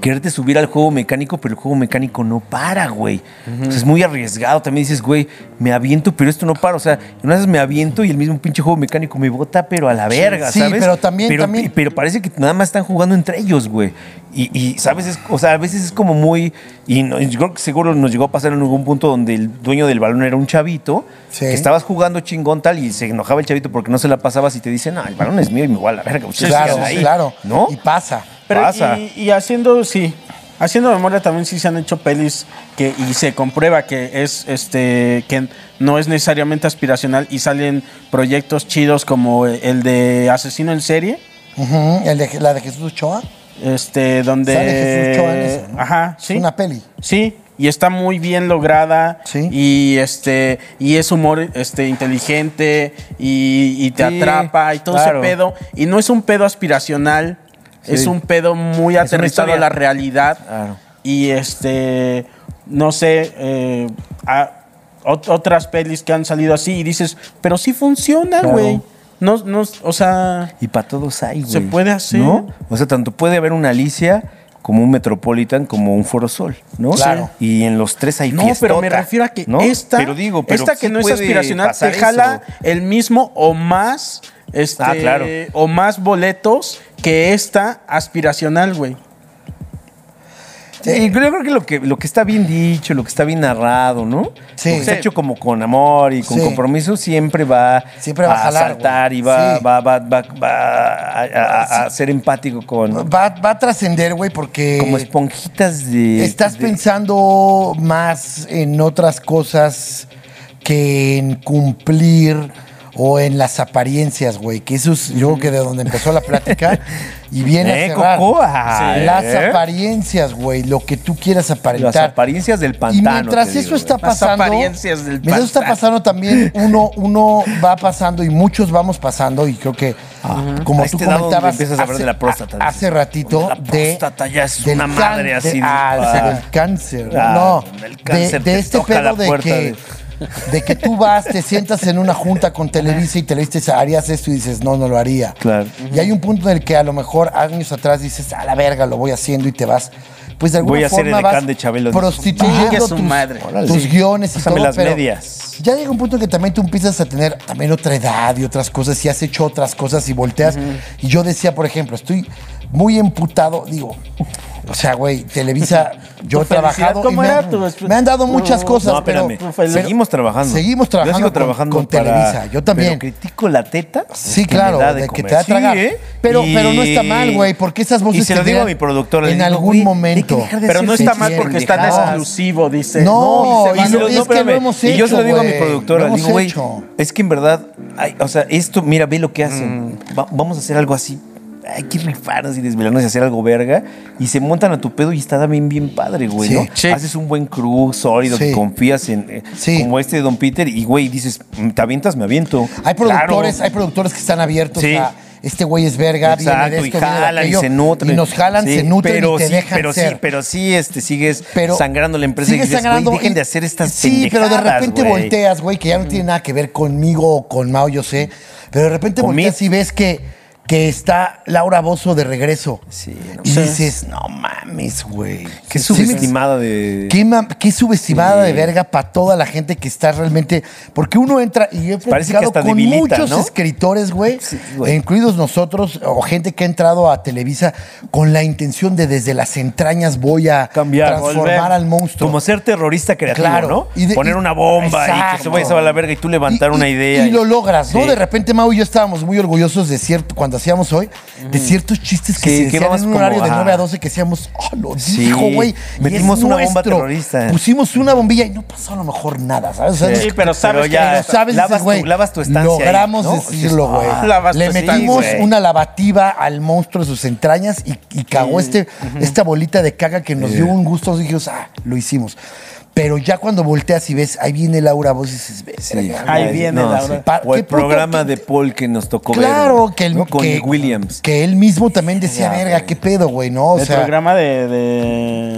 [SPEAKER 1] quererte subir al juego mecánico, pero el juego mecánico no para, güey. O sea, es muy arriesgado, también dices, güey, me aviento, pero esto no para, o sea, una vez me aviento y el mismo pinche juego mecánico me bota, pero a la verga,
[SPEAKER 2] sí,
[SPEAKER 1] ¿sabes?
[SPEAKER 2] pero también- también-
[SPEAKER 1] pero parece que nada más están jugando entre ellos, güey. Y, y, ¿sabes? Es- o sea, a veces es como muy. Y no- yo creo que seguro nos llegó a pasar en algún punto donde el dueño del balón era un chavito,
[SPEAKER 2] Sí.
[SPEAKER 1] que estabas jugando chingón tal y se enojaba el chavito porque no se la pasabas y te dicen, ah, el balón es mío y me igual, la verga, ustedes
[SPEAKER 2] Claro,
[SPEAKER 1] sigan ahí".
[SPEAKER 2] claro.
[SPEAKER 1] ¿No?
[SPEAKER 2] Y pasa.
[SPEAKER 3] Pero
[SPEAKER 1] Pasa.
[SPEAKER 3] Y, y haciendo, sí. Haciendo memoria también sí se han hecho pelis que y se comprueba que es este que no es necesariamente aspiracional y salen proyectos chidos como el de Asesino en serie,
[SPEAKER 2] Ujú, el de- la de Jesús Ochoa.
[SPEAKER 3] este donde
[SPEAKER 2] Sale Jesús Ochoa en esa, ¿no?
[SPEAKER 3] Ajá,
[SPEAKER 2] Es
[SPEAKER 3] sí.
[SPEAKER 2] una peli.
[SPEAKER 3] Sí, y está muy bien lograda
[SPEAKER 2] Sí.
[SPEAKER 3] y este y es humor este inteligente y, y te
[SPEAKER 1] Sí,
[SPEAKER 3] atrapa y todo
[SPEAKER 1] claro.
[SPEAKER 3] ese pedo y no es un pedo aspiracional, es
[SPEAKER 1] Sí.
[SPEAKER 3] un pedo muy
[SPEAKER 1] una
[SPEAKER 3] aterrizado a
[SPEAKER 1] historia.
[SPEAKER 3] la realidad
[SPEAKER 1] Claro.
[SPEAKER 3] y este no sé eh, a- ot- otras pelis que han salido así y dices, pero sí funciona,
[SPEAKER 1] Claro.
[SPEAKER 3] güey. No, no, o sea,
[SPEAKER 1] Y para todos hay, güey.
[SPEAKER 3] Se puede hacer.
[SPEAKER 1] ¿No? O sea, tanto puede haber una Alicia como un Metropolitan como un Foro Sol, ¿no?
[SPEAKER 2] Claro.
[SPEAKER 1] Y en los tres hay
[SPEAKER 3] No, pero
[SPEAKER 1] fiestota,
[SPEAKER 3] me refiero a que
[SPEAKER 1] ¿no?
[SPEAKER 3] esta,
[SPEAKER 1] Pero digo, pero
[SPEAKER 3] esta que
[SPEAKER 1] sí
[SPEAKER 3] no es
[SPEAKER 1] puede
[SPEAKER 3] aspiracional te
[SPEAKER 1] pasar
[SPEAKER 3] jala
[SPEAKER 1] eso.
[SPEAKER 3] el mismo o más, este,
[SPEAKER 1] Ah, claro.
[SPEAKER 3] o más boletos que esta aspiracional, güey.
[SPEAKER 1] Sí, y yo creo que lo, que lo que está bien dicho, lo que está bien narrado, ¿no?
[SPEAKER 2] Sí.
[SPEAKER 1] Lo que está
[SPEAKER 2] Sí.
[SPEAKER 1] hecho como con amor y con
[SPEAKER 2] Sí.
[SPEAKER 1] compromiso, siempre va,
[SPEAKER 2] Siempre va a jalar,
[SPEAKER 1] saltar
[SPEAKER 2] güey.
[SPEAKER 1] y va,
[SPEAKER 2] Sí.
[SPEAKER 1] va, va, va, va a, a- a ser empático con...
[SPEAKER 2] Va, va a trascender, güey, porque
[SPEAKER 1] Como esponjitas de...
[SPEAKER 2] estás
[SPEAKER 1] de-
[SPEAKER 2] pensando más en otras cosas que en cumplir o en las apariencias, güey. Que eso es, yo creo que de donde empezó la plática y
[SPEAKER 1] [laughs] Eh,
[SPEAKER 2] viene a cerrar.
[SPEAKER 1] Cocoa.
[SPEAKER 2] Las
[SPEAKER 1] Eh.
[SPEAKER 2] apariencias, güey, lo que tú quieras aparentar.
[SPEAKER 1] Las apariencias del
[SPEAKER 2] Y
[SPEAKER 1] pantano.
[SPEAKER 2] mientras
[SPEAKER 1] te
[SPEAKER 2] eso
[SPEAKER 1] digo,
[SPEAKER 2] está
[SPEAKER 1] güey.
[SPEAKER 3] Las
[SPEAKER 2] pasando,
[SPEAKER 3] apariencias del
[SPEAKER 2] mientras eso está
[SPEAKER 3] pantano.
[SPEAKER 2] pasando también, uno, uno va pasando y muchos vamos pasando y creo que como
[SPEAKER 1] A
[SPEAKER 2] tú
[SPEAKER 1] este lado donde
[SPEAKER 2] comentabas
[SPEAKER 1] empiezas a hablar de la próstata,
[SPEAKER 2] a- hace
[SPEAKER 1] dices.
[SPEAKER 2] ratito
[SPEAKER 1] La
[SPEAKER 2] de
[SPEAKER 1] próstata ya es
[SPEAKER 2] del
[SPEAKER 1] una madre
[SPEAKER 2] can-
[SPEAKER 1] así,
[SPEAKER 2] de- ah,
[SPEAKER 1] ah.
[SPEAKER 2] sí, del cáncer,
[SPEAKER 1] Ah,
[SPEAKER 2] no,
[SPEAKER 1] del
[SPEAKER 2] de,
[SPEAKER 1] cáncer
[SPEAKER 2] de
[SPEAKER 1] te
[SPEAKER 2] este
[SPEAKER 1] toca
[SPEAKER 2] pedo
[SPEAKER 1] la
[SPEAKER 2] de
[SPEAKER 1] puerta
[SPEAKER 2] que de que tú vas, te sientas en una junta con Televisa y Televisa te dice, harías esto y dices, no, no lo haría.
[SPEAKER 1] Claro.
[SPEAKER 2] Y hay un punto en el que a lo mejor años atrás dices, a la verga, lo voy haciendo y te vas. Pues de alguna
[SPEAKER 1] Voy a ser el
[SPEAKER 2] forma vas
[SPEAKER 1] Can de Chabelo.
[SPEAKER 2] prostituyendo
[SPEAKER 3] Chingue
[SPEAKER 2] tus,
[SPEAKER 3] su madre.
[SPEAKER 2] tus
[SPEAKER 1] Órale.
[SPEAKER 2] guiones y
[SPEAKER 1] Pásame
[SPEAKER 2] todo,
[SPEAKER 1] las
[SPEAKER 2] pero
[SPEAKER 1] medias.
[SPEAKER 2] Ya llega un punto en que también tú empiezas a tener también otra edad y otras cosas y has hecho otras cosas y volteas. Y yo decía, por ejemplo, estoy muy emputado, digo, o sea, güey,
[SPEAKER 1] [laughs]
[SPEAKER 2] Televisa, yo he
[SPEAKER 3] felicidad,
[SPEAKER 2] trabajado y
[SPEAKER 3] ¿cómo
[SPEAKER 2] me,
[SPEAKER 3] era
[SPEAKER 2] han-
[SPEAKER 3] tu-
[SPEAKER 2] me han dado muchas
[SPEAKER 3] No,
[SPEAKER 2] cosas,
[SPEAKER 1] No,
[SPEAKER 2] pero, pues,
[SPEAKER 1] espérame.
[SPEAKER 3] pero-
[SPEAKER 1] seguimos trabajando.
[SPEAKER 2] Seguimos
[SPEAKER 1] Yo
[SPEAKER 2] trabajando
[SPEAKER 1] sigo
[SPEAKER 2] con- con
[SPEAKER 1] para-
[SPEAKER 2] Televisa, yo
[SPEAKER 1] Pero
[SPEAKER 2] también.
[SPEAKER 1] critico la teta.
[SPEAKER 2] Sí,
[SPEAKER 1] que
[SPEAKER 2] claro,
[SPEAKER 1] me da
[SPEAKER 2] de, que
[SPEAKER 1] comer.
[SPEAKER 2] te va a
[SPEAKER 1] Sí,
[SPEAKER 2] tragar.
[SPEAKER 1] ¿eh?
[SPEAKER 2] Pero,
[SPEAKER 1] Y-
[SPEAKER 2] pero no está mal, güey, porque esas voces.
[SPEAKER 1] Y se lo digo a
[SPEAKER 2] tendrían
[SPEAKER 1] mi productora. le
[SPEAKER 2] En
[SPEAKER 1] digo,
[SPEAKER 2] algún
[SPEAKER 1] güey,
[SPEAKER 2] momento.
[SPEAKER 1] hay que dejar de
[SPEAKER 3] Pero
[SPEAKER 1] hacer
[SPEAKER 3] no
[SPEAKER 1] esas
[SPEAKER 3] está mal porque es tan
[SPEAKER 1] pendejadas.
[SPEAKER 3] exclusivo, dice.
[SPEAKER 2] No,
[SPEAKER 1] Y
[SPEAKER 2] y
[SPEAKER 1] se Este lo-
[SPEAKER 2] no, es que lo
[SPEAKER 1] espérame.
[SPEAKER 2] hemos
[SPEAKER 1] Y yo se
[SPEAKER 2] hecho,
[SPEAKER 1] lo digo a mi
[SPEAKER 2] güey.
[SPEAKER 1] productora,
[SPEAKER 2] Lo hemos
[SPEAKER 1] digo, güey,
[SPEAKER 2] hecho.
[SPEAKER 1] es que en verdad, ay, o sea, esto, mira, ve lo que hacen.
[SPEAKER 2] Mm.
[SPEAKER 1] Va- vamos a hacer algo así. Hay que rifarnos y desvelarnos y hacer algo verga. Y se montan a tu pedo y está también bien padre, güey,
[SPEAKER 2] Sí.
[SPEAKER 1] ¿no?
[SPEAKER 3] Sí.
[SPEAKER 1] Haces un buen crew sólido,
[SPEAKER 2] Sí.
[SPEAKER 1] que confías en. eh,
[SPEAKER 2] Sí.
[SPEAKER 1] Como este de Don Peter, y güey, dices, "Mm, te avientas, me aviento.
[SPEAKER 2] Hay productores,
[SPEAKER 1] Claro.
[SPEAKER 2] hay productores que están abiertos
[SPEAKER 1] Sí.
[SPEAKER 2] a este güey es verga, viene de
[SPEAKER 1] Exacto, y
[SPEAKER 2] esto, viene de
[SPEAKER 1] jalan y
[SPEAKER 2] aquello",
[SPEAKER 1] se nutren.
[SPEAKER 2] Y nos jalan,
[SPEAKER 1] Sí,
[SPEAKER 2] se nutren
[SPEAKER 1] pero
[SPEAKER 2] y te
[SPEAKER 1] sí,
[SPEAKER 2] dejan
[SPEAKER 1] pero
[SPEAKER 2] ser.
[SPEAKER 1] sí, pero sí este, sigues
[SPEAKER 2] Pero
[SPEAKER 1] sangrando la empresa y
[SPEAKER 2] sigues
[SPEAKER 1] dices, güey,
[SPEAKER 2] sangrando
[SPEAKER 1] dejen
[SPEAKER 2] y-
[SPEAKER 1] de hacer estas
[SPEAKER 2] Sí, pero de
[SPEAKER 1] pendejadas,
[SPEAKER 2] repente
[SPEAKER 1] güey".
[SPEAKER 2] volteas, güey, que ya no tiene nada que ver conmigo o con Mao, yo sé. Pero de repente
[SPEAKER 1] Con
[SPEAKER 2] volteas
[SPEAKER 1] Mitt.
[SPEAKER 2] y ves que, que está Laura Bozo de regreso.
[SPEAKER 1] Sí, no
[SPEAKER 2] y
[SPEAKER 1] sé.
[SPEAKER 2] dices, no mames, güey.
[SPEAKER 1] Qué
[SPEAKER 2] Sí me-
[SPEAKER 1] subestimada de...
[SPEAKER 2] Qué, ma- qué subestimada
[SPEAKER 1] Sí.
[SPEAKER 2] de verga para toda la gente que está realmente. Porque uno entra y he
[SPEAKER 1] Parece que
[SPEAKER 2] platicado
[SPEAKER 1] hasta
[SPEAKER 2] con
[SPEAKER 1] debilita,
[SPEAKER 2] muchos
[SPEAKER 1] ¿no?
[SPEAKER 2] escritores, güey,
[SPEAKER 1] Sí, güey.
[SPEAKER 2] incluidos nosotros, o gente que ha entrado a Televisa con la intención de desde las entrañas voy a
[SPEAKER 1] Cambiar,
[SPEAKER 2] transformar
[SPEAKER 1] volver.
[SPEAKER 2] al monstruo.
[SPEAKER 1] Como ser terrorista creativo,
[SPEAKER 2] Claro.
[SPEAKER 1] ¿no?
[SPEAKER 2] Y de-
[SPEAKER 1] Poner
[SPEAKER 2] y-
[SPEAKER 1] una bomba y que se vaya
[SPEAKER 2] Exacto.
[SPEAKER 1] a la verga y tú levantar
[SPEAKER 2] Y-
[SPEAKER 1] una
[SPEAKER 2] y-
[SPEAKER 1] idea.
[SPEAKER 2] Y, lo logras, ¿no?
[SPEAKER 1] Sí.
[SPEAKER 2] De repente, Mau y yo estábamos muy orgullosos de cierto, cuando hacíamos hoy, de ciertos chistes que
[SPEAKER 1] Sí,
[SPEAKER 2] se
[SPEAKER 1] que
[SPEAKER 2] decían
[SPEAKER 1] vamos
[SPEAKER 2] en un
[SPEAKER 1] como,
[SPEAKER 2] horario de
[SPEAKER 1] ajá.
[SPEAKER 2] 9 a 12 que decíamos, oh, lo
[SPEAKER 1] Sí.
[SPEAKER 2] dijo, güey. y
[SPEAKER 1] Metimos
[SPEAKER 2] es
[SPEAKER 1] una bomba
[SPEAKER 2] nuestro".
[SPEAKER 1] terrorista.
[SPEAKER 2] Pusimos una bombilla y no pasó a lo mejor nada, ¿sabes? O sea,
[SPEAKER 3] Sí,
[SPEAKER 2] nos-
[SPEAKER 3] pero sabes que-
[SPEAKER 2] pero sabes,
[SPEAKER 1] lavas,
[SPEAKER 2] dices, güey,
[SPEAKER 1] tu, lavas tu estancia ahí,
[SPEAKER 2] Logramos
[SPEAKER 1] ¿no?
[SPEAKER 2] decirlo, güey.
[SPEAKER 1] Ah,
[SPEAKER 3] Lavas
[SPEAKER 2] Le
[SPEAKER 3] tu
[SPEAKER 2] metimos
[SPEAKER 1] estancia, güey.
[SPEAKER 2] una lavativa al monstruo de sus entrañas y, y cagó este, esta bolita de caga que nos dio un gusto. Dijimos, ah, lo hicimos. Pero ya cuando volteas y ves, ahí viene Laura, vos dices, ves.
[SPEAKER 1] Sí.
[SPEAKER 3] Ahí viene la hora.
[SPEAKER 2] Pa-
[SPEAKER 1] O
[SPEAKER 2] qué
[SPEAKER 1] el
[SPEAKER 2] puto-
[SPEAKER 1] programa de Paul que nos tocó ver.
[SPEAKER 2] Claro, que el
[SPEAKER 1] ¿no? Con
[SPEAKER 2] que-
[SPEAKER 1] Williams.
[SPEAKER 2] Que él mismo también decía,
[SPEAKER 1] Ya,
[SPEAKER 2] verga,
[SPEAKER 1] güey.
[SPEAKER 2] qué pedo, güey, ¿no? O
[SPEAKER 3] el
[SPEAKER 2] sea,
[SPEAKER 3] programa de,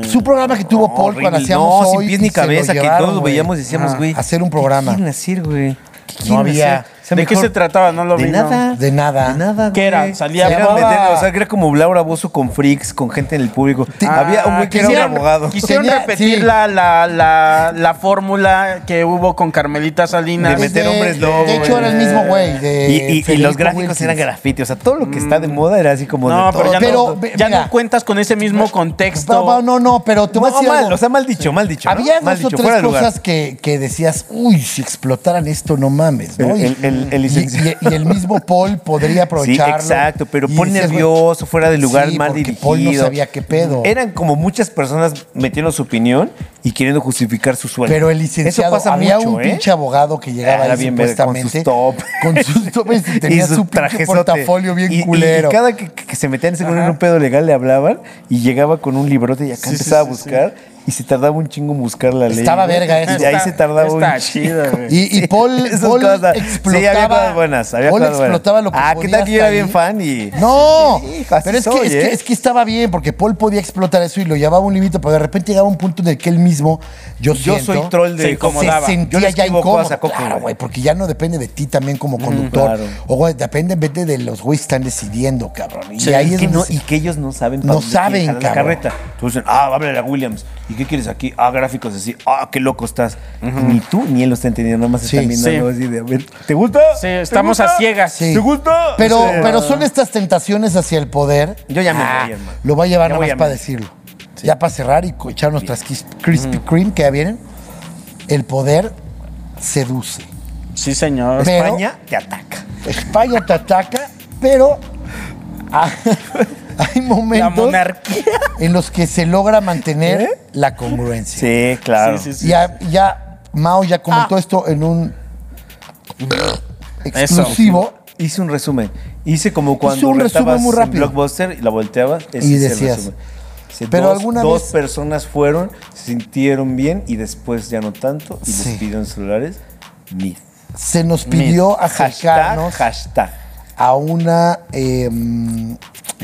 [SPEAKER 3] de-
[SPEAKER 2] su programa que tuvo Paul cuando
[SPEAKER 1] Horrible.
[SPEAKER 2] hacíamos
[SPEAKER 1] No,
[SPEAKER 2] hoy.
[SPEAKER 1] sin pies ni
[SPEAKER 2] se lo
[SPEAKER 1] cabeza, que
[SPEAKER 2] llevaron,
[SPEAKER 1] todos
[SPEAKER 2] güey.
[SPEAKER 1] veíamos y decíamos,
[SPEAKER 2] Ah,
[SPEAKER 1] güey.
[SPEAKER 2] hacer un programa.
[SPEAKER 1] ¿Qué quieren hacer, güey? ¿Qué quieren
[SPEAKER 2] No había.
[SPEAKER 1] hacer? O sea,
[SPEAKER 3] ¿De qué
[SPEAKER 1] mejor-
[SPEAKER 3] se trataba? No lo
[SPEAKER 1] de
[SPEAKER 3] vi, no.
[SPEAKER 1] nada.
[SPEAKER 2] De nada.
[SPEAKER 1] De nada,
[SPEAKER 3] ¿Qué
[SPEAKER 1] güey.
[SPEAKER 3] era? Salía
[SPEAKER 1] Era
[SPEAKER 3] Baba.
[SPEAKER 1] meterle, o sea, era como Laura Bozo con freaks, con gente en el público.
[SPEAKER 3] Ah,
[SPEAKER 1] había un güey que era un
[SPEAKER 3] quisieron-
[SPEAKER 1] abogado.
[SPEAKER 3] Quisieron
[SPEAKER 2] Tenía-
[SPEAKER 3] repetir
[SPEAKER 2] sí.
[SPEAKER 3] la, la, la, la fórmula que hubo con Carmelita Salinas.
[SPEAKER 1] De meter
[SPEAKER 2] De-
[SPEAKER 1] hombres lobo,
[SPEAKER 2] De hecho, era el mismo güey. de
[SPEAKER 1] Y- y, y
[SPEAKER 2] Federico
[SPEAKER 1] los gráficos
[SPEAKER 2] Wilkins.
[SPEAKER 1] eran graffiti. O sea, todo lo que está de moda era así como
[SPEAKER 3] No,
[SPEAKER 1] de
[SPEAKER 3] pero
[SPEAKER 1] todo.
[SPEAKER 3] ya,
[SPEAKER 2] Pero,
[SPEAKER 3] no,
[SPEAKER 2] ve-
[SPEAKER 3] ya
[SPEAKER 2] mira.
[SPEAKER 3] no cuentas con ese mismo contexto.
[SPEAKER 2] No, no, no, no, pero te voy a
[SPEAKER 1] No,
[SPEAKER 2] decir
[SPEAKER 1] mal,
[SPEAKER 2] algo.
[SPEAKER 1] o sea, mal dicho, mal dicho. ¿no?
[SPEAKER 2] Había
[SPEAKER 1] Mal
[SPEAKER 2] dos o
[SPEAKER 1] dicho, fuera de
[SPEAKER 2] tres
[SPEAKER 1] lugar.
[SPEAKER 2] cosas que, que decías, uy, si explotaran esto, no mames, ¿no?
[SPEAKER 1] El-
[SPEAKER 2] Y
[SPEAKER 1] el- el el, el
[SPEAKER 2] Y,
[SPEAKER 1] licenciado.
[SPEAKER 2] y- y el mismo Paul podría aprovecharlo.
[SPEAKER 1] [laughs] Sí, exacto, pero
[SPEAKER 2] Y
[SPEAKER 1] Paul
[SPEAKER 2] dices, güey,
[SPEAKER 1] nervioso, fuera de lugar,
[SPEAKER 2] sí,
[SPEAKER 1] mal
[SPEAKER 2] porque
[SPEAKER 1] dirigido. Mm.
[SPEAKER 2] Paul no sabía qué pedo.
[SPEAKER 1] Eran como muchas personas metiendo su opinión y queriendo justificar su sueldo.
[SPEAKER 2] Pero el licenciado,
[SPEAKER 1] Eso pasa
[SPEAKER 2] había
[SPEAKER 1] mucho,
[SPEAKER 2] un
[SPEAKER 1] ¿eh?
[SPEAKER 2] pinche abogado que llegaba
[SPEAKER 1] Era
[SPEAKER 2] ahí
[SPEAKER 1] bien verga, con
[SPEAKER 2] supuestamente.
[SPEAKER 1] sus top.
[SPEAKER 2] Con sus topes y
[SPEAKER 1] [laughs]
[SPEAKER 2] tenía
[SPEAKER 1] Y
[SPEAKER 2] su, pinche
[SPEAKER 1] trajezote.
[SPEAKER 2] portafolio bien
[SPEAKER 1] Y- y-
[SPEAKER 2] culero.
[SPEAKER 1] Y, cada que, que se metían según en un pedo legal le hablaban y llegaba con un librote y acá
[SPEAKER 3] Sí, sí,
[SPEAKER 1] empezaba
[SPEAKER 3] sí,
[SPEAKER 1] a buscar y se tardaba un chingo en buscar la ley.
[SPEAKER 2] Estaba
[SPEAKER 1] ¿no?
[SPEAKER 2] verga
[SPEAKER 1] Y
[SPEAKER 2] eso.
[SPEAKER 1] de ahí se tardaba un
[SPEAKER 3] Está
[SPEAKER 1] chingo.
[SPEAKER 3] chido, güey.
[SPEAKER 2] Y, y
[SPEAKER 1] [laughs]
[SPEAKER 2] Paul,
[SPEAKER 1] Esas
[SPEAKER 2] Paul
[SPEAKER 1] cosas.
[SPEAKER 2] explotaba.
[SPEAKER 1] Sí, había cosas buenas. Había
[SPEAKER 2] Paul
[SPEAKER 1] cosas buenas.
[SPEAKER 2] explotaba lo que
[SPEAKER 1] Ah, ¿qué
[SPEAKER 2] podía
[SPEAKER 1] tal que yo
[SPEAKER 2] hasta
[SPEAKER 1] era bien
[SPEAKER 2] ahí?
[SPEAKER 1] fan y.
[SPEAKER 2] No,
[SPEAKER 1] Sí, así
[SPEAKER 2] pero es, que,
[SPEAKER 1] soy,
[SPEAKER 2] es, que,
[SPEAKER 1] ¿eh?
[SPEAKER 2] es que estaba bien porque Paul podía explotar eso y lo llevaba a un límite, pero de repente llegaba un punto en el que él mismo, yo,
[SPEAKER 1] Yo
[SPEAKER 2] siento,
[SPEAKER 1] soy troll de-
[SPEAKER 2] se
[SPEAKER 1] incomodaba.
[SPEAKER 2] sentía
[SPEAKER 1] Yo le
[SPEAKER 2] ya
[SPEAKER 1] escribo
[SPEAKER 2] incómodo.
[SPEAKER 1] cosas a Coco,
[SPEAKER 2] Claro,
[SPEAKER 1] güey.
[SPEAKER 2] güey, porque ya no depende de ti también como conductor.
[SPEAKER 1] claro.
[SPEAKER 2] O güey, depende en vez de, de los güeyes están decidiendo, cabrón. Y
[SPEAKER 1] Sí,
[SPEAKER 2] ahí es
[SPEAKER 1] que
[SPEAKER 2] donde
[SPEAKER 1] no-
[SPEAKER 2] se-
[SPEAKER 1] y que ellos no saben para
[SPEAKER 2] No
[SPEAKER 1] dónde
[SPEAKER 2] saben,
[SPEAKER 1] quieren jalar la
[SPEAKER 2] cabrón.
[SPEAKER 1] carreta. Entonces dicen, ah, háblale a Williams. ¿Y qué quieres aquí? Ah, gráficos así. Ah, qué loco estás. Ni tú ni él lo está entendiendo. Nada más
[SPEAKER 2] Sí,
[SPEAKER 1] están viendo
[SPEAKER 3] sí.
[SPEAKER 1] algo así de, a ver, ¿te gusta?
[SPEAKER 3] Sí,
[SPEAKER 1] ¿Te
[SPEAKER 3] estamos
[SPEAKER 1] gusta?
[SPEAKER 3] a ciegas.
[SPEAKER 2] Sí. Ah.
[SPEAKER 1] ¿Te gusta?
[SPEAKER 2] Pero,
[SPEAKER 1] O sea,
[SPEAKER 2] pero son estas tentaciones hacia el poder.
[SPEAKER 1] Yo ya me
[SPEAKER 3] Ah.
[SPEAKER 1] voy, hermano.
[SPEAKER 2] Lo va a llevar
[SPEAKER 1] Ya
[SPEAKER 2] nada
[SPEAKER 1] voy
[SPEAKER 2] más
[SPEAKER 1] a
[SPEAKER 2] para
[SPEAKER 1] mí.
[SPEAKER 2] decirlo. Ya para cerrar y co- echar nuestras quis- Krispy Kreme que ya vienen. El poder seduce.
[SPEAKER 3] Sí, señor.
[SPEAKER 2] Ve-
[SPEAKER 1] España te ataca.
[SPEAKER 2] España te ataca, pero [laughs] ha- hay
[SPEAKER 3] La
[SPEAKER 2] momentos
[SPEAKER 3] monarquía.
[SPEAKER 2] en los que se logra mantener la congruencia.
[SPEAKER 1] Sí, claro.
[SPEAKER 3] Sí, sí, sí.
[SPEAKER 2] Ya, ya Mao ya comentó esto en un exclusivo.
[SPEAKER 1] Hice un resumen. Hice como cuando
[SPEAKER 2] un resumen
[SPEAKER 1] rentabas
[SPEAKER 2] muy
[SPEAKER 1] en
[SPEAKER 2] rápido.
[SPEAKER 1] Blockbuster y la volteabas. ese
[SPEAKER 2] Y
[SPEAKER 1] es el
[SPEAKER 2] decías,
[SPEAKER 1] resumen. Dice,
[SPEAKER 2] pero
[SPEAKER 1] dos,
[SPEAKER 2] alguna
[SPEAKER 1] dos
[SPEAKER 2] vez-
[SPEAKER 1] personas fueron, se sintieron bien y después ya no tanto y
[SPEAKER 2] Sí.
[SPEAKER 1] les pidieron celulares. Ni.
[SPEAKER 2] Se nos pidió
[SPEAKER 1] Hashtag,
[SPEAKER 2] acercarnos.
[SPEAKER 1] hashtag.
[SPEAKER 2] a una. eh,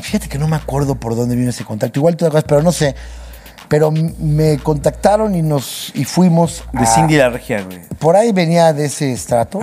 [SPEAKER 2] fíjate que no me acuerdo por dónde vino ese contacto. Igual te acuerdas, pero no sé. Pero m- me contactaron y nos y fuimos.
[SPEAKER 1] De
[SPEAKER 2] a-
[SPEAKER 1] Cindy Ah. la regia, güey.
[SPEAKER 2] Por ahí venía de ese estrato.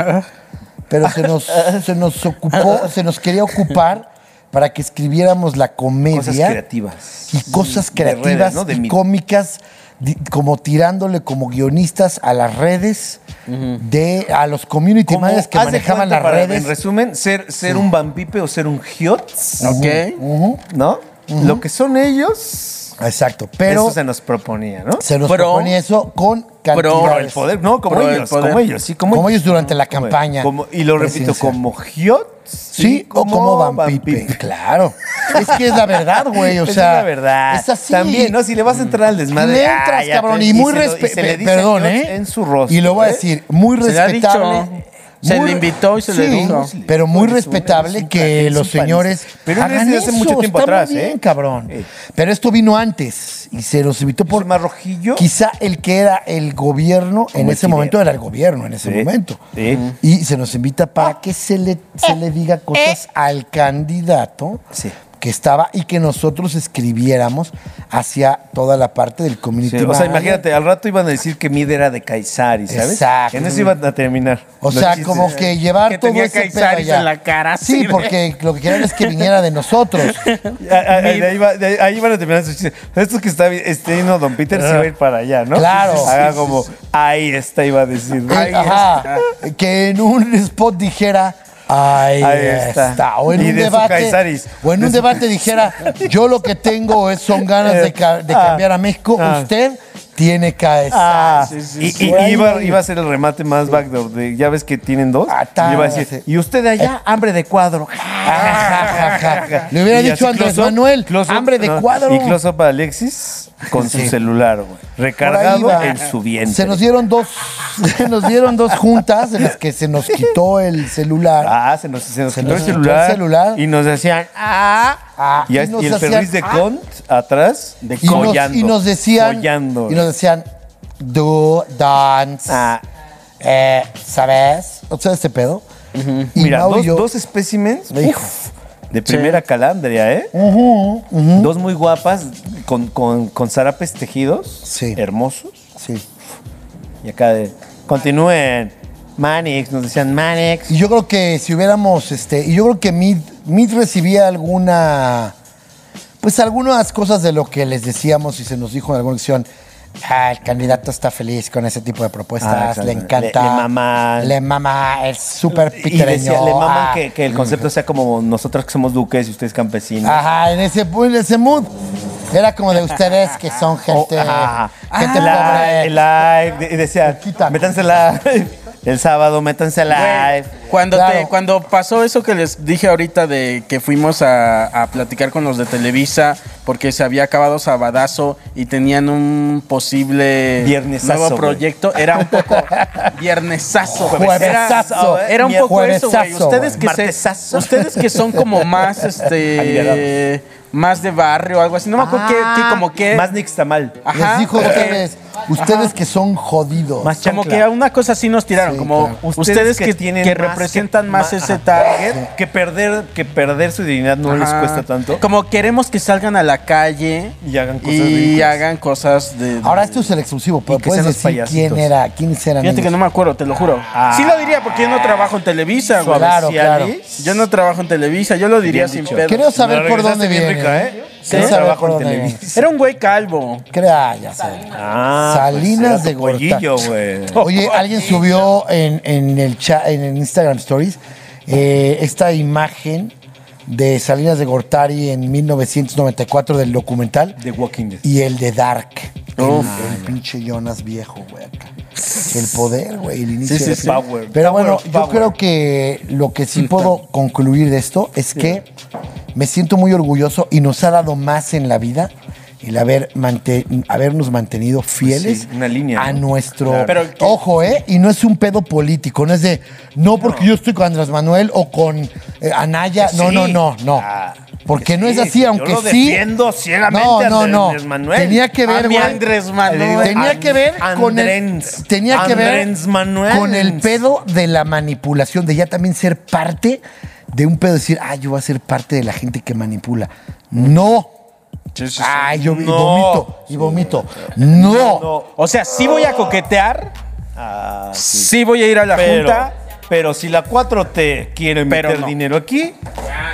[SPEAKER 2] Pero se
[SPEAKER 1] [laughs]
[SPEAKER 2] nos, se nos
[SPEAKER 1] Ah.
[SPEAKER 2] ocupó, se nos quería ocupar para que escribiéramos la comedia.
[SPEAKER 1] Cosas creativas.
[SPEAKER 2] Y cosas
[SPEAKER 1] De redes,
[SPEAKER 2] creativas
[SPEAKER 1] ¿no? De
[SPEAKER 2] y
[SPEAKER 1] mi-
[SPEAKER 2] cómicas, di- como tirándole como guionistas a las redes, de, a los community
[SPEAKER 1] Como,
[SPEAKER 2] managers que
[SPEAKER 1] haz de
[SPEAKER 2] manejaban
[SPEAKER 1] cuenta,
[SPEAKER 2] las
[SPEAKER 1] para-
[SPEAKER 2] redes.
[SPEAKER 1] En resumen, ser, ser un vampipe o ser un giot,
[SPEAKER 3] Ok.
[SPEAKER 2] Ujú.
[SPEAKER 1] ¿no? Lo que son ellos,
[SPEAKER 2] Exacto, pero
[SPEAKER 1] eso se nos proponía, ¿no?
[SPEAKER 2] se nos
[SPEAKER 3] Pro-
[SPEAKER 2] proponía eso con cantidades.
[SPEAKER 1] el poder, no, como
[SPEAKER 3] Pro el
[SPEAKER 1] ellos,
[SPEAKER 3] poder.
[SPEAKER 1] como ellos, sí, como,
[SPEAKER 2] como ellos durante la campaña.
[SPEAKER 1] Como- y lo repito,
[SPEAKER 2] presidencial.
[SPEAKER 1] como giot.
[SPEAKER 2] Sí, o como vampipe. Claro. Es que es la verdad, güey. O
[SPEAKER 1] Esa
[SPEAKER 2] sea,
[SPEAKER 1] [laughs] es la verdad.
[SPEAKER 2] es así.
[SPEAKER 1] También, ¿no? Si le vas a entrar al desmadre.
[SPEAKER 2] Le
[SPEAKER 1] ah,
[SPEAKER 2] entras,
[SPEAKER 1] ya,
[SPEAKER 2] cabrón,
[SPEAKER 1] te-
[SPEAKER 2] y muy
[SPEAKER 1] se lo- y se le
[SPEAKER 2] respetable.
[SPEAKER 1] dice
[SPEAKER 2] Perdón,
[SPEAKER 1] giot
[SPEAKER 2] ¿eh?
[SPEAKER 1] En su rostro.
[SPEAKER 2] Y lo voy a
[SPEAKER 1] ¿eh?
[SPEAKER 2] decir, muy
[SPEAKER 3] Se le ha
[SPEAKER 2] respetable.
[SPEAKER 3] dicho. Se
[SPEAKER 2] muy-
[SPEAKER 3] le invitó y se le dijo.
[SPEAKER 2] Pero muy
[SPEAKER 1] Eres un- eres
[SPEAKER 2] respetable
[SPEAKER 1] un
[SPEAKER 2] que
[SPEAKER 1] pan-
[SPEAKER 2] los
[SPEAKER 1] eres un
[SPEAKER 2] señores.
[SPEAKER 1] panista. Pero
[SPEAKER 2] hagan
[SPEAKER 1] desde hace
[SPEAKER 2] eso,
[SPEAKER 1] mucho tiempo
[SPEAKER 2] está muy
[SPEAKER 1] atrás,
[SPEAKER 2] bien,
[SPEAKER 1] ¿eh?
[SPEAKER 2] cabrón.
[SPEAKER 1] Sí.
[SPEAKER 2] Pero esto vino antes y se los invitó por.
[SPEAKER 1] Soy más rojillo.
[SPEAKER 2] Quizá el que era el gobierno en
[SPEAKER 1] el
[SPEAKER 2] ese
[SPEAKER 1] Fidel.
[SPEAKER 2] momento era el gobierno en ese
[SPEAKER 1] Sí,
[SPEAKER 2] momento.
[SPEAKER 1] sí.
[SPEAKER 2] Y se nos invita para que se le, se le diga cosas al candidato
[SPEAKER 1] Sí.
[SPEAKER 2] que estaba y que nosotros escribiéramos hacia toda la parte del
[SPEAKER 1] Sí,
[SPEAKER 2] community.
[SPEAKER 1] o sea,
[SPEAKER 2] manager.
[SPEAKER 1] imagínate, al rato iban a decir que Mid era de Kaisari, ¿sabes?
[SPEAKER 2] Exacto.
[SPEAKER 1] En eso iban a terminar.
[SPEAKER 2] O
[SPEAKER 1] los
[SPEAKER 2] sea,
[SPEAKER 1] chistes.
[SPEAKER 2] como que llevar
[SPEAKER 3] Que
[SPEAKER 2] todo
[SPEAKER 3] tenía
[SPEAKER 2] ese pedo
[SPEAKER 3] caizaris
[SPEAKER 2] allá.
[SPEAKER 3] en la cara,
[SPEAKER 2] Sí,
[SPEAKER 3] así de-
[SPEAKER 2] porque lo que querían es que viniera de nosotros.
[SPEAKER 1] [laughs] Ah, ah, ah, de ahí, va- de ahí- ahí iban a terminar sus chistes. Esto que está vi- este no, Don Peter se va a ir para allá, ¿no?
[SPEAKER 2] Claro.
[SPEAKER 1] Haga como, ahí está, iba a decir. ¿no?
[SPEAKER 2] Eh, ajá, que en un spot dijera. Ahí,
[SPEAKER 1] Ahí
[SPEAKER 2] está.
[SPEAKER 1] está.
[SPEAKER 2] O en
[SPEAKER 1] Y
[SPEAKER 2] un
[SPEAKER 1] de su
[SPEAKER 2] debate.
[SPEAKER 1] Caizaris.
[SPEAKER 2] O en un debate dijera: Yo lo que tengo es, son ganas de, ca- de
[SPEAKER 1] Ah,
[SPEAKER 2] cambiar a México.
[SPEAKER 1] ah.
[SPEAKER 2] Usted tiene Caesaris.
[SPEAKER 1] Ah,
[SPEAKER 3] Sí, sí,
[SPEAKER 1] y,
[SPEAKER 3] sí.
[SPEAKER 1] y-
[SPEAKER 2] Por ahí
[SPEAKER 1] iba,
[SPEAKER 2] voy.
[SPEAKER 1] iba a ser el remate más backdoor. de- ya ves que tienen dos.
[SPEAKER 2] Ah, tá,
[SPEAKER 1] y iba a decir,
[SPEAKER 2] sí.
[SPEAKER 1] y usted de allá, Ah, hambre de cuadro.
[SPEAKER 2] Ah. Le hubiera
[SPEAKER 1] Y
[SPEAKER 2] dicho
[SPEAKER 1] así
[SPEAKER 2] a Andrés
[SPEAKER 1] close-up,
[SPEAKER 2] Manuel:
[SPEAKER 1] close-up,
[SPEAKER 2] Hambre de
[SPEAKER 1] no,
[SPEAKER 2] cuadro.
[SPEAKER 1] Y close up a Alexis con
[SPEAKER 2] Sí.
[SPEAKER 1] su celular, güey.
[SPEAKER 2] Por ahí
[SPEAKER 1] Recargado
[SPEAKER 2] va.
[SPEAKER 1] en su vientre.
[SPEAKER 2] Se nos dieron dos, [laughs] se nos dieron dos juntas en las que se nos quitó el celular.
[SPEAKER 1] Ah, se nos, se nos
[SPEAKER 2] Se
[SPEAKER 1] quitó
[SPEAKER 2] nos
[SPEAKER 1] el
[SPEAKER 2] quitó el
[SPEAKER 1] celular,
[SPEAKER 2] celular.
[SPEAKER 1] Y nos decían, ah.
[SPEAKER 2] Ah,
[SPEAKER 1] y,
[SPEAKER 2] y
[SPEAKER 1] a-
[SPEAKER 2] nos
[SPEAKER 1] y el
[SPEAKER 2] hacían,
[SPEAKER 1] Ferris de
[SPEAKER 2] ah.
[SPEAKER 1] Cont atrás, de
[SPEAKER 2] y, nos, y nos decían y nos decían do dance
[SPEAKER 1] Ah.
[SPEAKER 2] eh, sabes o sea este pedo y
[SPEAKER 1] Mira,
[SPEAKER 2] Mau y
[SPEAKER 1] dos,
[SPEAKER 2] yo-
[SPEAKER 1] dos espécimes
[SPEAKER 2] Hijo.
[SPEAKER 1] uf, de primera calandria, ¿eh? Dos muy guapas con, con, con zarapes tejidos,
[SPEAKER 2] Sí.
[SPEAKER 1] hermosos.
[SPEAKER 2] sí.
[SPEAKER 1] Y acá de, continúen. Manix, nos decían Manix.
[SPEAKER 2] y yo creo que si hubiéramos este y yo creo que Mid Mid recibía alguna pues algunas cosas de lo que les decíamos y se nos dijo en alguna acción Ah, el candidato está feliz con ese tipo de
[SPEAKER 1] Ah,
[SPEAKER 2] propuestas,
[SPEAKER 1] exacto.
[SPEAKER 2] le encanta.
[SPEAKER 1] Le- le mama.
[SPEAKER 2] Le mama, es súper
[SPEAKER 1] Y
[SPEAKER 2] pitereño.
[SPEAKER 1] decía, le maman
[SPEAKER 2] ah.
[SPEAKER 1] que, que el concepto sea como nosotros que somos duques y ustedes campesinos.
[SPEAKER 2] Ajá, en ese, en ese mood. Era como de ustedes que son
[SPEAKER 1] [laughs] Oh,
[SPEAKER 2] gente, Ah,
[SPEAKER 1] ajá.
[SPEAKER 2] gente
[SPEAKER 1] Live,
[SPEAKER 2] pobre.
[SPEAKER 1] live, de- y decía,
[SPEAKER 2] Quita.
[SPEAKER 1] métanse live. El sábado, métanse a
[SPEAKER 3] Güey,
[SPEAKER 1] live.
[SPEAKER 3] cuando,
[SPEAKER 2] Claro.
[SPEAKER 3] te- cuando pasó eso que les dije ahorita de que fuimos a, a platicar con los de Televisa porque se había acabado Sabadazo y tenían un posible
[SPEAKER 1] Viernesazo,
[SPEAKER 3] nuevo
[SPEAKER 1] güey.
[SPEAKER 3] proyecto, era un poco viernesazo.
[SPEAKER 1] Juevesazo,
[SPEAKER 3] Era, era un
[SPEAKER 1] mier-
[SPEAKER 3] poco eso, güey.
[SPEAKER 2] juevesazo,
[SPEAKER 3] Ustedes que, se,
[SPEAKER 1] Martesazo.
[SPEAKER 3] ustedes que son como más, este, más de barrio o algo así. No me acuerdo qué, qué- como que...
[SPEAKER 1] Ah, Más Nixtamal.
[SPEAKER 3] Ajá,
[SPEAKER 2] Les dijo a
[SPEAKER 3] como que-
[SPEAKER 2] ustedes, ustedes que son jodidos.
[SPEAKER 1] Más
[SPEAKER 3] Como
[SPEAKER 1] chancla.
[SPEAKER 3] que a una cosa así nos tiraron,
[SPEAKER 2] Sí,
[SPEAKER 3] como
[SPEAKER 2] claro.
[SPEAKER 3] ustedes, que, tienen que
[SPEAKER 1] más
[SPEAKER 3] representan
[SPEAKER 1] que-
[SPEAKER 3] más
[SPEAKER 1] ma-
[SPEAKER 3] ese
[SPEAKER 1] ajá.
[SPEAKER 3] target,
[SPEAKER 1] Que perder, que perder su dignidad no les
[SPEAKER 3] Ajá.
[SPEAKER 1] cuesta tanto.
[SPEAKER 3] Como queremos que salgan a la calle
[SPEAKER 1] Y hagan cosas
[SPEAKER 3] y
[SPEAKER 1] ridículas.
[SPEAKER 3] hagan cosas de.
[SPEAKER 2] Ahora esto es el exclusivo, pero
[SPEAKER 1] que
[SPEAKER 2] puedes
[SPEAKER 1] sean los
[SPEAKER 2] decir quién
[SPEAKER 1] payasitos.
[SPEAKER 2] era, quiénes eran
[SPEAKER 3] Fíjate que
[SPEAKER 2] ellos.
[SPEAKER 3] no me acuerdo, te lo juro.
[SPEAKER 1] Ah.
[SPEAKER 3] sí lo diría porque yo no trabajo en Televisa, güey.
[SPEAKER 2] Claro,
[SPEAKER 1] Suavecialis.
[SPEAKER 2] claro.
[SPEAKER 3] Yo no trabajo en Televisa, yo lo diría sin pedo.
[SPEAKER 2] Quiero saber
[SPEAKER 1] Me la
[SPEAKER 2] por dónde
[SPEAKER 1] regresaste bien
[SPEAKER 2] viene.
[SPEAKER 1] rica, ¿eh?
[SPEAKER 2] Sí,
[SPEAKER 1] Yo
[SPEAKER 2] saber
[SPEAKER 1] trabajo
[SPEAKER 2] por
[SPEAKER 1] en
[SPEAKER 2] dónde viene.
[SPEAKER 1] Televisa.
[SPEAKER 3] Era un güey calvo.
[SPEAKER 2] Crea, ya sé.
[SPEAKER 1] Ah,
[SPEAKER 2] Salinas
[SPEAKER 1] era
[SPEAKER 2] de
[SPEAKER 1] tu
[SPEAKER 2] Gortari.
[SPEAKER 1] pollillo, güey.
[SPEAKER 2] Oye, alguien subió en, en el chat, en el Instagram Stories eh, esta imagen de Salinas de Gortari en 1994 del documental
[SPEAKER 1] The Walking Dead.
[SPEAKER 2] y el de Dark. El, el pinche Jonas viejo, güey. acá. El poder, güey, el inicio.
[SPEAKER 1] Sí, sí,
[SPEAKER 2] del
[SPEAKER 1] sí.
[SPEAKER 2] fin.
[SPEAKER 1] Power,
[SPEAKER 2] Pero
[SPEAKER 1] power,
[SPEAKER 2] bueno, yo
[SPEAKER 1] power.
[SPEAKER 2] creo que lo que sí puedo concluir de esto es que me siento muy orgulloso y nos ha dado más en la vida el haber mante- habernos mantenido fieles
[SPEAKER 1] Pues Sí, una línea,
[SPEAKER 2] a
[SPEAKER 1] ¿no?
[SPEAKER 2] nuestro
[SPEAKER 1] Claro.
[SPEAKER 3] Pero que-
[SPEAKER 2] ojo, ¿eh? Y no es un pedo político, no es de no porque yo estoy con Andrés Manuel o con eh, Anaya, no,
[SPEAKER 1] Pues Sí.
[SPEAKER 2] no, no, no.
[SPEAKER 1] Ah,
[SPEAKER 2] Porque no es
[SPEAKER 1] sí,
[SPEAKER 2] así,
[SPEAKER 1] yo
[SPEAKER 2] aunque
[SPEAKER 1] lo
[SPEAKER 2] sí.
[SPEAKER 1] defiendo ciegamente
[SPEAKER 2] no,
[SPEAKER 1] a
[SPEAKER 2] no, no.
[SPEAKER 1] Andrés Manuel.
[SPEAKER 2] Tenía que ver,
[SPEAKER 3] A mi
[SPEAKER 2] güey.
[SPEAKER 3] Andrés Manuel.
[SPEAKER 2] Tenía que ver con el,
[SPEAKER 1] Andrés.
[SPEAKER 2] tenía que ver
[SPEAKER 1] Andrés Manuel.
[SPEAKER 2] con el pedo de la manipulación, de ya también ser parte de un pedo, decir, ah, yo voy a ser parte de la gente que manipula. No. Ah, yo y
[SPEAKER 1] No.
[SPEAKER 2] vomito, y vomito. No.
[SPEAKER 3] O sea, sí voy a coquetear, Ah, sí. voy a ir a la
[SPEAKER 1] Pero,
[SPEAKER 3] junta.
[SPEAKER 1] pero si la 4T quiere
[SPEAKER 3] Pero
[SPEAKER 1] meter
[SPEAKER 3] no.
[SPEAKER 1] dinero aquí,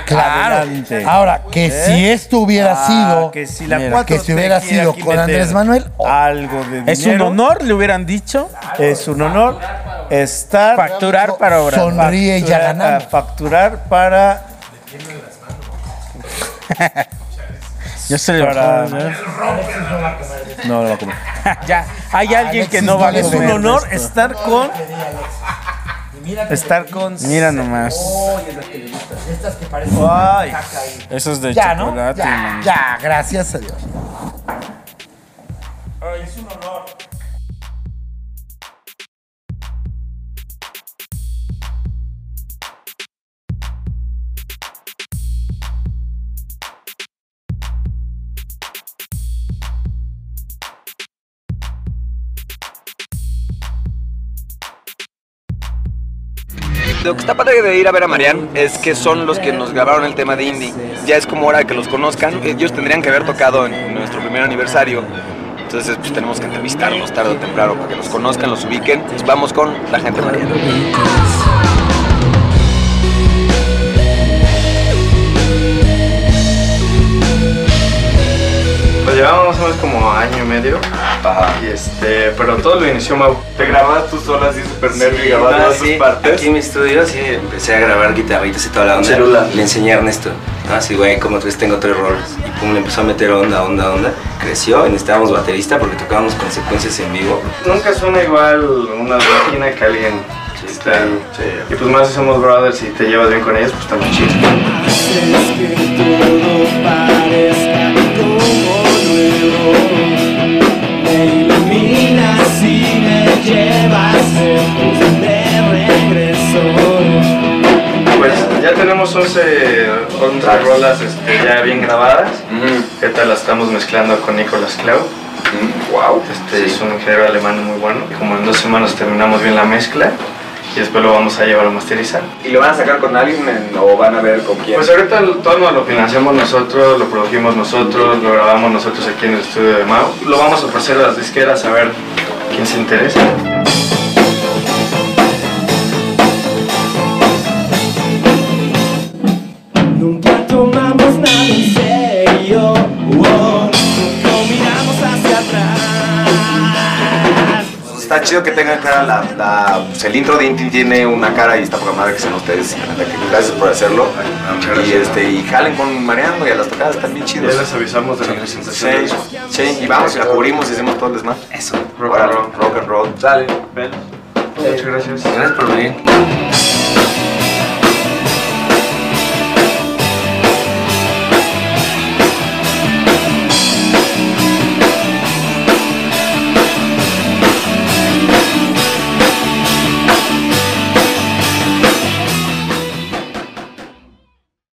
[SPEAKER 2] Claro.
[SPEAKER 1] adelante.
[SPEAKER 2] Ahora, que si esto hubiera
[SPEAKER 1] ¿eh? Ah,
[SPEAKER 2] sido.
[SPEAKER 1] que si la
[SPEAKER 2] Mira,
[SPEAKER 1] 4T
[SPEAKER 2] que si hubiera
[SPEAKER 1] quiere
[SPEAKER 2] sido
[SPEAKER 1] aquí
[SPEAKER 2] con
[SPEAKER 1] meter
[SPEAKER 2] Andrés Manuel. oh,
[SPEAKER 1] algo de dinero.
[SPEAKER 3] Es un honor, le hubieran dicho.
[SPEAKER 1] Es un honor estar
[SPEAKER 3] Facturar para obrar.
[SPEAKER 2] sonríe y ya
[SPEAKER 1] facturar-
[SPEAKER 2] ganamos.
[SPEAKER 1] a facturar para
[SPEAKER 3] Ya se le
[SPEAKER 1] Para-
[SPEAKER 3] bajó.
[SPEAKER 1] no no va a comer.
[SPEAKER 3] Ya, Ah, hay alguien
[SPEAKER 2] Alexis
[SPEAKER 3] que no va a
[SPEAKER 2] vale
[SPEAKER 1] Es un
[SPEAKER 3] comer.
[SPEAKER 1] honor estar con estar con
[SPEAKER 3] Mira nomás.
[SPEAKER 1] Ay,
[SPEAKER 3] Eso es de
[SPEAKER 2] Ya, ¿no?
[SPEAKER 3] chocolate,
[SPEAKER 2] Ya,
[SPEAKER 3] man.
[SPEAKER 2] ya, gracias a Dios.
[SPEAKER 6] Lo que está padre de ir a ver a Marian es que son los que nos grabaron el tema de Indie. Ya es como hora que los conozcan. Ellos tendrían que haber tocado en nuestro primer aniversario. Entonces pues, tenemos que entrevistarlos tarde o temprano para que los conozcan, los ubiquen. Pues, vamos con la gente Marian.
[SPEAKER 7] Lo llevamos más o menos como año y medio. Y este, pero todo lo inició Mau. Te grababas tú sola así súper nervio y grababas todas tus partes.
[SPEAKER 6] Aquí en mi estudio sí empecé a grabar guitarritas y toda la onda.
[SPEAKER 7] Celular.
[SPEAKER 6] Le enseñé a Ernesto. ¿no? Así, güey, como ves, tengo tres roles. Y pum, le empezó a meter onda, onda, onda. Creció y necesitábamos baterista porque tocábamos consecuencias en vivo.
[SPEAKER 7] Nunca suena igual una máquina que alguien. que está ahí. Y pues más si somos brothers y te llevas bien con ellos, pues también chido. Pues ya tenemos 11, 11 rolas este, ya bien grabadas. Que tal las estamos mezclando con Nicolas Clau. Wow. Este es un ingeniero alemán muy bueno. Como en dos semanas terminamos bien la mezcla y después lo vamos a llevar a masterizar.
[SPEAKER 6] ¿Y lo van a sacar con alguien o van a ver con quién?
[SPEAKER 7] Pues ahorita el- todo nos lo financiamos nosotros, lo produjimos nosotros, lo grabamos nosotros aquí en el estudio de Mau. Lo vamos a ofrecer a las disqueras a ver quién se interesa.
[SPEAKER 8] Nunca tomamos nada en serio. Wow. No miramos hacia atrás.
[SPEAKER 6] Está chido que tengan clara la, la- pues, el intro de Inti tiene una cara y está programada que sean ustedes. y la neta que Gracias por hacerlo.
[SPEAKER 7] Ah,
[SPEAKER 6] Y este y jalen con Mariano y a las tocadas están bien
[SPEAKER 7] Ya
[SPEAKER 6] chidos.
[SPEAKER 7] les avisamos de la
[SPEAKER 6] Sí,
[SPEAKER 7] presentación.
[SPEAKER 6] sí, y vamos y la cubrimos y hacemos todo el desmadre. Eso.
[SPEAKER 7] Rock
[SPEAKER 6] Órale,
[SPEAKER 7] and roll.
[SPEAKER 6] Rock and roll. Sale.
[SPEAKER 7] Ven.
[SPEAKER 9] Muchas gracias.
[SPEAKER 7] Gracias por venir.